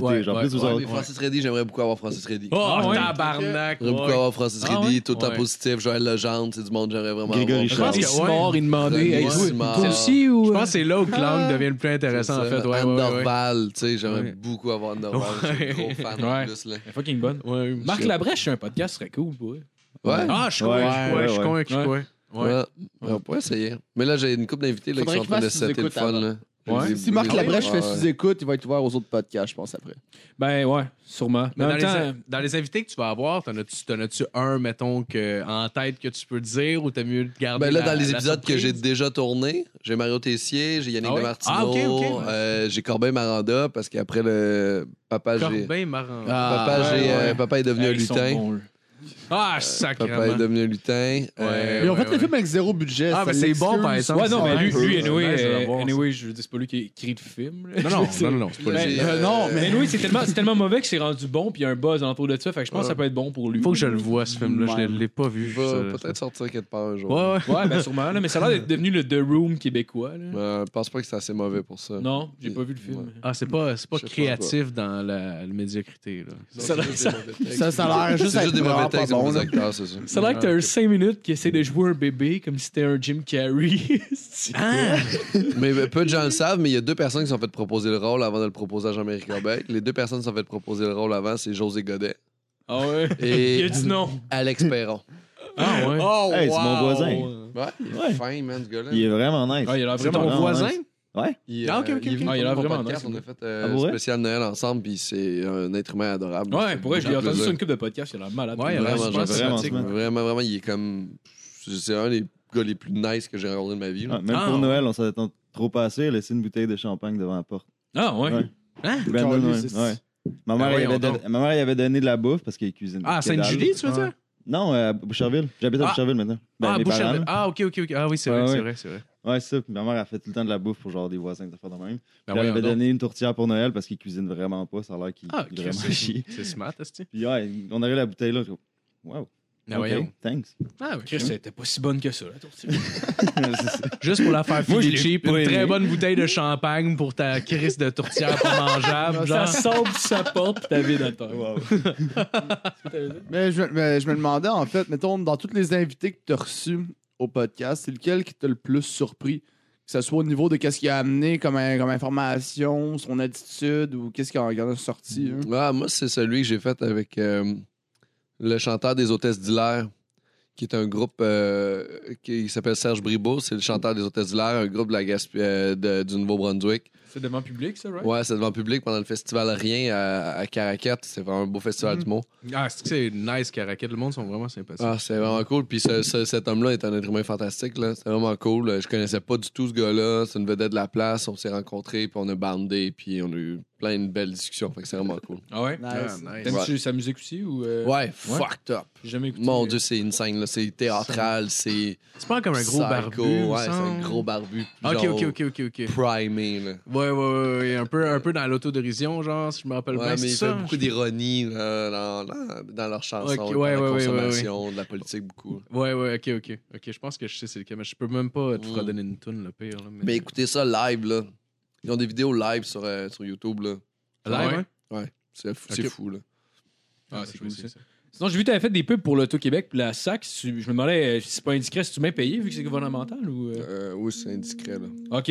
D: Ouais, ouais,
A: genre
D: ouais,
A: plus aux
E: Ouais,
A: autres.
E: mais Francis Reddy, j'aimerais beaucoup avoir Francis Reddy.
D: Oh,
C: Ah, ouais.
D: tabarnak!
E: J'aimerais beaucoup avoir Francis
D: Ah,
E: Reddy,
D: ouais?
E: tout le temps
D: Ouais.
E: positif, Joël Legendre, c'est du monde, j'aimerais vraiment
A: Grégory
C: Je
E: avoir.
C: pense
A: Charles.
C: qu'il
D: Ouais.
C: est mort, il demandait.
E: René
C: Hey, toi,
E: Simard.
C: toi aussi ou. euh?
D: Je pense que c'est là où que l'angle devient le plus intéressant, en fait. Ouais,
E: Anne
D: ouais, ouais.
E: Dorval, tu sais, j'aimerais
D: Ouais.
E: beaucoup avoir Anne Dorval, je suis un gros fan en
C: Ouais.
E: plus, là.
C: Elle est fucking bonne.
D: Ouais,
C: Marc
D: c'est-
C: Labrèche, un podcast serait cool pour eux.
E: Ouais.
D: Ah, je suis
A: Ouais,
D: convaincu, ouais,
A: ouais,
D: je suis
A: ouais.
D: convaincu,
C: Ouais.
D: ouais. Ouais.
E: Ouais. On pourrait essayer. Mais là, j'ai une couple d'invités là, qui
F: Faudrait
E: sont en
F: qu'il
E: train de
F: fasse des
E: setter le
F: écoutes
E: fun.
F: avant.
E: Là.
C: Ouais.
E: Les-
F: Si Marc
E: les-
F: Labrèche
E: Ouais,
F: fait
E: ouais.
F: sous-écoute, il va être ouvert aux autres podcasts, je pense, après.
C: Ben ouais, sûrement.
D: Mais
C: Mais en
D: dans,
C: même
D: les,
C: temps,
D: dans les invités que tu vas avoir, t'en as-tu t'en as-tu un, mettons, que, en tête que tu peux dire ou t'as mieux de garder
E: Ben là,
D: Ah, la-
E: dans les
D: la
E: épisodes que
D: surprise?
E: j'ai déjà tournés, j'ai Mario Tessier, j'ai Yannick
D: Ah ouais?
E: Demartino,
D: Ah, ok, ok, ouais.
E: euh, j'ai Corbin Maranda, parce qu'après le papa, j'ai...
D: Corbin Marant.
E: Papa,
D: ouais,
E: j'ai, euh,
D: ouais.
E: papa est devenu un
C: hey, ils sont
E: lutin.
C: bons, eux.
D: Ah,
E: Papa est
D: sacrément.
E: devenu un lutin. Euh,
D: Ouais,
F: Ils ont fait
D: Eh ouais.
F: le film avec zéro budget.
D: Ah,
F: ça
D: ben c'est bon,
F: l'excuse.
D: par exemple.
C: Ouais, non, mais lui,
D: C'est
C: lui
D: nice,
C: anyway,
D: c'est nice de
C: euh,
D: l'avoir, ça.
C: anyway, je veux dire, c'est pas lui qui écrit le film. là.
D: Non, non, non, non, non, c'est pas
E: j'ai,
C: Ben,
E: euh,
F: non, mais-
C: anyway, c'est tellement, c'est tellement mauvais que c'est rendu bon, puis il y a un buzz autour de ça, fait que je pense que ça peut être bon pour lui.
D: Faut que je le vois, ce film-là. Je ne l'ai pas vu.
E: Il va
D: ça.
E: peut-être sortir quelque part un jour.
D: Ouais, ouais.
C: Ouais, ben sûrement, là, mais ça a l'air d'être devenu le The Room québécois. Là.
E: Euh, je pense pas que c'est assez mauvais pour ça.
C: Non, j'ai pas vu le film.
E: Ouais.
D: Ah, c'est pas, c'est pas
E: Je sais pas,
D: créatif dans la, la médiocrité. Là.
E: Ça,
F: Ça, ça a l'air juste
E: c'est
F: être
E: juste des mauvais
F: vraiment pas
E: textes
F: bon,
E: pour les
F: là.
E: acteurs, c'est ça.
C: Ça a l'air que t'as un 5 minutes qui essaie de jouer un bébé comme si c'était un Jim Carrey.
A: Ah!
E: Mais ben, peu de gens le savent, mais il y a deux personnes qui se sont fait proposer le rôle avant de le proposer à Jean-Marie Corbeil. Les deux personnes qui se sont fait proposer le rôle avant, c'est José Godet
C: ah ouais? Il a
E: et
C: dit non.
E: Alex Perron.
C: Ah ouais?
D: Oh,
A: Hey, c'est mon voisin.
E: Ouais, il est
A: Ouais.
E: fin, man, ce gars-là.
A: Il est vraiment nice.
C: Ah, il a l'air
A: C'est
C: vraiment
A: ton
C: nice.
A: voisin?
E: Il, euh,
D: Ah, ok, ok,
E: il est
D: ok.
E: venu
C: Ah, il a l'air
E: pour mon
C: vraiment
E: podcast,
C: nice,
E: On a fait euh,
A: Ah, pour vrai?
E: spécial Noël ensemble, puis c'est un être humain adorable.
C: Ouais, pour vrai, je l'ai
E: Grand
C: entendu sur
E: plaisir.
C: une coupe de podcast, il a l'air malade.
D: Ouais, il a l'air
E: Vraiment,
D: super
E: genre, vraiment,
D: sympathique.
A: vraiment.
E: Vraiment, vraiment, il est comme. C'est un des gars les plus nice que j'ai rencontré de ma vie. là.
A: Ouais, même
D: Ah.
A: pour Noël, on s'en attend trop passé, laisser une bouteille de champagne devant la porte.
C: Ah ouais?
A: Ouais.
D: Hein?
A: Brandon,
F: Carlis,
A: ouais,
F: c'est-
A: ouais. Ma mère,
D: Ah,
A: elle avait
D: voyons
A: don- ma mère, elle avait donné de la bouffe parce qu'elle cuisine.
D: Ah,
A: que dalle.
D: Sainte-Julie, tu veux
A: Ouais.
D: dire?
A: Non, euh, à Boucherville. J'habite à
D: Ah.
A: Boucherville maintenant. Ben,
D: ah,
A: mes
D: Boucherville.
A: parents, là.
D: Ah, ok, ok, ok. Ah oui, c'est vrai,
A: Ouais,
D: c'est
A: ouais.
D: vrai, c'est vrai.
A: Ouais, c'est ça. Puis ma mère, elle fait tout le temps de la bouffe pour genre des voisins, des affaires de même.
D: Ben
A: Puis elle avait
D: voyons donc.
A: donné une tourtière pour Noël parce qu'il cuisine vraiment pas. Ça a l'air qu'il
D: Ah,
A: il est vraiment
D: Christ,
A: chier.
D: c'est smart, est
A: Puis ouais, on aurait la bouteille là. je- Wow.
D: Ben
A: OK,
D: voyons.
A: Thanks.
D: Ah, oui.
C: Chris, elle était pas si bonne que ça, la tourtière.
D: Juste pour la faire
A: Moi, je
D: filer
A: l'ai
D: cheap,
A: pas
D: une
A: aimé.
D: très bonne bouteille de champagne pour ta crise de tourtière pas mangeable.
C: Ça
D: genre.
C: sort du sapin, pis t'as vide à terre.
A: Ah, Wow.
F: Mais je, mais je me demandais, en fait, mettons, dans tous les invités que tu as reçus au podcast, c'est lequel qui t'a le plus surpris? Que ce soit au niveau de qu'est-ce qu'il a amené comme, in- comme information, son attitude ou qu'est-ce qu'il en en a sorti. hein?
E: Ah, moi, c'est celui que j'ai fait avec euh, le chanteur des Hôtesses d'Hilaire, qui est un groupe euh, qui s'appelle Serge Bribeau. C'est le chanteur des Hôtesses d'Hilaire, un groupe de la Gasp- euh, de- du Nouveau-Brunswick.
C: C'est devant public, ça, right?
E: Ouais, c'est devant public pendant le festival Rien à, à Caracat. C'est vraiment un beau festival
D: Mhm.
E: du mot.
D: Ah, c'est que c'est nice, Caracat. Le monde sont vraiment sympathiques.
E: Ah, c'est vraiment cool. Puis ce- ce- cet homme-là est un être humain fantastique. là. C'est vraiment cool. Euh, Je connaissais pas du tout ce gars-là. C'est une vedette de la place. On s'est rencontrés, puis on a bandé, puis on a eu plein de belles discussions. Fait que c'est vraiment cool.
C: Ah ouais?
F: Nice.
D: Ah, nice.
C: T'aimes-tu sa musique aussi ou. euh,
E: Ouais, fucked up.
C: J'ai jamais écouté.
E: Mon Dieu, c'est insane. Là. C'est théâtral, c'est.
A: Ah.
D: C'est pas comme un gros
E: psycho,
D: barbu. il me
E: Ouais, c'est un
D: semble.
E: gros barbu.
D: Ok,
E: genre
D: ok, ok, ok, ok.
E: Primé, là.
D: Ouais, ouais, ouais, ouais, Un peu, un peu dans l'autodérision, genre, si je me rappelle
E: Ouais,
D: bien.
E: mais
D: c'est
E: il
D: ça.
E: fait beaucoup d'ironie là, dans, dans, dans leurs chansons,
D: Ok,
E: dans
D: ouais,
E: la
D: ouais, ouais,
E: consommation, de la politique, beaucoup.
D: Ouais, ouais, ok, ok. Ok, je pense que je sais c'est lequel, mais je peux même pas te
E: Mm. Ben,
D: redonner une toune, le pire. là, mais...
E: Mais écoutez ça live, là. Ils ont des vidéos live sur, euh, sur YouTube, là.
D: Live,
C: Ouais.
D: hein?
E: C'est fou, c'est
D: Ok.
E: fou, là.
C: Ah,
D: je
C: c'est
D: vais
C: cool,
D: essayer
C: ça. Sinon, j'ai vu que t'avais fait des pubs pour l'Auto-Québec, puis la SAC. si tu- Je me demandais euh, si c'est pas indiscret, si tu bien payé vu que c'est gouvernemental ou. euh,
E: Euh, oui, c'est indiscret, là.
C: Ok.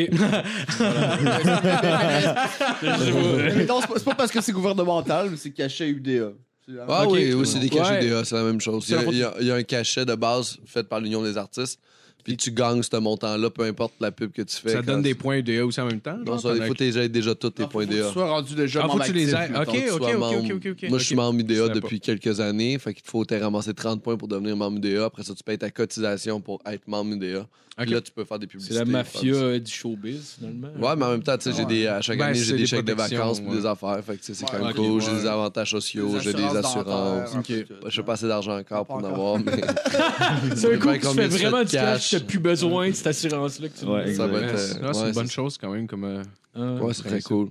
F: Mais mettons, c'est pas- c'est pas parce que c'est gouvernemental, mais c'est caché UDA. C'est la-
E: Ah
C: Ok.
E: oui, oui, c'est des cachets
C: Ouais.
E: DA, c'est la même chose. Il y, a, il y a- il y a un cachet de base fait par l'Union des artistes, puis tu gagnes ce montant-là, peu importe la pub que tu fais.
D: Ça
E: quand
D: donne
E: tu-
D: des points UDA aussi en même temps?
E: Non,
D: genre,
E: ça, il
D: t'en
E: faut
D: as-
E: que tu aies déjà tous tes
F: Ah, faut-
E: points
F: faut que
E: DA.
F: tu sois rendu déjà
D: Ah, faut
F: membre
D: que tu les aies.
F: actif, mettons.
D: Ok,
E: Tu
D: ok,
E: sois
D: ok,
E: membre.
D: ok, ok.
E: Moi, je suis membre
D: Je
E: IDA
D: savais pas.
E: depuis quelques années. Fait qu'il te faut t'es ramassé 30 points pour devenir membre IDA. Après ça, tu payes ta cotisation pour être membre IDA. Puis
D: Ok.
E: là, tu peux faire des publicités.
C: C'est la mafia
E: faire
C: euh, du showbiz, finalement.
E: des- Ouais, mais en même temps, tu sais, j'ai des, à chaque
D: Ben,
E: année,
D: c'est
E: j'ai des,
D: des
E: chèques de
D: protections,
E: vacances pour
D: ouais.
E: des affaires. Fait que, tu sais, c'est quand même
D: Ouais, ok,
E: cool. J'ai
D: ouais.
E: des avantages sociaux, j'ai des assurances.
F: dentaires,
C: Ok.
F: tout,
E: Je sais
F: hein.
E: pas assez d'argent encore pour en
F: Pas
E: avoir, mais
C: C'est un coup
E: Ben,
C: que tu fais
E: combien tu fais de
C: vraiment du cash,
E: cash?
C: t'as plus besoin de cette assurance-là que tu
A: Ouais,
E: ça
D: Ouais,
E: va être.
A: exact.
E: euh,
D: c'est- non, c'est
E: ouais,
D: une bonne chose quand même. comme euh,
C: Ah.
E: Ouais, c'est très cool.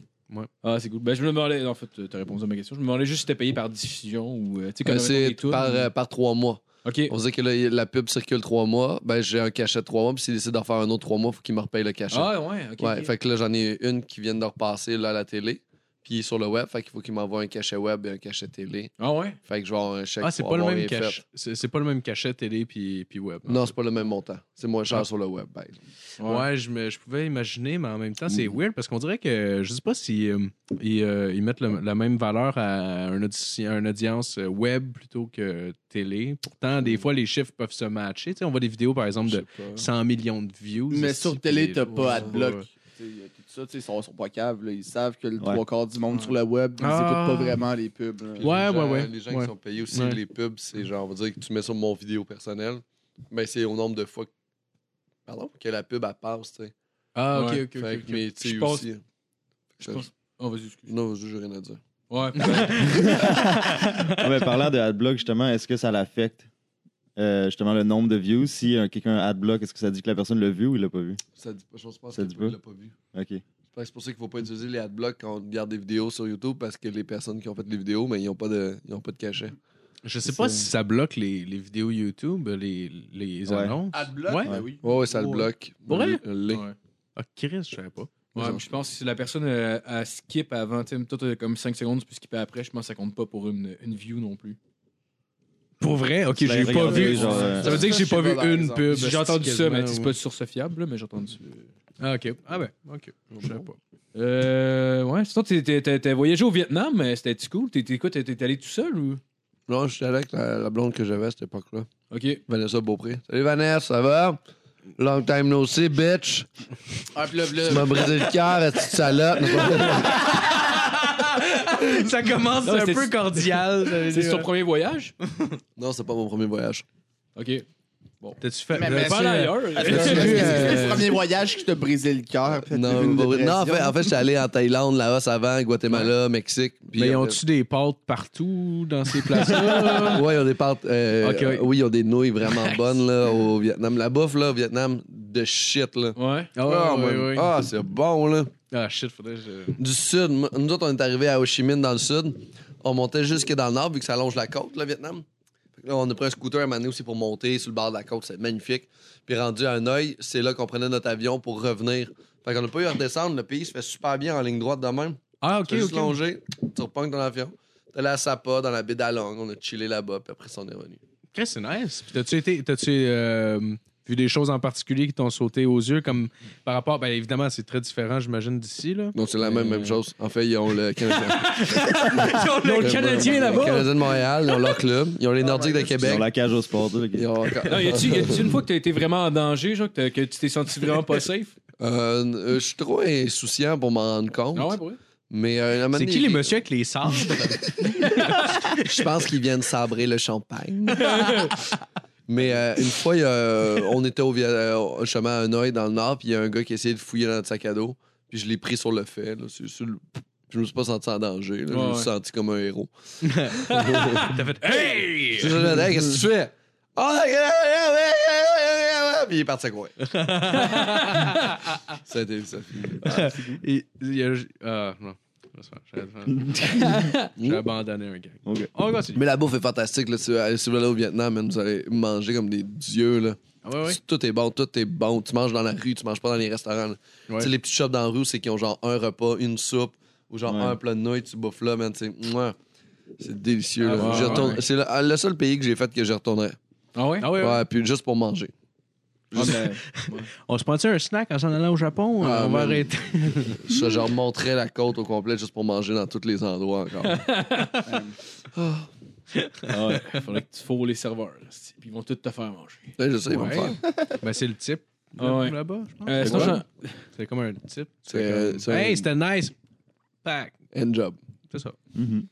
C: Ah, c'est cool. Ben, je me demandais, en fait, t'as répondu à ma question. Je me demandais juste si t'es payé par diffusion ou. euh, Tu sais, quand
E: Euh,
C: on avait
E: C'est
C: tourné
E: par, euh, par trois mois.
C: Ok.
E: On disait que là, la pub circule trois mois. Ben, j'ai un cachet de trois mois. Puis s'ils décident d'en faire un autre trois mois, faut qu'ils me repayent le cachet.
C: Ah, ouais, ok.
E: ouais,
C: ok.
E: fait que là, j'en ai une qui vient de repasser là, à la télé, puis sur le web. Fait qu'il faut qu'il m'envoie un cachet web et un cachet télé.
C: Ah, ouais.
E: Fait que je vais avoir un chèque.
D: Ah, c'est
E: pour
D: pas le
E: avoir
D: même
E: rien
D: cachet. C'est c'est pas le même cachet télé puis, puis web. hein.
E: fait. Non, c'est pas le même montant. C'est moins
D: Ah.
E: cher sur le web. ben.
D: Ouais, je, me- je pouvais imaginer, mais en même temps, c'est weird parce qu'on dirait que je sais pas si euh, ils, euh, ils mettent le- la même valeur à un audi- à une audience euh, web plutôt que télé. Pourtant, des fois, les chiffres peuvent se matcher. Tu sais, on voit des vidéos, par exemple, de 100 millions de views.
F: Mais
D: ici,
F: sur
D: puis
F: télé,
D: les-
F: t'as
D: Ouais.
F: pas Adblock. euh, Tu sais, y a Tout ça, tu sais, ils sont, sont pas caves. là. Ils savent que le
A: Ouais.
F: trois quarts du monde sur le web, ils
D: Ah.
F: écoutent pas vraiment les pubs. là.
E: Puis
D: Ouais,
E: les gens-
D: ouais, ouais.
E: Les gens
D: Ouais.
E: qui sont payés aussi,
D: Ouais.
E: les pubs, c'est genre, on va dire que tu mets sur mon vidéo personnelle, ben c'est au nombre de fois que, pardon, que la pub, elle passe, tu sais.
D: Ah, ok,
C: Ouais.
D: ok, ok,
E: Fait que,
D: ok.
E: mais tu sais
C: Je pense-
E: aussi.
C: Je pense- Oh, vas-y, excuse.
E: Non, j'ai rien à dire.
C: Ouais.
A: Ah, mais parlant de Adblock, justement, est-ce que ça l'affecte euh, justement le nombre de views? Si euh, quelqu'un a Adblock, est-ce que ça dit que la personne l'a vu ou il l'a pas vu?
E: Ça dit pas, je pense
A: Ça
E: qu'il
A: dit
E: l'a
A: pas?
E: il l'a pas vu.
A: OK.
E: Fait que C'est pour ça qu'il ne faut pas utiliser les adblocks quand on regarde des vidéos sur YouTube parce que les personnes qui ont fait les vidéos, mais ils n'ont pas, de- ils ont pas de cachet.
D: Je sais pas si ça bloque les, les vidéos YouTube, les, les
A: Ouais.
D: annonces.
F: Adblock,
D: Ouais.
F: ben oui.
E: Ouais, ouais, ça le
F: Ouais.
E: bloque.
D: Pour vrai?
E: Le- le-
C: Ouais.
D: Ah, Chris, je savais pas.
C: Ouais, puis je pense que si la personne euh, elle skip avant, tu sais, toi, t'as comme 5 secondes, tu peux skipper après, je pense que ça compte pas pour une, une view non plus.
D: Pour vrai? Ok,
A: Tu l'as
D: j'ai pas
A: regardé,
D: vu.
A: genre, euh,
D: Ça veut dire que j'ai
F: Ça,
D: pas
F: je sais
D: vu
F: pas, par
D: une
F: exemple.
E: Euh,
D: pub.
E: ben,
C: J'ai entendu ça,
D: quasiment,
C: mais c'est
D: ouais.
C: pas de source fiable, là, mais j'ai entendu.
D: Ah, ok. Ah, ben, ok. Je savais pas.
C: Euh, ouais, sinon, t'es- t'es- t'es- t'as voyagé au Vietnam, mais c'était-tu cool? T'es t'es quoi? T'es t'es allé tout seul ou?
E: Non, je suis allé avec la, la blonde que j'avais à cette époque-là.
C: Ok.
E: Vanessa Beaupré. Salut Vanessa, ça va? Long time no see, bitch.
F: Ah, puis là, là,
E: Tu m'as brisé le cœur, la petite salope.
D: Ça commence
C: Non, mais c'est-
D: cordial.
C: C'est ton premier voyage?
E: non, c'est pas mon premier voyage.
C: Ok.
D: T'as-tu fait.
F: Mais-
D: t'as-tu-
F: mais-
C: Pas d'ailleurs.
F: Est-ce que
D: T'as-tu
F: c'est
D: vu,
F: le
D: euh,
F: premier voyage qui t'a brisé le cœur? puis t'as eu
E: Non,
F: une
E: pas vrai. non, en fait,
F: dépression?
E: en fait, j'étais allé en Thaïlande, Laos avant, Guatemala, Mexique. puis euh,
D: Mais
E: après-
D: ont-tu des pâtes partout dans ces places-là?
E: Ouais, ils ont des pâtes. euh,
D: Ok, ouais.
E: Oui, ils ont des nouilles vraiment bonnes là, au Vietnam. La bouffe là, au Vietnam, de shit là.
C: Ouais.
D: Ah,
E: Ah,
D: ouais,
E: man.
D: ouais, ouais.
E: Ah, c'est bon là.
D: Ah, shit, faudrait que je.
E: Du sud, m- nous autres, on est arrivés à Ho Chi Minh dans le sud. On montait jusque dans le nord vu que ça longe la côte, le Vietnam. Fait que là, on a pris un scooter à un moment donné aussi pour monter sur le bord de la côte, c'est magnifique. Puis rendu à un œil, c'est là qu'on prenait notre avion pour revenir. Fait qu'on n'a pas eu à redescendre, le pays se fait super bien en ligne droite de même.
D: Ah, ok,
E: Tu fais juste
D: ok.
E: longer, tu reponges dans l'avion. T'es allé à Sapa, dans la baie d'Along, on a chillé là-bas, puis après ça, on est revenu.
D: Chris, c'est nice. Puis t'as-tu été, t'as-tu euh, vu des choses en particulier qui t'ont sauté aux yeux, comme par rapport, ben évidemment, c'est très différent, j'imagine, d'ici là.
E: Donc, c'est la même, même chose. En fait, ils ont le Canadien.
C: Ils ont le Canadien
E: Les
C: là-bas. Ah,
E: Canadiens de Montréal, ils ont leur club. Ils ont les Nordiques de
A: Ils ont
E: Québec.
A: la cage au sport. là,
E: Ils
A: qui-
E: ont...
C: Non, y a-tu y a-tu une fois que t'as été vraiment en danger, genre, que, t'as- que tu t'es senti vraiment pas safe?
E: Euh, euh, je suis trop insouciant pour m'en rendre compte.
C: Ah ouais, pour vrai?
E: Mais euh, à un moment
D: C'est
E: donné,
D: qui les
E: ils-
D: messieurs avec les sabres?
E: Je pense qu'ils viennent sabrer le champagne.
C: Ah
E: Mais euh, une fois, il y a- on était au, Viet- euh, justement à Hanoï dans le Nord, puis il y a un gars qui essayait de fouiller dans notre sac à dos. Puis je l'ai pris sur le fait. là. C'est- c'est le- Je me suis pas senti en danger. là.
C: Ouais,
E: je me
C: ouais.
E: suis senti comme un héros.
D: T'as fait Hey!
E: Je me suis dit, Hey, qu'est-ce que tu fais? Ah, Puis il est parti à courir. ça a été ça.
D: Il il y a. Ah, non. J'arrête de faire- J'ai abandonné un gag.
A: Ok.
D: On continue.
E: Mais la bouffe est fantastique. Là. Si, vous allez- si vous allez au Vietnam, man, vous allez manger comme des dieux. Là.
D: Ah, ouais, ouais.
E: Tout est bon, tout est bon. Tu manges dans la rue, tu manges pas dans les restaurants. là.
D: Ouais.
E: Tu sais, les petits shops dans la rue, c'est qu'ils ont genre un repas, une soupe, ou genre
A: Ouais.
E: un plat de nouilles, tu bouffes là, man. tu sais, mouah. C'est délicieux.
D: Ah,
E: là.
D: ouais,
E: J'y retourne-
D: ouais.
E: C'est le, ah, le seul pays que j'ai fait que je retournerais.
C: Ah ouais?
D: Ah, ouais,
E: Ouais,
D: ouais.
E: puis juste pour manger.
C: Ah, ben,
D: On se prend-tu un snack en s'en allant au Japon? euh,
E: Ah,
D: on va
E: man.
D: arrêter.
E: Je genre montrais la côte au complet juste pour manger dans tous les endroits encore.
C: ah ouais. Faudrait que tu fous les serveurs. là, c'est- Puis ils vont tout te faire manger.
E: Là, je sais, ils vont me
D: Ouais.
E: faire.
D: Ben, c'est le type.
C: Ah,
D: là-
C: ouais.
D: Là-bas, je pense.
C: Euh,
E: C'est
C: sinon,
E: quoi?
C: j'en-
D: C'est comme un type.
E: C'est,
D: C'est
E: euh,
D: comme,
E: c'est un-
D: Hey, c'était nice. Pack.
E: End job.
D: C'est ça.
E: Mm-hmm.
A: Mhm.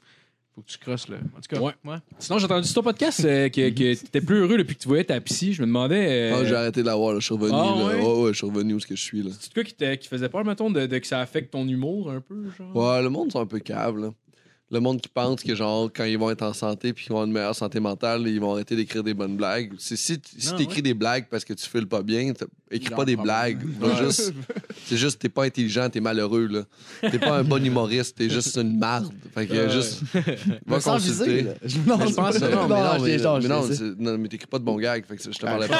D: Faut que tu crosses là. En tout cas,
C: Ouais. sinon, j'ai entendu sur ton podcast euh, que, que t'étais plus heureux depuis que tu voyais ta psy. Je me demandais.
E: Ah,
C: euh,
E: j'ai arrêté de la voir, là. je suis revenu.
C: Ah,
E: là.
C: ouais?
E: Ouais, ouais, je suis revenu où ce que je suis. là.
C: C'est quoi qui, te- qui faisait peur, mettons, de, de que ça affecte ton humour un peu, genre?
F: Mm.
E: Ouais, le monde, c'est un peu cave, là. Le monde qui pense que, genre, quand ils vont être en santé puis qu'ils vont avoir une meilleure santé mentale, ils vont arrêter d'écrire des bonnes blagues. C'est- si t- si
D: Ah,
E: t'écris des blagues parce que tu files pas bien, t'as- écris
C: Genre,
E: pas des
C: problème.
E: blagues. Va
C: Ouais.
E: juste- c'est juste, t'es pas intelligent, t'es malheureux, là. T'es pas un bon humoriste, t'es juste une marde. Fait que,
C: Ouais.
E: juste,
F: Me
E: va
F: sens visé,
E: consulter.
F: là. Je non,
E: Mais je pense
F: c'est-
E: que non, mais non, mais,
F: je l'ai-
E: mais
F: je Ah,
E: non,
F: l'ai-
E: c'est- non, mais t'écris pas de bons gags, fait que je te parlais pas.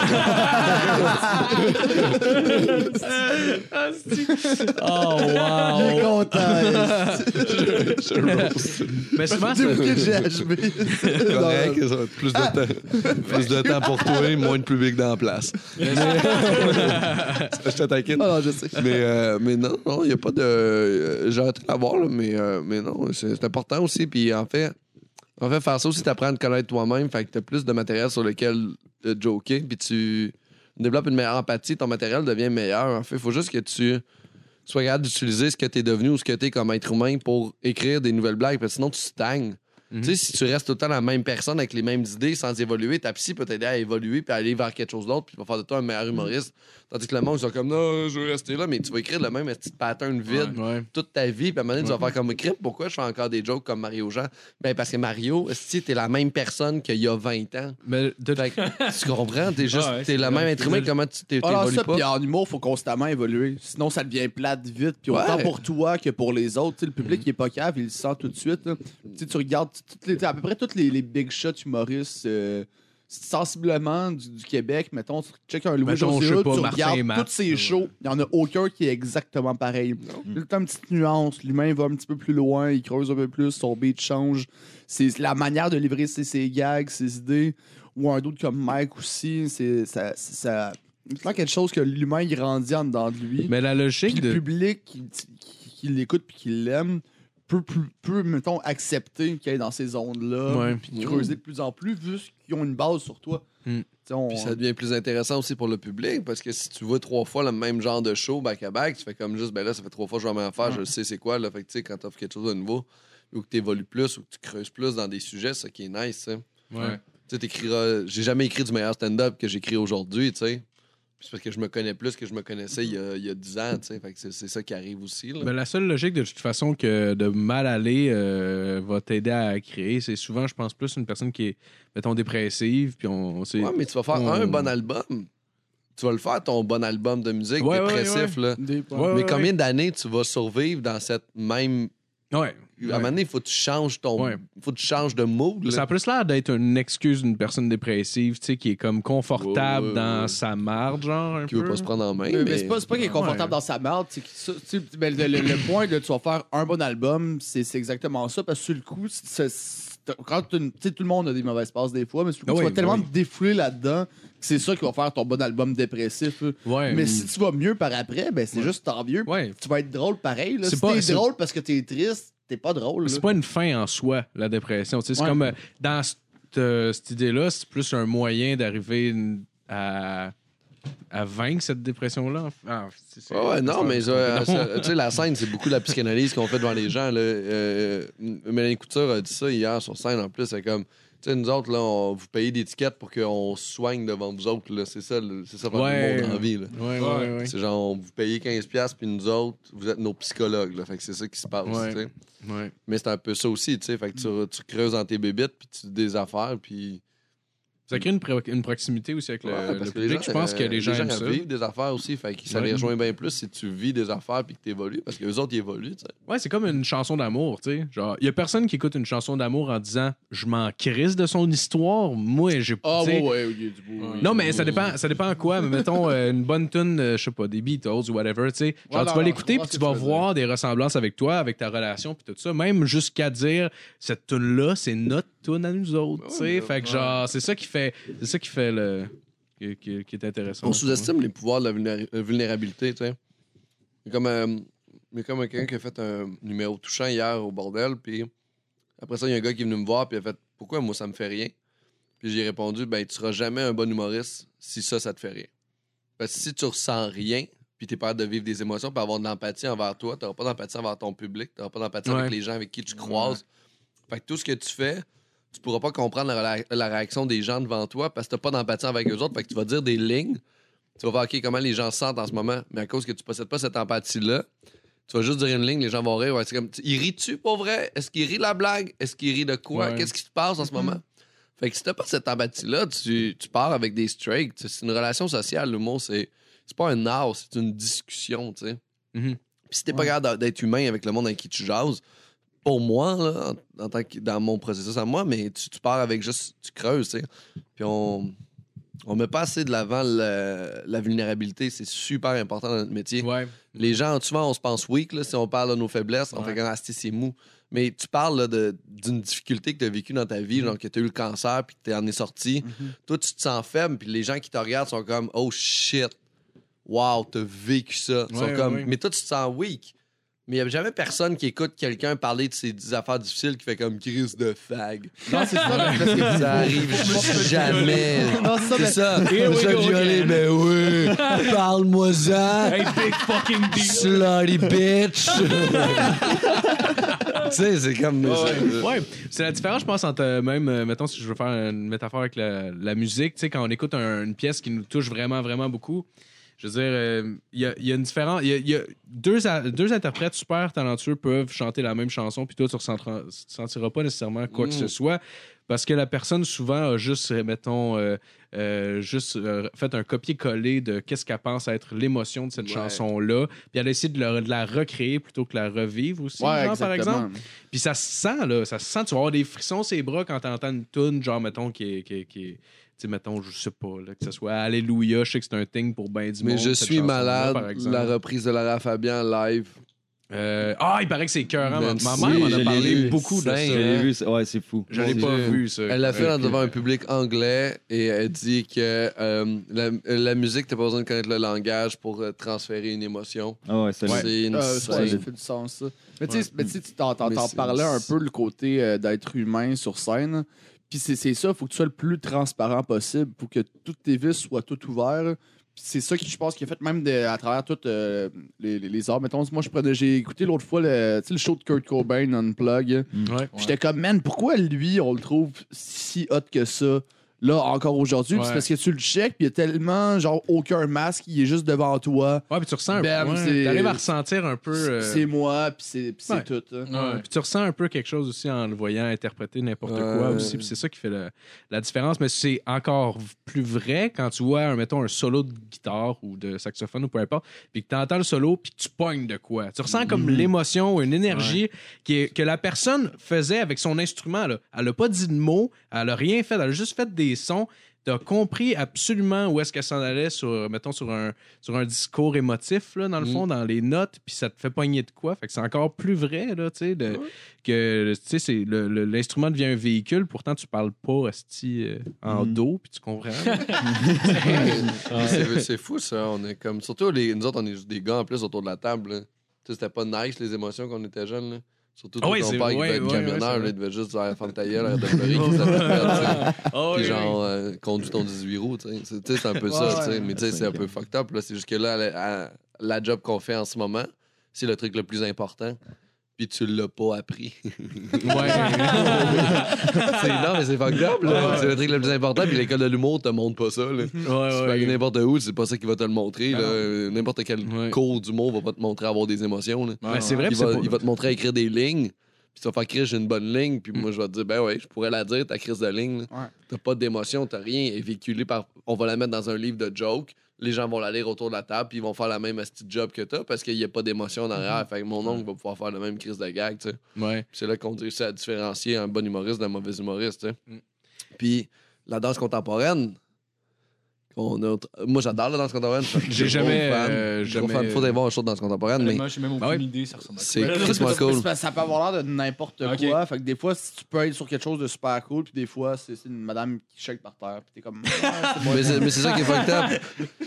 D: Oh,
F: Il est
D: wow!
F: content.
D: Mais souvent,
F: Dis-moi
D: ça-
F: que j'ai achevé.
E: Correct, ça va être plus de
F: Ah!
E: temps. plus de temps pour toi, moins de public dans la place. je te taquine.
F: Ah Non, non, je sais.
E: Mais, euh, mais non, non, il n'y a pas de. euh, J'ai hâte de l'avoir, là, mais, euh, mais non, c'est c'est important aussi. Puis en fait, en fait, faire ça aussi, t'apprends à te connaître toi-même. Fait que t'as plus de matériel sur lequel te joker. Puis tu développes une meilleure empathie. Ton matériel devient meilleur. En fait, il faut juste que tu sois capable d'utiliser ce que t'es devenu ou ce que t'es comme être humain pour écrire des nouvelles blagues. Parce que sinon, tu stagnes.
D: Mhm.
E: Tu sais, si tu restes tout le temps la même personne avec les mêmes idées sans évoluer, ta psy peut t'aider à évoluer puis à aller vers quelque chose d'autre puis va faire de toi un
D: Mhm.
E: meilleur humoriste. Tandis que le monde, ils sont comme, non, je veux rester là, mais tu vas écrire le même petit pattern vide
D: Ouais.
E: toute ta vie, puis à un moment donné, tu vas faire comme crime. Pourquoi je fais encore des jokes comme Mario Jean? Ben, parce que Mario, si t'es la même personne qu'il y a 20 ans.
D: Mais de
E: Fait que, tu comprends? T'es juste,
C: Ah ouais,
E: t'es
C: c'est
E: le
C: vrai.
E: même être humain, comment tu t'é-
F: Alors
E: t'évolues
F: Ah ça, puis
E: pas?
F: en humour, faut constamment évoluer. Sinon, ça devient plate vite. Puis autant
E: Ouais.
F: pour toi que pour les autres. Tu sais, le
D: Mhm.
F: public, il est pas cave, il le sent tout de suite. là. Tu sais, tu regardes toutes les- à peu près tous les, les big shots humoristes euh, sensiblement du, du Québec. Mettons, tu checkes un Louis-José
D: Mettons, je sais
F: Hood,
D: pas,
F: tu
D: Martin
F: regardes
D: Matt,
F: tous ses
D: ouais.
F: shows. Il y en a aucun qui est exactement pareil. Il y a tout le temps une petite nuance. L'humain va un petit peu plus loin, il creuse un peu plus, son beat change. C'est la manière de livrer ses, ses gags, ses idées. Ou un d'autre comme Mike aussi. C'est ça. ça c'est vraiment quelque chose que l'humain il grandit en dedans de lui.
D: Mais la
F: Puis
D: logique
F: le
D: de.
F: public qui, qui- qui l'écoute puis qui l'aime peut, peut- peut, mettons, accepter qu'il est dans ces ondes-là.
D: Ouais.
F: Puis creuser de plus en plus vu qu'ils ont une base sur toi.
D: Mm.
F: Tu sais, on-
E: Puis ça devient plus intéressant aussi pour le public parce que si tu vois trois fois le même genre de show back-à-back, tu fais comme juste, ben là, ça fait trois fois que je vais m'en faire, je sais c'est quoi, là. Fait que tu sais, quand t'offres quelque chose de nouveau, ou que t'évolues plus, ou que tu creuses plus dans des sujets, c'est ça qui est nice, ça.
D: Ouais.
E: Tu sais, t'écriras. J'ai jamais écrit du meilleur stand-up que j'écris aujourd'hui, tu sais. Puis C'est parce que je me connais plus que je me connaissais il y a, il y a 10 ans, tu sais. Fait que c'est c'est ça qui arrive aussi. Là.
D: Ben, la seule logique, de toute façon, que de mal aller euh, va t'aider à créer, c'est souvent, je pense, plus une personne qui est, mettons, dépressive, puis on, on sait-
E: Ouais, mais tu vas faire
D: on-
E: un bon album. Tu vas le faire, ton bon album de musique
D: Ouais, ouais,
E: dépressif, là.
F: Des
D: Ouais, ouais,
E: mais
D: ouais.
E: combien d'années tu vas survivre dans cette même.
D: Ouais.
E: À un moment donné, il faut que tu changes ton.
D: Ouais.
E: faut que tu changes de mood. là.
D: Ça a plus l'air d'être une excuse d'une personne dépressive, tu sais, qui est comme confortable
E: Ouais, ouais,
D: dans
E: ouais.
D: sa marge, genre, un
E: Qui
D: peu.
E: veut pas se prendre en main.
F: Mais,
E: Mais,
F: mais c'est pas, c'est pas qu'il est confortable
D: Ouais.
F: dans sa merde. c'est qu'il- ça, tu sais, mais le, le- le point de tu vas faire un bon album, c'est c'est exactement ça. Parce que sur le coup, c'est- c'est- t'as- quand t'as une- tu sais, tout le monde a des mauvaises passes des fois, mais sur le coup,
D: Ah
F: tu
D: oui,
F: vas tellement
D: oui.
F: te défouler là-dedans que c'est ça qui va faire ton bon album dépressif. là.
D: Ouais.
F: mais si tu vas mieux par après, ben c'est juste tant mieux.
D: Ouais.
F: Tu vas être drôle pareil. Là.
D: C'est
F: Si
D: pas-
F: t'es
D: c'est-
F: drôle parce que t'es triste, t'es pas drôle. là.
D: C'est pas une fin en soi, la dépression. Tu sais,
F: Ouais.
D: C'est comme euh, dans cette, euh, cette idée-là, c'est plus un moyen d'arriver une- à, à vaincre cette dépression-là. Ah, c'est- c'est-
E: Ouais, ouais, non, mais
D: c'est-
E: euh, ça- tu sais, la scène, c'est beaucoup de la psychanalyse qu'on fait devant les gens. Là. Euh, M- Mélanie Couture a dit ça hier sur scène. En plus, c'est comme, tu sais, nous autres, là, on, vous payez des tickets pour qu'on se soigne devant vous autres. là. C'est ça, le- c'est ça, vraiment
D: Ouais.
E: le monde en vie. là.
D: Ouais, ouais, ouais.
E: C'est genre, vous payez 15$, puis nous autres, vous êtes nos psychologues. Là. Fait que c'est ça qui se passe.
D: Ouais. Mm.
E: tu sais.
D: Ouais.
E: Mais c'est un peu ça aussi, tu sais. Fait que tu, tu creuses dans tes bébites, puis tu dis des affaires, puis.
D: Ça crée une, pro- une proximité aussi avec le,
E: Ouais,
D: le
E: parce que les
D: public. Je
E: gens,
D: pense que
E: euh,
D: les gens aiment
E: ils
D: ça.
E: vivent des affaires aussi. Fait que ça les
D: Ouais.
E: rejoint bien plus si tu vis des affaires puis que tu évolues. Parce que les autres, ils évoluent. tu sais.
D: Ouais, c'est comme une chanson d'amour, tu sais. Genre, il y a personne qui écoute une chanson d'amour en disant je m'en crisse de son histoire. Moi, j'ai
F: Ah,
D: tu sais,
F: ouais, ouais, il y a du beau.
D: Non, mais ça dépend, ça dépend en quoi. Mais mettons euh, une bonne tune, euh, je sais pas, des Beatles ou whatever, tu sais. Genre,
F: Voilà,
D: tu vas l'écouter
F: je vois
D: puis tu
F: ce que
D: vas
F: tu veux
D: voir des ressemblances avec toi, avec ta relation puis tout ça. Même jusqu'à dire cette tune là, c'est notre tune à nous autres, tu sais. Fait que genre, c'est ça qui fait, c'est ça qui fait le, qui, qui- qui est intéressant. hein.
E: On sous-estime les pouvoirs de la vulnéra- euh, vulnérabilité, tu sais. Il y a comme, euh, il y a comme quelqu'un qui a fait un numéro touchant hier au bordel, puis après ça, il y a un gars qui est venu me voir, puis il a fait « Pourquoi moi, ça me fait rien? » Puis j'ai répondu « Ben, tu seras jamais un bon humoriste si ça, ça te fait rien. Parce que si tu ressens rien, puis t'es pas capable de vivre des émotions, puis avoir de l'empathie envers toi, t'auras pas d'empathie envers ton public, t'auras pas d'empathie
D: Ouais.
E: avec les gens avec qui tu croises. Fait que tout ce que tu fais, tu pourras pas comprendre la, réla- la réaction des gens devant toi parce que t'as pas d'empathie avec eux autres. Fait que tu vas dire des lignes, tu vas voir OK, comment les gens se sentent en ce moment, mais à cause que tu possèdes pas cette empathie-là, tu vas juste dire une ligne, les gens vont rire. Ouais, c'est comme, tu- ils rient-tu pour vrai? Est-ce qu'ils rient de la blague? Est-ce qu'ils rient de quoi?
D: Ouais.
E: Qu'est-ce qui se passe en ce moment? Fait que si t'as pas cette empathie-là, tu, tu pars avec des strikes. tu sais, C'est une relation sociale, l'humour. C'est, c'est pas un art, c'est une discussion, tu sais.
D: Mhm.
E: Puis si t'es pas capable d'être humain avec le monde avec qui tu jases, pour moi, là, en, en tant que, dans mon processus à moi, mais tu, tu pars avec juste, tu creuses, tu sais. Puis on, on met pas assez de l'avant le- la vulnérabilité. C'est super important dans notre métier.
D: Ouais.
E: Les gens, souvent, on se pense weak là, si on parle de nos faiblesses. On
D: Ouais.
E: fait comme, ah, c'est c'est mou. Mais tu parles là, de- d'une difficulté que tu as vécue dans ta
D: Mm-hmm.
E: vie, genre que tu as eu le cancer puis que tu en es sorti. Toi, tu te sens faible, puis les gens qui te regardent sont comme, oh shit, wow, t'as vécu ça. Ils sont
D: Ouais,
E: comme,
D: ouais.
E: Mais toi, tu te sens weak. Mais il n'y a jamais personne qui écoute quelqu'un parler de ses affaires difficiles qui fait comme crise de fag.
F: Non, c'est ça. parce que-
E: Ça arrive jamais.
F: Non, c'est ça,
E: C'est
F: mais-
E: ça.
D: Here we
E: C'est ça
D: go
E: que j'ai
D: again.
E: ben oui. Parle-moi-en.
C: Hey, big fucking deal!
E: Slutty bitch! tu sais, c'est comme. Euh,
D: Ouais, c'est la différence, je pense, entre euh, même, euh, mettons, si je veux faire une métaphore avec la, la musique, tu sais, quand on écoute un- une pièce qui nous touche vraiment, vraiment beaucoup, je veux dire, euh, il y, a, il y a une différence. Il y a, il y a deux, a- deux interprètes super talentueux peuvent chanter la même chanson, puis toi, tu ne ressentiras pas nécessairement quoi que
E: Mm.
D: ce soit, parce que la personne, souvent, a juste, euh, mettons, euh, euh, juste euh, fait un copier-coller de qu'est-ce qu'elle pense être l'émotion de cette
E: Ouais.
D: chanson-là, puis elle a essayé de, le- de la recréer plutôt que la revivre aussi, genre, par exemple. Puis ça se sent, là. Ça se sent. Tu vas avoir des frissons sur les bras quand t'entends une toune, genre, mettons, qui est. Qui est- qui est- tu sais, mettons, je sais pas, là, que ce soit Alléluia, je sais que c'est un thing pour ben du
E: Mais
D: monde,
E: je
D: cette
E: suis
D: chanson-là,
E: malade.
D: par exemple.
E: La reprise de Lara Fabian live.
D: Euh, ah, il paraît que c'est cœur, Ma,
E: Merci,
D: ma mère m'en
A: je
D: a
A: l'ai
D: parlé
A: lu.
D: beaucoup de ça.
E: Saint,
A: Je l'ai vu, c'est- ouais, c'est fou.
D: Je l'ai
A: C'est-
D: pas vu, ça.
E: Elle l'a fait
D: Ouais.
E: devant un public anglais et elle dit que euh, la, la musique, t'as pas besoin de connaître le langage pour euh, transférer une émotion.
A: Ah ouais, c'est
E: C'est une.
F: Euh,
E: scène.
F: ouais, ça fait du sens, ça. Mais tu sais, mais tu sais, tu t'en t'en-
E: Mais
F: t'en
E: c'est-
F: parlais un
E: c'est-
F: peu le côté euh, d'être humain sur scène. Puis c'est c'est ça, il faut que tu sois le plus transparent possible pour que toutes tes vis soient toutes ouvertes. Puis c'est ça qui, je pense, qui a fait même de- à travers toutes euh, les, les, les arts. Mettons, moi, je prenais- j'ai écouté l'autre fois le, tu sais, le show de Kurt Cobain, Unplug.
D: Ouais.
F: J'étais comme, man, pourquoi lui, on le trouve si hot que ça? là encore aujourd'hui. Puis
D: Ouais.
F: c'est parce que tu le check, puis il y a tellement, genre, aucun masque, il est juste devant toi.
D: Ouais, Ah, puis tu ressens un
E: Ben,
F: Bam,
D: ouais,
F: c'est-
D: T'arrives à ressentir un peu. euh,
F: C'est moi, puis c'est puis c'est
D: ouais.
F: tout. hein.
D: Ouais, Puis tu ressens un peu quelque chose aussi en le voyant interpréter n'importe quoi
E: Ouais.
D: aussi. Puis c'est ça qui fait le- la différence. Mais c'est encore v- plus vrai quand tu vois, un, mettons, un solo de guitare ou de saxophone ou peu importe, puis que tu entends le solo, puis que tu pognes de quoi. Tu ressens comme l'émotion ou une énergie qui est- que la personne faisait avec son instrument. Là. Elle n'a pas dit de mots, elle n'a rien fait, elle a juste fait des sons. Tu as compris absolument où est-ce qu'elle s'en allait sur, mettons, sur un, sur un discours émotif, là, dans
E: Mm.
D: le fond, dans les notes, puis ça te fait pogner de quoi. Fait que c'est encore plus vrai, là, tu sais, de- que, tu sais, c'est le- le- l'instrument devient un véhicule, pourtant tu parles pas, esti, euh, en
A: Mm.
D: dos, puis tu comprends.
E: C'est c'est fou, ça. On est comme... Surtout, les... nous autres, on est juste des gars en plus autour de la table. là. Tu sais, c'était pas nice, les émotions, quand on était jeunes. là. Surtout
D: Ah
E: ton
D: ouais, c'est-
E: père qui
D: ouais,
E: devait être
D: ouais, ouais, c'est
E: camionneur, là,
D: vrai.
E: il devait juste faire femme ta gueule, arrête de pleurer, qu'il s'était fait perdre, tu sais.
D: Ah
E: Puis
D: oui,
E: genre, euh, conduis ton 18 roues, tu sais. C'est- tu sais, c'est un peu ça,
F: Ouais,
E: tu sais.
F: ouais.
E: Mais tu sais, c'est un peu fucked up, là. C'est juste que là, la, à- la job qu'on fait en ce moment, c'est le truc le plus important. Puis tu l'as pas appris.
D: oui. Ouais.
E: c'est non, mais c'est fucked up, là. C'est le truc le plus important. Puis l'école de l'humour te montre pas ça, là.
D: Ouais,
E: Tu
D: ouais,
E: peux aller
D: ouais.
E: n'importe où, c'est pas ça qui va te le montrer, là. Euh, N'importe quel
D: Ouais.
E: cours d'humour va pas te montrer à avoir des émotions, là.
D: Mais Ben, c'est vrai,
E: il,
D: puis c'est
E: va,
D: pas-
E: il va te montrer à écrire des lignes. Puis tu vas faire Chris, j'ai une bonne ligne. Puis moi, je vais te dire, ben ouais, je pourrais la dire, ta crise de ligne. là.
F: Ouais.
E: T'as pas d'émotion, t'as rien. Elle est véhiculée par. On va la mettre dans un livre de jokes. Les gens vont la lire autour de la table. Puis ils vont faire la même petite job que toi parce qu'il n'y a pas d'émotion derrière. Fait que mon oncle va pouvoir faire la même crise de gag, tu sais.
D: Mm-hmm. Ouais.
E: Puis c'est là qu'on réussit à différencier un bon humoriste d'un mauvais humoriste. tu sais.
D: Mm.
E: Puis la danse contemporaine, qu'on a autre- moi j'adore la danse contemporaine. Je suis
D: J'ai
E: gros
D: jamais,
E: fan.
D: euh,
E: Je suis gros
D: jamais-
E: fan. Faut aller voir un show de danse contemporaine, mais
C: Honnêtement, j'ai même
D: Ah ouais.
C: aucune idée, ça ressemble à
E: c'est
C: quoi.
F: Mais là,
E: crissement
F: c'est parce-
E: cool.
F: c'est parce que Ça peut avoir l'air de n'importe
C: Ok.
F: quoi. Fait que des fois, si tu peux être sur quelque chose de super cool, puis des fois, c'est c'est une madame qui shake par terre, puis t'es comme.
E: Mais c'est, mais c'est ça qui est fucked up.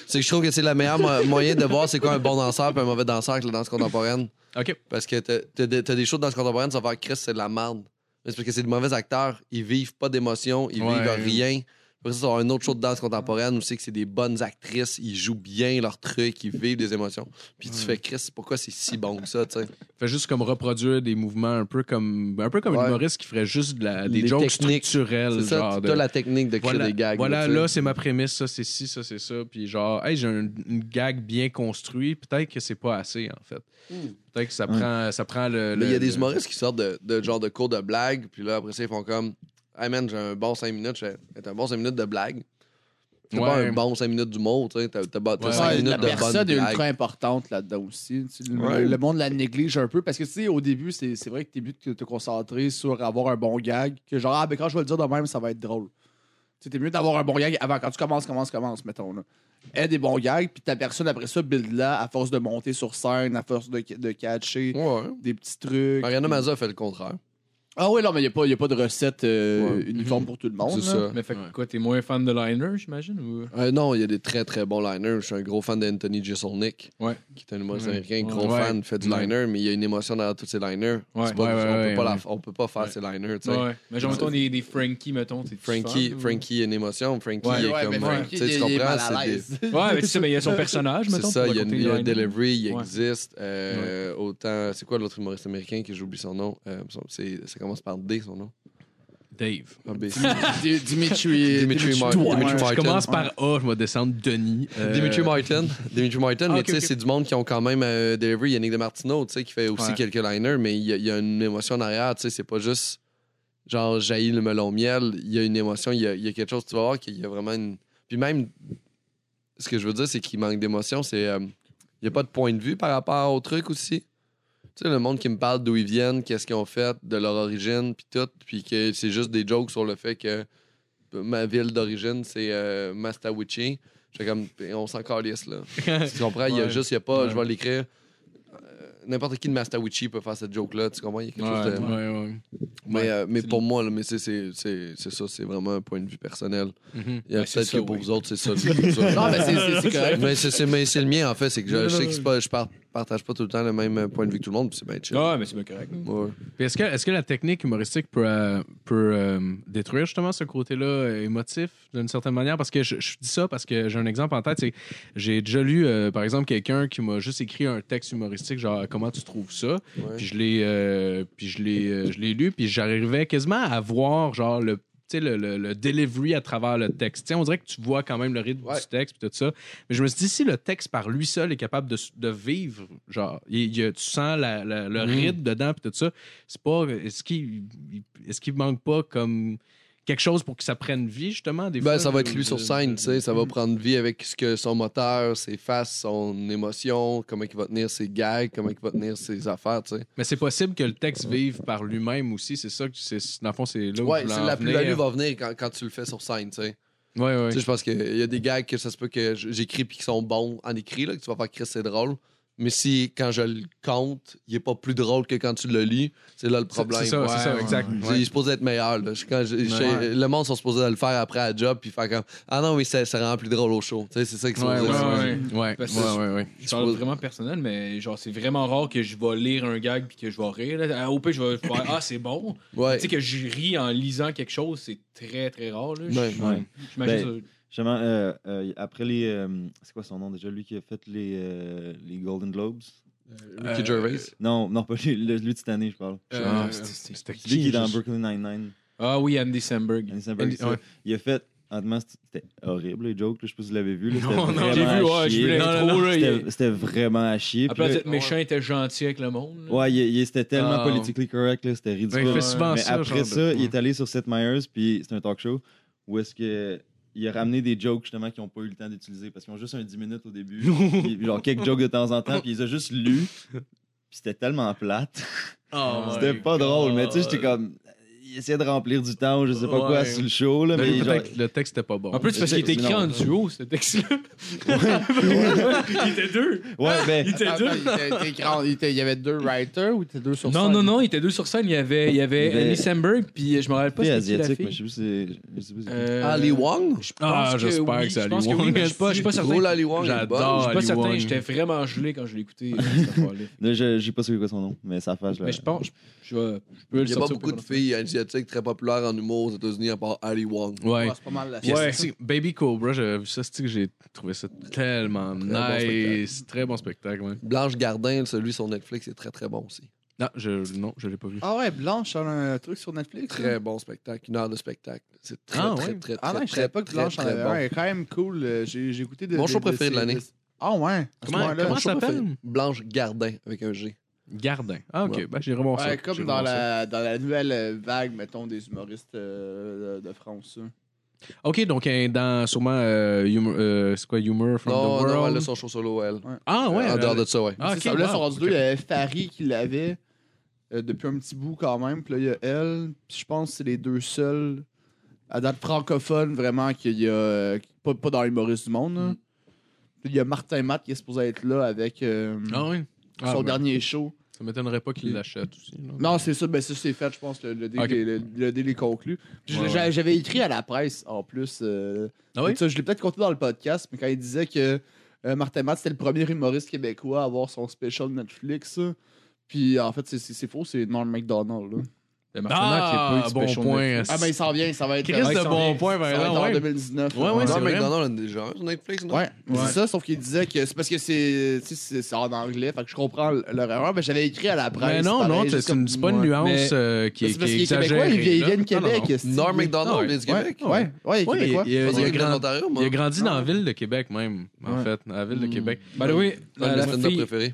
E: C'est que je trouve que c'est le meilleur mo- moyen de voir c'est quoi un bon danseur et un mauvais danseur avec la danse contemporaine.
D: OK.
E: Parce que t'as, t'as des- t'as des shows de danse contemporaine, ça va faire Chris, c'est de la merde. Mais c'est parce que c'est de mauvais acteurs. Ils vivent pas d'émotion, ils
D: Ouais.
E: vivent rien. Après ça, tu vas avoir un autre show de danse contemporaine où c'est que c'est des bonnes actrices, ils jouent bien leur truc, ils vivent des émotions. Puis tu fais Chris, pourquoi c'est si bon que ça, tu sais?
D: Fait juste comme reproduire des mouvements un peu comme un peu comme
E: Ouais.
D: un humoriste qui ferait juste de la- des
E: Les
D: jokes
E: techniques.
D: structurels
E: C'est ça,
D: genre
E: t'as
D: de-
E: la technique de créer
D: voilà,
E: des gags.
D: voilà,
E: tu sais.
D: là, c'est ma prémisse, ça c'est ci, ça c'est ça, puis genre hey, j'ai un- une gag bien construite, peut-être que c'est pas assez en fait. Peut-être que ça prend ça prend le
E: Hmm. Mais il y a
D: Euh, le-
E: des
D: le-
E: humoristes qui sortent de, de genre de cours de blague, puis là, après ça, ils font comme Hey man, j'ai un bon 5 minutes, j'ai j'ai un bon 5 minutes de blague. T'as pas
D: Ouais.
E: un bon 5 minutes d'humour, tu sais, t'as 5
D: Ouais,
E: minutes
F: la
E: de bonne
F: personne est ultra
E: blague.
F: importante là-dedans aussi. Tu sais, le-
E: Ouais.
F: Le monde la néglige un peu parce que, tu sais, au début, c'est c'est vrai que t'es mieux de te concentrer sur avoir un bon gag. Que genre, ah, ben quand je vais le dire de même, ça va être drôle. Tu sais, t'es mieux d'avoir un bon gag avant. Quand tu commences, commence, commence, mettons. Là. Aie des bons gags, puis ta personne, après ça, build-la à force de monter sur scène, à force de, de catcher
E: Ouais.
F: des petits trucs.
E: Mariana Mazza fait le contraire.
F: Ah oui, non, mais il n'y a, pas de recette euh,
E: Ouais.
F: uniforme pour tout le monde.
E: C'est
F: là.
E: ça.
C: Mais fait que quoi, t'es moins fan de liner, j'imagine? ou-
E: Euh, non, il y a des très très bons liners. Je suis un gros fan d'Anthony Jeselnik,
C: Ouais.
E: qui est un humoriste
C: Ouais.
E: américain, gros
D: Ouais.
E: fan, fait du
D: Ouais.
E: liner, mais il y a une émotion dans tous ces liners.
C: Ouais.
E: C'est pas-
D: Ouais, ouais,
E: on,
D: ouais,
E: peut pas
D: ouais.
E: la, on peut pas faire ces liners, tu sais.
C: Ouais. Mais genre, mettons des, des Frankie, mettons. t'es-tu
E: Frankie,
C: fan, ou-
E: Frankie a une émotion, Frankie
C: Ouais,
E: est comme. tu sais, tu comprends, c'est des-
C: Ouais, mais tu sais, mais il y a son personnage, mettons.
E: C'est ça,
C: pour
E: il y a,
C: raconter
E: il y a
C: les liners.
E: Delivery, il
C: Ouais.
E: existe. euh, Autant. C'est quoi l'autre humoriste américain que j'oublie son nom Euh, son- c'est- Ça commence par D, son nom.
D: Dave.
E: Ah, B.
F: Di- Dimitri.
E: Dimitri Mar-
F: Dwight.
E: Dimitri
D: Je
E: Martin.
D: commence par A, je vais descendre Denis. euh,
E: Dimitri Martin. Dimitri Martin,
D: Ah,
E: mais
D: ok,
E: tu sais,
D: ok.
E: c'est du monde qui ont quand même euh, Delivery. Il y a Nick DeMartino, tu sais, qui fait aussi
C: Ouais.
E: quelques liners, mais il y, a- il y a une émotion en arrière, tu sais, c'est pas juste genre jaillit le melon miel. Il y a une émotion, il y a, il y a quelque chose, tu vas voir, qu'il y a vraiment une. Puis même, ce que je veux dire, c'est qu'il manque d'émotion, c'est. euh, il n'y a pas de point de vue par rapport au truc aussi. Tu sais, le monde qui me parle d'où ils viennent, qu'est-ce qu'ils ont fait, de leur origine, puis tout, puis que c'est juste des jokes sur le fait que ma ville d'origine, c'est euh, Mastawichi. Je fais comme, ben, on s'en calisse, là. tu comprends? Il y a
D: Ouais.
E: juste, il n'y a pas,
D: Ouais.
E: je vais l'écrire. Euh, N'importe qui de Mastawichi peut faire cette joke-là, tu comprends? Il y a quelque chose de...
D: Ouais, ouais,
E: Mais,
D: ouais.
E: euh, mais
D: C'est
E: pour moi, là, mais c'est c'est- c'est- c'est ça, c'est vraiment un point de vue personnel.
D: Mhm.
E: Il y a
C: Ben, c'est
E: Peut-être que
C: ça,
E: pour
C: oui.
E: vous autres, c'est ça. le- ça.
F: Non, mais c'est- c'est c'est correct.
E: Mais c'est- c'est mais c'est le mien, en fait. C'est que je, je sais que c'est pas- je par- partage pas tout le temps le même euh, point de vue que tout le monde, puis c'est bien chill.
C: Ouais, mais c'est bien correct.
E: Ouais.
D: Puis Est-ce que, est-ce que la technique humoristique peut, euh, peut, euh, détruire justement ce côté-là euh, émotif d'une certaine manière? Parce que je, je dis ça parce que j'ai un exemple en tête. c'est- J'ai déjà lu, euh, par exemple, quelqu'un qui m'a juste écrit un texte humoristique, genre comment tu trouves ça?
E: Ouais.
D: Puis je l'ai, euh, puis je l'ai, euh, je l'ai lu, puis j'arrivais quasiment à voir genre le sais, le, le- le delivery à travers le texte. Tu sais, on dirait que tu vois quand même le rythme
E: Ouais.
D: du texte et tout ça. Mais je me suis dit, si le texte par lui seul est capable de, s- de vivre, genre, il- il y a- tu sens la- la-
E: Mm.
D: le rythme dedans et tout ça, c'est pas. Est-ce qu'il est qu'il manque pas comme quelque chose pour que ça prenne vie, justement? Des
E: Ben,
D: fois,
E: ça va
D: je-
E: être lui sur
D: je-
E: scène, tu sais. Ça va prendre vie avec ce que son moteur, ses faces, son émotion, comment il va tenir ses gags, comment il va tenir ses affaires, tu sais.
D: Mais c'est possible que le texte vive par lui-même aussi. C'est ça que c'est. Dans le fond, c'est là où
E: Ouais,
D: je voulais
E: c'est
D: en
E: la
D: venir.
E: plus-value va venir quand, quand tu le fais sur scène, tu sais.
D: Ouais, ouais.
E: Tu sais, je pense qu'il y a des gags que ça se peut que j- j'écris puis qui sont bons en écrit, là, que tu vas faire Chris, c'est drôle. Mais si, quand je le compte, il est pas plus drôle que quand tu le lis, c'est là le problème.
D: C'est ça, c'est
E: Ouais.
D: ça, exact.
E: C'est- Il est supposé être meilleur. là. Je- quand je- je-
D: Ouais.
E: Le monde sont supposés le faire après à job puis faire comme Ah non, oui, ça, ça rend plus drôle au show. Tu sais, c'est ça qu'ils sont
D: Ouais, ouais,
E: supposés-
D: ouais. Ouais,
C: Parce
D: ouais,
C: que-
D: ouais, ouais.
C: Je parle vraiment personnel, mais genre, c'est vraiment rare que je vais lire un gag puis que je vais rire. là. À OP, je vais faire Ah, c'est bon.
E: Ouais.
C: Tu sais, que je ris en lisant quelque chose, c'est très, très rare. Là.
E: Ouais.
C: Je-
A: Ouais.
C: J'imagine
A: Ben,
C: ça-
A: Justement, euh, euh, après les. euh, c'est quoi son nom déjà Lui qui a fait les, euh, les Golden Globes
E: Ricky Gervais.
A: Non, non, pas lui, le- lui de cette année, je parle.
C: Euh,
D: Ah, c'était- c'était
A: Lui qui est dans
D: juste-
A: Brooklyn Nine-Nine.
C: Ah oui, Andy Samberg.
A: Andy Samberg,
D: Andy-
A: c'est ça.
D: ouais.
A: Il a fait. Honnêtement, c'était- c'était horrible les jokes. là. Je sais pas si vous l'avez vu. là. C'était
D: Non, non,
A: vraiment
C: j'ai vu,
A: à
C: ouais, j'ai
A: chier,
C: vu
A: là.
D: Non,
C: l'intro.
D: non,
C: là, il- Ah,
A: C'était c'était vraiment à chier. puis
C: Après,
A: là-
C: être méchant, il était gentil avec le monde. là.
A: Ouais, il, il- c'était tellement
D: Ah.
A: politiquement correct, là, c'était
D: Ouais,
A: ridicule.
D: il fait
C: Ouais.
D: souvent
A: Mais
D: ça.
A: après
D: genre
A: ça,
D: de-
A: il est allé sur Seth Meyers, puis c'est un talk show où est-ce que il a ramené des jokes justement qu'ils n'ont pas eu le temps d'utiliser parce qu'ils ont juste un 10 minutes au début, puis genre quelques jokes de temps en temps, puis ils ont juste lu, puis c'était tellement plate.
D: Oh my
A: Ah, c'était pas
D: God.
A: drôle, mais tu sais, j'étais comme. Il essayait de remplir du temps, ou je sais pas quoi,
D: Ouais.
A: sur le show, là,
D: Mais
A: mais genre.
D: peut-être que le texte était pas bon.
C: En plus, c'est parce qu'il était écrit en
A: Non.
C: duo, ce texte-là. il était deux.
A: Ouais, ben.
C: Il était
F: Attends,
C: deux.
F: il était- il était grand- il était- il y avait deux writers ou il était deux sur
C: Non,
F: scène?
C: non, non, il était deux sur scène. Il y avait, il y avait
A: Il y avait-
C: Andy Samberg, puis je me rappelle pas
A: c'est
C: c'était qui la
A: asiatique,
C: fille.
A: mais je sais plus si c'est. Je sais plus si-
C: Euh,
E: Ali Wong.
C: Je pense
D: Ah,
C: que
D: j'espère
C: oui,
D: que c'est
C: je
D: Ali
C: pense
D: Wong.
C: oui, mais je suis pas, je suis pas certain.
E: Gros, Ali Wong, il est
D: J'adore.
C: Je suis pas
D: Ali
C: certain,
D: Wong.
C: j'étais vraiment gelé quand je l'ai écouté. cette affaire-là.
A: Là, je je sais pas c'est quoi son nom, mais ça fait.
C: mais Ben, je pense, je, je vais- je peux le
E: Il y a pas
C: sortir
E: beaucoup
C: pour
E: de filles asiatiques très populaires en humour aux États-Unis à part Ali Wong.
D: Ouais.
F: Ouais, Ah, c'est pas mal la
D: Puis,
C: Ouais.
D: esti, Baby Cobra, j'avais vu ça, c'est que j'ai trouvé ça tellement
E: bon
D: nice. très bon spectacle, ouais.
E: Blanche Gardin, celui sur Netflix, est très très bon aussi.
D: Non, je, non, je l'ai pas vu.
F: Ah ouais, Blanche elle a un truc sur Netflix. là.
E: Très bon spectacle, une heure de spectacle. C'est très,
D: Ah,
E: très,
D: ouais.
E: très, très,
F: Ah non,
E: très,
F: je savais pas que
E: très,
F: Blanche en
E: très
F: avait
E: bon.
F: un. Elle est quand même cool. euh, J'ai j'ai écouté de.
E: Mon show préféré de
F: ses-
E: l'année.
F: ses- Ah ouais. à ce
D: Comment-
F: moment-là.
D: comment
E: Mon show
D: ça s'appelle?
E: préféré, Blanche Gardin avec un G.
D: Gardin. Ah, ok,
E: Ouais.
D: ben, j'ai remonté
F: Ouais,
D: ça.
F: comme
D: J'ai
F: dans
D: remonté ça.
F: la, dans la nouvelle euh, vague, mettons, des humoristes euh, de, de France. hein.
D: Ok, donc euh, dans sûrement euh, Humor- euh, c'est quoi Humor from
E: non,
D: the
E: non,
D: World.
E: elle a son show solo, elle.
D: ah ouais.
E: en
D: elle-
E: dehors de ça, ouais.
D: Ah, ok,
F: C'est ça, là,
D: wow,
F: ils sont rendus
D: ok.
F: deux. Il y avait Farid qui l'avait euh, depuis un petit bout quand même. Puis là, il y a elle. Puis je pense que c'est les deux seuls à date francophone vraiment qu'il y a. euh, pas, pas dans l'humoriste du monde. là.
D: Mm.
F: Puis il y a Martin Matt qui est supposé être là avec euh,
D: Ah ouais. Ah,
F: son
D: ben,
F: dernier show.
D: Ça m'étonnerait pas qu'il l'achète aussi. là.
F: Non, c'est ça, ben ça c'est fait, je pense, le, le deal
D: Ok.
F: est- le, le deal est conclu. Puis je-
D: Ouais,
F: j'a- J'avais écrit à la presse en plus. euh,
D: Ah oui?
F: ça, je l'ai peut-être compté dans le podcast, mais quand il disait que euh, Martin Matt c'était le premier humoriste québécois à avoir son special Netflix. ça. Puis en fait, c'est- c'est c'est faux, c'est Norm MacDonald. là.
C: Le Martin Matt, il a pas eu
D: Ah,
C: de
D: bon
C: special
D: point.
C: Netflix.
F: Ah ben il s'en vient, ça va être,
D: Chris
F: ça va
D: de
F: être
D: bon point, par
F: en
D: exemple. ouais.
F: 2019.
D: Ouais, ouais,
F: là.
D: c'est
E: Non,
D: vrai.
E: McDonald a déjà un sur Netflix, non?
F: Ouais,
C: Ouais.
F: c'est ça, sauf qu'il disait que c'est parce que c'est tu sais, c'est- c'est en anglais, fait que je comprends leur erreur, mais j'avais écrit à la presse.
D: Mais Ben, non,
F: pareil,
D: non,
F: juste
D: c'est
F: comme-
D: une- c'est pas une
F: Ouais.
D: nuance
C: Mais-
D: euh, qui
F: Mais
D: est
F: C'est parce
D: qui est
F: qu'il est québécois,
D: exagérée.
F: il vient- il vient
D: là.
F: de
D: Non,
F: Québec.
D: non, non.
F: est-ce que-
E: Norm McDonald, il est du
F: Ouais,
E: Québec.
F: ouais, ouais, il est
D: Ah Ouais,
F: québécois.
D: il- il- il
E: Parce qu'il
D: a
E: est de
D: grand-
E: l'Ontario, moi.
D: il a grandi dans la ville de Québec même, en
F: Ouais. Hmm.
D: fait, dans la ville de Québec.
C: By the way, euh,
E: Pas
C: la,
E: le
C: la
E: stand-up
C: fille,
E: préféré.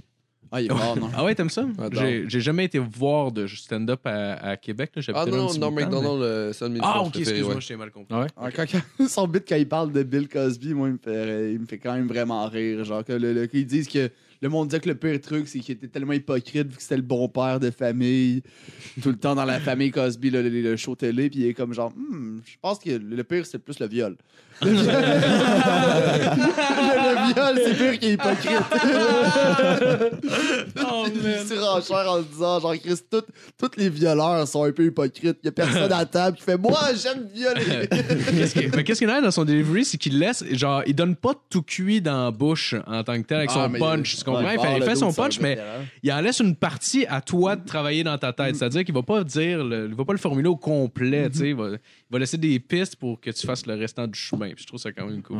F: Ah, il est mort, non.
D: Ah ouais, t'aimes ça?
E: J'adore.
D: J'ai j'ai jamais été voir de stand-up à, à Québec. Là.
E: Ah
D: j'habitais là un
E: non,
D: petit
E: Norm
D: bout de temps,
E: McDonald, euh, c'est un de mes
D: mais- Ah
E: shows
D: ok,
E: préférés,
D: excuse-moi,
E: ouais.
D: je t'ai mal compris.
F: Ah, quand- quand- son bit, quand il parle de Bill Cosby, moi, il me fait, euh, il me fait quand même vraiment rire. Genre, que le, le- qu'ils disent que le monde disait que le pire truc, c'est qu'il était tellement hypocrite vu que c'était le bon père de famille. Tout le temps dans la famille Cosby, le, le- le show télé, puis il est comme genre, Hmm, je pense que le pire, c'est plus le viol. Le viol, Le viol, c'est pire qu'il est hypocrite.
D: Oh,
F: Puis
D: man.
F: il tire en chair en se disant, genre, Chris, tout- tous les violeurs sont un peu hypocrites. Il y a personne à table qui fait, moi, j'aime violer.
D: Qu'est-ce qui- mais qu'est-ce qu'il a dans son delivery, c'est qu'il laisse, genre, il donne pas tout cuit dans la bouche en tant que tel avec
F: Ah,
D: son
F: mais-
D: punch, tu comprends?
F: Ouais,
D: Il fait- il
F: le
D: fait son
F: dude, c'est un
D: punch, mais
F: vétéran.
D: il en laisse une partie à toi de travailler dans ta tête. C'est-à-dire qu'il va pas dire, le- il va pas le formuler au complet, tu sais. Il va, il va laisser des pistes pour que tu fasses le restant du chemin. Puis je trouve ça quand même cool.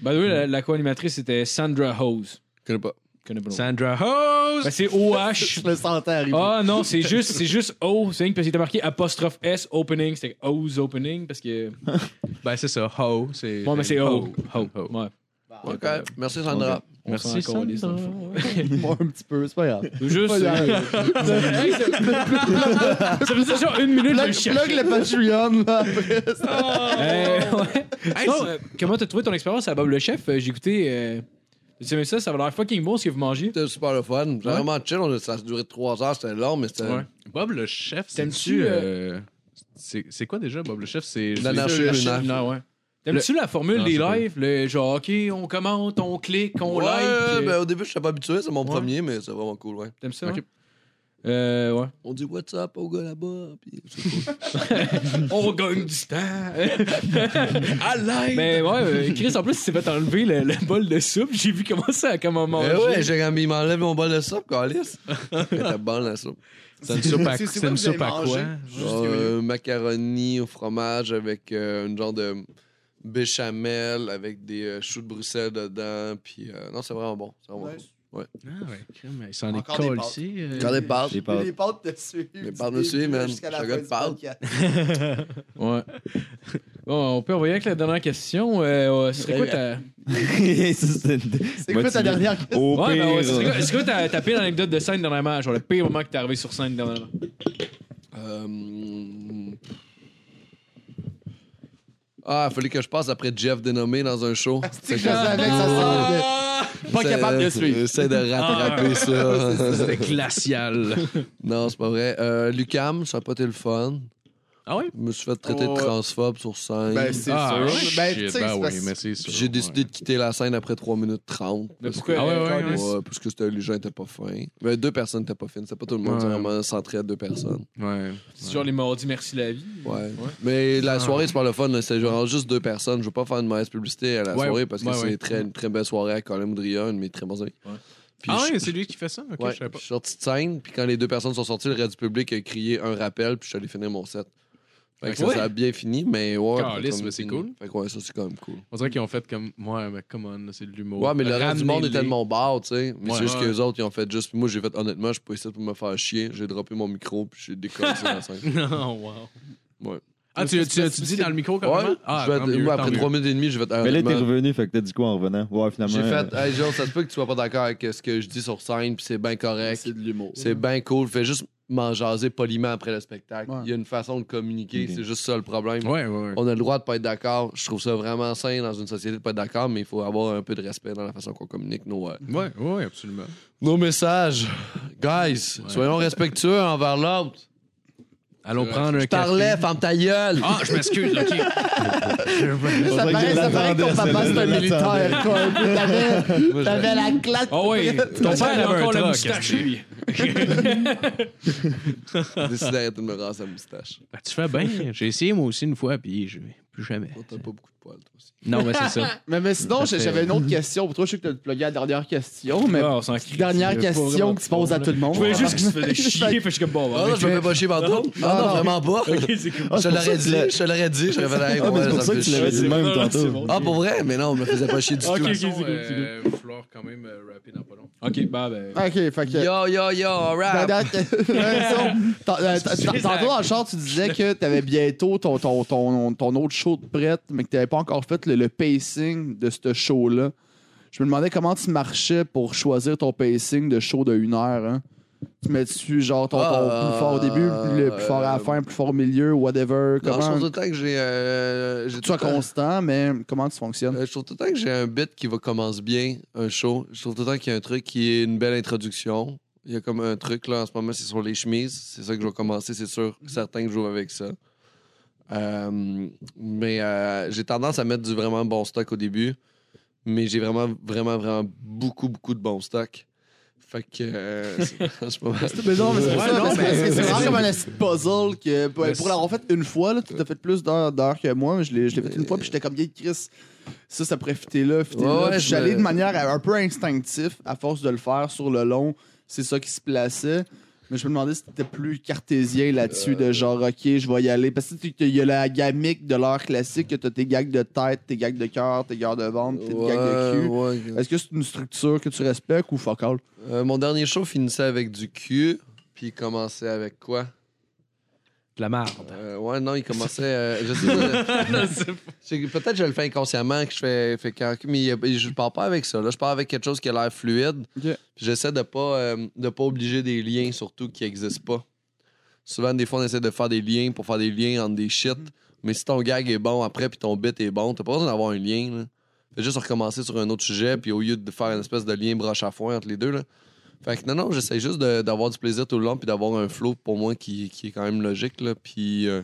C: by the way, la, la co-animatrice c'était Sandra Hose.
E: Je connais pas.
C: connais pas. le nom.
D: Sandra Hose!
C: Ben, c'est OH.
F: Je me sentais arriver.
C: Ah non, c'est juste, c'est juste O. C'est rien que parce qu'il était marqué apostrophe S opening. C'était O's opening parce que.
D: Ben, c'est ça. Ho, c'est.
C: Bon, mais c'est O. Ho.
D: Ho.
C: Ouais.
E: OK. Merci, Sandra.
C: On
D: Merci,
C: s'en calisse, dans le fond.
F: Moi, un petit peu, c'est pas grave.
C: Juste.
F: Pas
C: euh, Hey, ça- ça faisait genre une minute, je le
F: Plug,
C: cherchais.
F: plug le Patreon, là, après.
C: Euh, ouais. Sinon, euh, comment t'as trouvé ton expérience à Bob le Chef? Euh, J'ai écouté. Euh... Tu sais, ça, ça va l'air fucking bon ce que vous mangez.
E: C'était super le fun. C'était vraiment chill. On a- Ça a duré trois heures. C'était long, mais c'était.
D: Ouais. Bob le chef,
C: T'aimes-tu,
D: c'est-tu. euh, C'est c'est quoi déjà, Bob le chef? C'est.
E: L'anarchie lunaire.
C: Non, ouais. T'aimes-tu la formule
D: Non,
C: des
D: c'est pas-
C: lives? Le genre, OK, on commente, on clique, on
E: Ouais,
C: like. euh,
E: ben, au début, je n'étais pas habitué. C'est mon
C: Ouais.
E: premier, mais c'est vraiment cool. Ouais.
C: T'aimes ça?
D: Ok.
C: ouais? Euh, ouais.
E: On dit What's up au gars là-bas. Puis...
C: on gagne du temps. à l'aide. Mais ouais, euh, Chris, en plus, il s'est fait enlever le, le bol de soupe. J'ai vu comment ça, comment manger.
E: Eh ouais, j'ai comme, il m'enlève mon bol de soupe, Calice. T'as bonne la soupe.
D: Ça me soupe à,
F: C'est- c'est
D: ça me
F: quoi que
D: soupe
F: vous
D: à
F: avez
D: quoi?
F: mangé? Juste
E: Genre,
F: curieux.
E: euh, macaroni au fromage avec euh, une genre de béchamel avec des euh, choux de Bruxelles dedans. Puis euh, non, c'est vraiment bon. C'est vraiment
F: Nice.
E: cool. Ouais.
D: Ah ouais, crème, il s'en est
F: Encore des
D: collé
F: pâtes.
D: ici. euh.
E: Quand des pâtes.
A: J'ai pas.
F: Les pâtes te suivent.
E: Les
F: du
E: pâtes me suivent,
F: début
E: man.
F: Jusqu'à la
E: Je
F: fin
E: regarde
F: du
E: pâtes.
F: podcast.
C: Ouais. Bon, on peut envoyer avec la dernière question. Euh, ouais, ce serait quoi ta.
F: C'est
A: C'est
F: quoi ta dernière question?
A: Au
C: Ouais,
A: pire.
C: ben ouais, ce serait quoi, ce serait quoi ta, ta pire anecdote de scène dernièrement? Genre le pire moment que t'es arrivé sur scène dernièrement?
E: Euh, Ah, il fallait que je passe après Jeff dénommé dans un show.
F: C'est que je savais que ça sortait.
D: Ah,
F: Pas
E: C'est-
F: capable de suivre. Ah,
E: Essaie de rattraper ça.
D: C'était glacial.
E: non, c'est pas vrai. Euh, Lucam, ça n'a pas été le fun.
D: Ah ouais?
E: Je me suis fait traiter
F: Oh,
E: de
F: ouais.
E: transphobe sur scène.
F: Ben, c'est
D: Ah,
F: sûr.
D: shit,
F: Ben, tu sais,
D: ben
F: c'est
D: oui,
F: parce-
D: mais c'est sûr.
E: Puis J'ai décidé de quitter la scène après 3 minutes 30.
C: Mais
E: parce
C: pourquoi? euh,
E: que-
D: Ah ouais, ouais,
E: Ouais,
D: ouais.
E: parce que c'était- les gens étaient pas fins. Ben, deux personnes n'étaient pas fines. C'était pas tout le monde.
D: Ouais.
E: C'est vraiment centré à deux personnes.
D: Ouais.
C: C'est genre les mardis, merci la vie.
E: Ouais. Mais
D: Ah.
E: la soirée, c'est pas le fun. là. C'est genre juste deux personnes. Je veux pas faire de mauvaise publicité à la
D: Ouais,
E: soirée parce que
D: ouais,
E: c'est
D: ouais.
E: très, une très belle soirée à Colin Moudria, un de mes très bons amis.
C: Ouais.
E: Puis
D: Ah
E: je-
D: ouais, c'est lui qui fait ça? Ok,
E: ouais,
D: je savais pas.
E: je suis sorti de scène, puis quand les deux personnes sont sorties, le reste du public a crié un rappel, puis je suis allé finir mon set. Fait que ça,
C: Ouais.
E: ça a bien fini, mais ouais.
D: Calisse,
E: comme-
D: mais c'est cool.
E: Fait que ouais, ça, c'est quand même cool.
D: On dirait qu'ils ont fait comme. Ouais, mais come on, là, c'est de l'humour.
E: Ouais, mais le reste du monde
D: Ramenez-les.
E: était de mon bar, tu sais. Mais
D: Ouais.
E: c'est juste
D: Ouais.
E: que les autres, ils ont fait juste. Puis moi, j'ai fait honnêtement, je suis pas ici pour me faire chier. J'ai droppé mon micro, puis j'ai décollé sur la scène.
C: Oh,
D: Non, wow.
E: Ouais.
D: Ah, tu, tu, tu dis dans le micro quand
E: Ouais,
D: même? Ah,
E: je vais-
D: tant mieux,
E: ouais,
D: tant
E: après
D: mieux.
E: 3 minutes et demie, j'ai fait.
A: Mais là, t'es
E: honnêtement,
A: revenu, fait que t'as dit quoi en revenant? Ouais, finalement.
E: J'ai
A: euh,
E: fait, hey Joe, ça se peut que tu sois pas d'accord avec euh, ce que je dis sur scène, puis c'est bien correct.
F: C'est de l'humour.
E: C'est bien cool. Fais juste m'en jaser poliment après le spectacle.
F: Ouais.
E: Il y a une façon de communiquer,
A: Ok.
E: c'est juste ça le problème.
D: Ouais, ouais, ouais.
E: On a le droit de pas être d'accord. Je trouve ça vraiment sain dans une société de pas être d'accord, mais il faut avoir un peu de respect dans la façon qu'on communique nos, euh,
D: Ouais, ouais, absolument.
E: nos messages. Guys, soyons respectueux envers l'autre.
D: Allons prendre un
E: Je parlais,
D: café.
E: ferme ta gueule.
D: Ah, je m'excuse, ok.
F: Ça
A: Faudrait que
F: paraît,
A: je
F: ça paraît que ton
A: l'attendais,
F: papa, c'est un
A: celle-là, je
F: militaire, quoi. Ah, T'avais- T'avais la claque.
C: Ah ouais, ton père avait encore la moustache, lui.
E: J'ai décidé d'arrêter de me raser la moustache.
D: Ah, tu fais bien. J'ai essayé moi aussi une fois, puis je plus jamais.
E: Toi, T'as pas beaucoup de poils, toi aussi.
D: Non, mais c'est ça.
F: Mais, mais sinon,
D: Ça fait-
F: j'avais une autre question. Pour toi, je sais que t'as plugué la dernière question, mais
C: Ah, on s'en crie.
F: dernière
C: C'est pas vraiment
F: question que tu poses à
C: bon,
F: tout le monde.
C: Je voulais juste qu'il se faisait chier, fait que je suis comme bon,
E: Ah,
C: ouais.
E: non, je me fais pas chier partout. Ah, non,
F: non.
E: vraiment pas.
C: Ok, c'est cool.
E: Je te l'aurais dit, je te l'aurais dit, j'aurais fait hey,
A: Ah, mais
E: ouais,
A: c'est pour
E: ça
A: ça
E: me
A: que tu
E: fait
A: l'avais
E: chier.
A: dit de même
C: Ah, c'est
A: tantôt.
C: bon.
E: Ah, pour vrai? Mais non, on me faisait pas chier du
C: Ok,
E: tout.
C: ok, c'est cool, c'est cool.
D: Il va falloir quand même euh, rapper dans pas long.
C: Ok, bah, ben.
F: Ah, Ok, fait que.
E: Yo, yo, yo, rap.
F: Dernière question. Tant- euh, tant-
C: Excusez,
F: Tantôt dans
C: ça-
F: le char, tu disais que t'avais bientôt ton, ton, ton, ton autre show de prête, mais que t'avais pas encore fait le, le pacing de ce show-là. Je me demandais comment tu marchais pour choisir ton pacing de show de une heure. hein. Tu mets-tu genre ton, ton
E: Ah,
F: plus fort au début, le plus, le plus fort à la
E: euh,
F: fin, le plus fort au milieu, whatever.
E: Non, je
F: comment
E: trouve tout le temps que j'ai. euh, j'ai
F: tu sois
E: tout le temps-
F: constant, mais comment tu fonctionnes?
E: Euh, Je trouve tout le temps que j'ai un bit qui va commence bien, un show. Je trouve tout le temps qu'il y a un truc qui est une belle introduction. Il y a comme un truc, là, en ce moment, c'est sur les chemises. C'est ça que je vais commencer, c'est sûr. Certain que je joue avec ça. Euh, mais euh, j'ai tendance à mettre du vraiment bon stock au début. Mais j'ai vraiment, vraiment, vraiment beaucoup, beaucoup de bon stock. Fait que. euh, c'est- en ce moment-
F: Mais non, mais c'est
D: Ouais,
F: ça,
D: non,
F: parce que
D: mais-
F: c'est- c'est vraiment comme un petit puzzle que pour,
D: Mais
F: pour l'avoir fait une fois, là, tu t'as fait plus d'heures d'heures que moi, mais je l'ai je l'ai fait une fois, puis j'étais comme, Hey, Chris, ça, ça pourrait fitter là, fitter
E: Ouais,
F: là.
E: ouais,
F: Puis
E: je
F: j'allais
E: me-
F: de manière un peu instinctive, à force de le faire sur le long, c'est ça qui se plaçait. Mais je me demandais si t'étais plus cartésien là-dessus, de genre, OK, je vais y aller. Parce que tu sais, il y a la gamique de l'heure classique, que t'as tes gags de tête, tes gags de cœur, tes gags de ventre, tes gags de cul.
E: Ouais, ouais.
F: Est-ce que c'est une structure que tu respectes ou fuck all?
E: Euh, mon dernier show finissait avec du cul, puis il commençait avec quoi?
D: De la marde.
E: Euh, ouais, non, il commençait. euh, je sais pas. C'est que Peut-être que je le fais inconsciemment, que je fais, fais quand- mais il y a- je pars pas avec ça. Là, je pars avec quelque chose qui a l'air fluide.
F: Ok.
E: Puis J'essaie de pas euh, de pas obliger des liens, surtout qui n'existent pas. Souvent, des fois, on essaie de faire des liens pour faire des liens entre des shit. Mais si ton gag est bon après, puis ton bit est bon, t'as pas besoin d'avoir un lien. Là. Fais juste recommencer sur un autre sujet, puis au lieu de faire une espèce de lien broche à foin entre les deux. Là. Fait que non, non, j'essaie juste de- d'avoir du plaisir tout le long, puis d'avoir un flow pour moi qui, qui est quand même logique, là, puis, euh,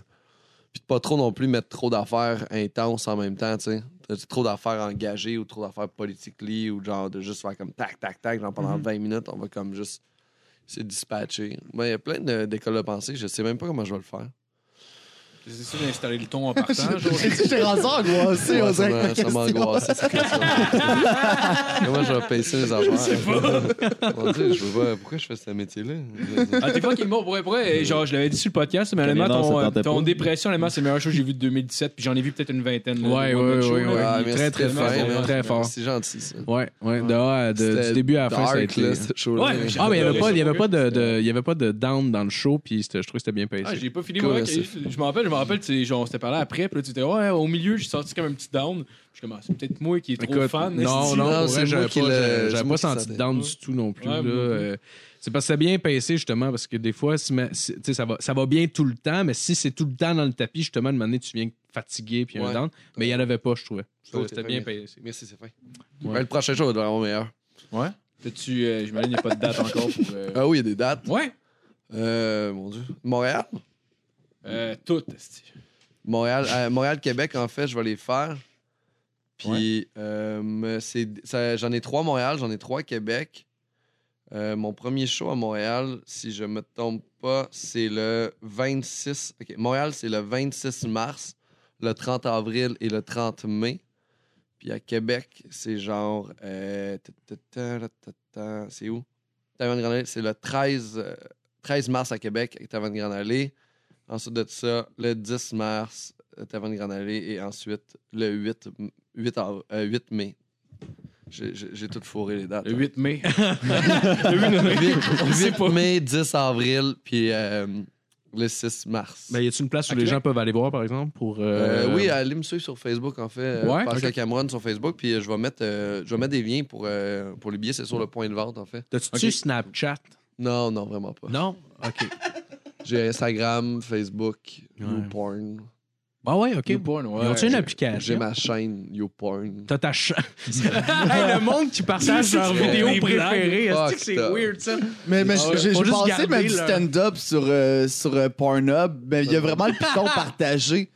E: puis de pas trop non plus mettre trop d'affaires intenses en même temps, tu sais. T'as dit Trop d'affaires engagées ou trop d'affaires politically ou genre de juste faire comme tac, tac, tac, genre
D: Mhm.
E: pendant 20 minutes, on va comme juste se dispatcher. Moi, il y a plein de- d'écoles de pensée, je sais même pas comment je vais le faire.
C: J'ai essayé d'installer le ton en partant. genre.
F: J'étais rendu angoissé, on
E: Ouais, ça
F: dirait
E: m'a-
F: que
E: ça m'a angoissé, cette question. Comment je vais payer mes affaires? Je sais pas. je veux pas. Pourquoi je fais ce métier-là?
C: Ah, t'es fucking bon, pour vrai, pour vrai, euh, Genre, je l'avais dit sur le podcast, mais honnêtement,
A: Canada,
C: ton,
A: ça
C: euh,
A: tentait
C: ton
A: pas.
C: dépression, honnêtement, c'est le meilleur show que j'ai vu de 2017, puis j'en ai vu peut-être une vingtaine. là,
D: Ouais,
C: de one-man
D: ouais,
C: show,
D: ouais,
C: là.
D: ouais.
C: Il est
E: Ah, merci,
C: très, très,
E: fin,
C: fort,
E: merci.
C: très fort.
E: C'est gentil, ça.
D: Ouais, ouais. de- ah, de-
E: C'était
D: du début à la fin, ça a
E: dark,
D: été-
E: là, ce show-là.
C: Ouais, mais j'ai-
D: Ah, mais il n'y avait, pas- il y avait, pas de-
C: C'était-
D: de- il y avait pas de down dans le show, puis c'était- je trouve que c'était bien payé.
C: Ah, j'ai pas fini.
E: Cool,
C: moi,
E: ça.
C: ok. je me rappelle, je me rappelle, tu sais, genre, on s'était parlé après, puis là, tu étais, ouais, au milieu, j'ai sorti comme un petit down. Je commence, c'est peut-être moi qui est trop
D: Écoute,
C: fan.
D: Non,
C: esti.
E: Non,
D: non, pour vrai,
E: c'est moi
D: j'avais
E: qui
D: pas,
E: le-
D: j'avais-
E: c'est
D: j'avais
E: moi
D: pas
E: qui
D: senti de
E: sentais.
D: down du tout non plus.
C: Ouais,
D: là.
C: moi non plus.
D: Euh, c'est parce que c'est bien pincé, justement, parce que des fois, si ma- si- tu sais, ça, va, ça va bien tout le temps, mais si c'est tout le temps dans le tapis, justement, de manière tu viens fatigué puis
E: Ouais.
D: un down. Mais il n'y en avait pas, je trouvais. Je trouvais
E: Oh,
D: que C'était
E: t'es
D: bien
E: fin,
D: pincé.
E: Merci, c'est fin.
D: Ouais.
E: Ben, le prochain show va être vraiment meilleur.
C: T'as-tu, euh, je m'imagine, il n'y a pas de date encore pour. euh,
E: Ah oui, il y a des dates.
C: Ouais,
E: Euh, mon Dieu. Montréal?
C: euh, tout. esti.
E: Montréal, euh, Montréal-Québec, en fait, je vais les faire. Puis, euh, c'est, ça- j'en ai trois à Montréal, j'en ai trois à Québec. Euh, mon premier show à Montréal, si je me trompe pas, c'est le 26. ok, Montréal, c'est le 26 mars, le 30 avril et le 30 mai. Puis à Québec, c'est genre. euh, ta- ta- ta- ta- ta- ta- C'est où? Taverne Grande Allée, c'est le 13, euh, 13 mars à Québec, avec Taverne Grande Allée. Ensuite de ça, le 10 mars, euh, Taverne Grande Allée. Et ensuite, le 8, m- 8, av- euh, 8 mai. J'ai- J'ai j'ai tout fourré les dates.
C: Le 8 mai.
E: 8, mai, 10 avril, puis euh, le 6 mars.
D: Ben, y a-tu une place où
C: À
D: les
C: Québec?
D: gens peuvent aller voir, par exemple, pour.
E: Euh,
D: euh,
E: oui, allez me suivre sur Facebook, en fait. euh,
D: Ouais,
E: Pascal
D: ok.
E: Cameron sur Facebook, puis euh, je vais mettre, euh, je vais mettre des liens pour, euh, pour les billets, c'est sur le point de vente, en fait.
D: T'as-tu
C: Ok.
D: Snapchat?
E: Non, non, vraiment pas.
D: Non? OK.
E: J'ai Instagram, Facebook,
D: Ouais.
E: YouPorn.
D: Ah, ouais, OK.
C: New porn, ouais.
D: Ils ont-tu une
E: J'ai
D: application?
E: ma chaîne YouPorn.
D: T'as ta chaîne. le monde qui partage leurs vidéos préférées,
E: Fuck,
D: est-ce que c'est
E: t'as-
D: weird, ça?
F: Mais, mais
D: Ah
F: j'ai-
D: ouais.
F: j'ai
D: Faut
F: j'ai
D: juste
F: passé
D: garder
F: même du
D: leur-
F: stand-up sur, euh, sur euh, Pornhub, mais il y a vraiment le piton partagé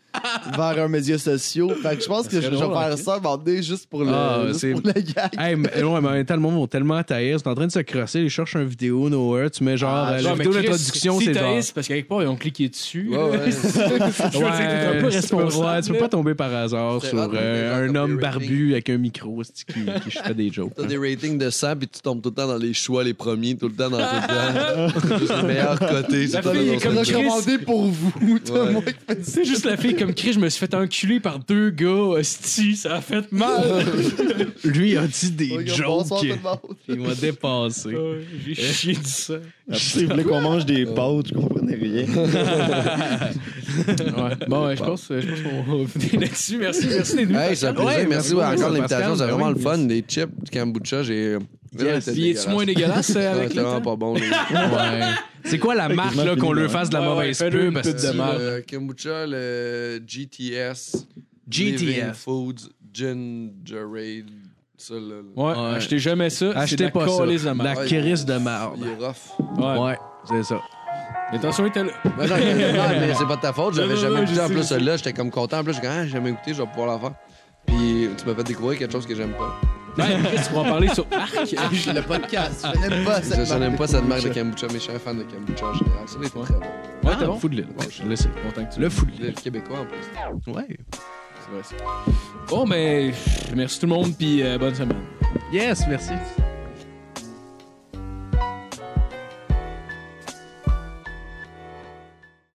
F: vers un média social. Fait que je pense que je je vais
C: drôle,
F: faire
C: ok.
F: ça à un moment donné, juste pour le,
D: Ah,
F: juste
D: c'est-
F: pour le gag.
D: Hey, mais, ouais, mais en même temps, le monde vont tellement taïr. C'est en train de se crosser. Ils cherchent un vidéo nowhere. Tu mets genre
F: Ah,
D: euh,
C: Genre,
D: la
C: mais
D: vidéo
C: Chris,
D: d'introduction,
C: si
D: c'est
C: t'as
D: genre.
C: his, parce qu'à quelque part, ils ont cliqué dessus.
E: Ouais, ouais.
D: Ouais,
C: Je veux dire, t'es un peu responsable,
D: Ouais, tu peux
C: là.
D: pas tomber par hasard
E: C'est
D: sur
E: rare de
D: euh,
E: voir des gens
D: un
E: comme
D: homme
E: des ratings.
D: barbu avec un micro c'est-tu, qui, qui fait des jokes.
E: T'as des ratings de 100, puis tu tombes tout le temps dans les choix, les premiers, tout le temps dans tout le temps. C'est juste le meilleur
C: La
E: côté. c'est tout le
C: fille est
E: temps
C: comme
E: dans
C: Chris.
F: Recommandé pour vous. toi,
E: Ouais.
F: moi qui fais ça.
C: C'est juste la fille comme Chris, je me suis fait enculer par deux gars, hostie, ça a fait mal.
D: Lui a dit
F: Ouais,
D: des jokes.
F: bonsoir tout le monde.
D: Il m'a dépassé.
C: Euh, J'ai chié du sang.
A: Après, il voulait qu'on mange des pâtes, je comprenais rien.
C: Ouais. Bon, ouais, je pense, euh, je pense qu'on va finir là-dessus. Merci, merci d'être venu.
E: Hey, ça
C: Pascal.
E: plaisir. merci
D: beaucoup,
E: encore de
D: Pascal.
E: l'invitation. C'est
D: Ben
E: vraiment
D: oui,
E: le fun. Des chips, du kombucha, j'ai. euh,
C: Yes. Il est-tu moins dégueulasse euh, avec
E: avec
C: le temps?
E: vraiment pas bon. les-
D: Ouais. C'est quoi la marque là, qu'on leur fasse de la
C: Ouais, ouais,
D: mauvaise
C: fais-le une
D: pub?
C: petite
D: hostie?
C: demande.
E: Le Euh, kombucha, le GTS. Living
D: GTF.
E: Foods, Ginger Ale. Ça, là. là.
C: Ouais,
D: Ouais.
C: achetez jamais ça.
D: Achetez pas ça.
C: Les
D: La
E: Ouais,
D: crise de
E: Il
D: marde.
E: est rough. Ben
C: Ouais.
D: Ouais, c'est ça.
C: Attention, il était là.
E: Non, non, mais c'est pas de ta faute, j'avais
C: Non, non,
E: jamais
C: non,
E: goûté.
C: je
E: En
C: sais,
E: plus,
C: je sais.
E: celle-là, j'étais comme content. En plus, j'ai quand j'ai jamais goûté, je vais pouvoir la faire. Puis tu m'as fait découvrir quelque chose que j'aime pas.
C: Ouais, Chris, on va en parler sur Arc.
F: Le podcast, je n'aime pas
E: Je-
F: cette
E: J'en
F: marque
E: aime
F: de
E: pas cette marque de
F: kombucha.
E: kombucha, mais je suis un fan de kombucha en général. Ça, c'est
C: Ouais.
E: très bon.
C: Ouais,
D: Ah,
C: t'es bon.
D: Fou de l'île. Ouais, je le sais.
C: Content que tu
D: Le fou de
E: Le
D: l'île.
E: québécois, en plus.
D: Ouais.
C: Oh, C'est vrai, ça. Bon, ben, merci tout le monde, puis euh, bonne semaine.
D: Yes, merci.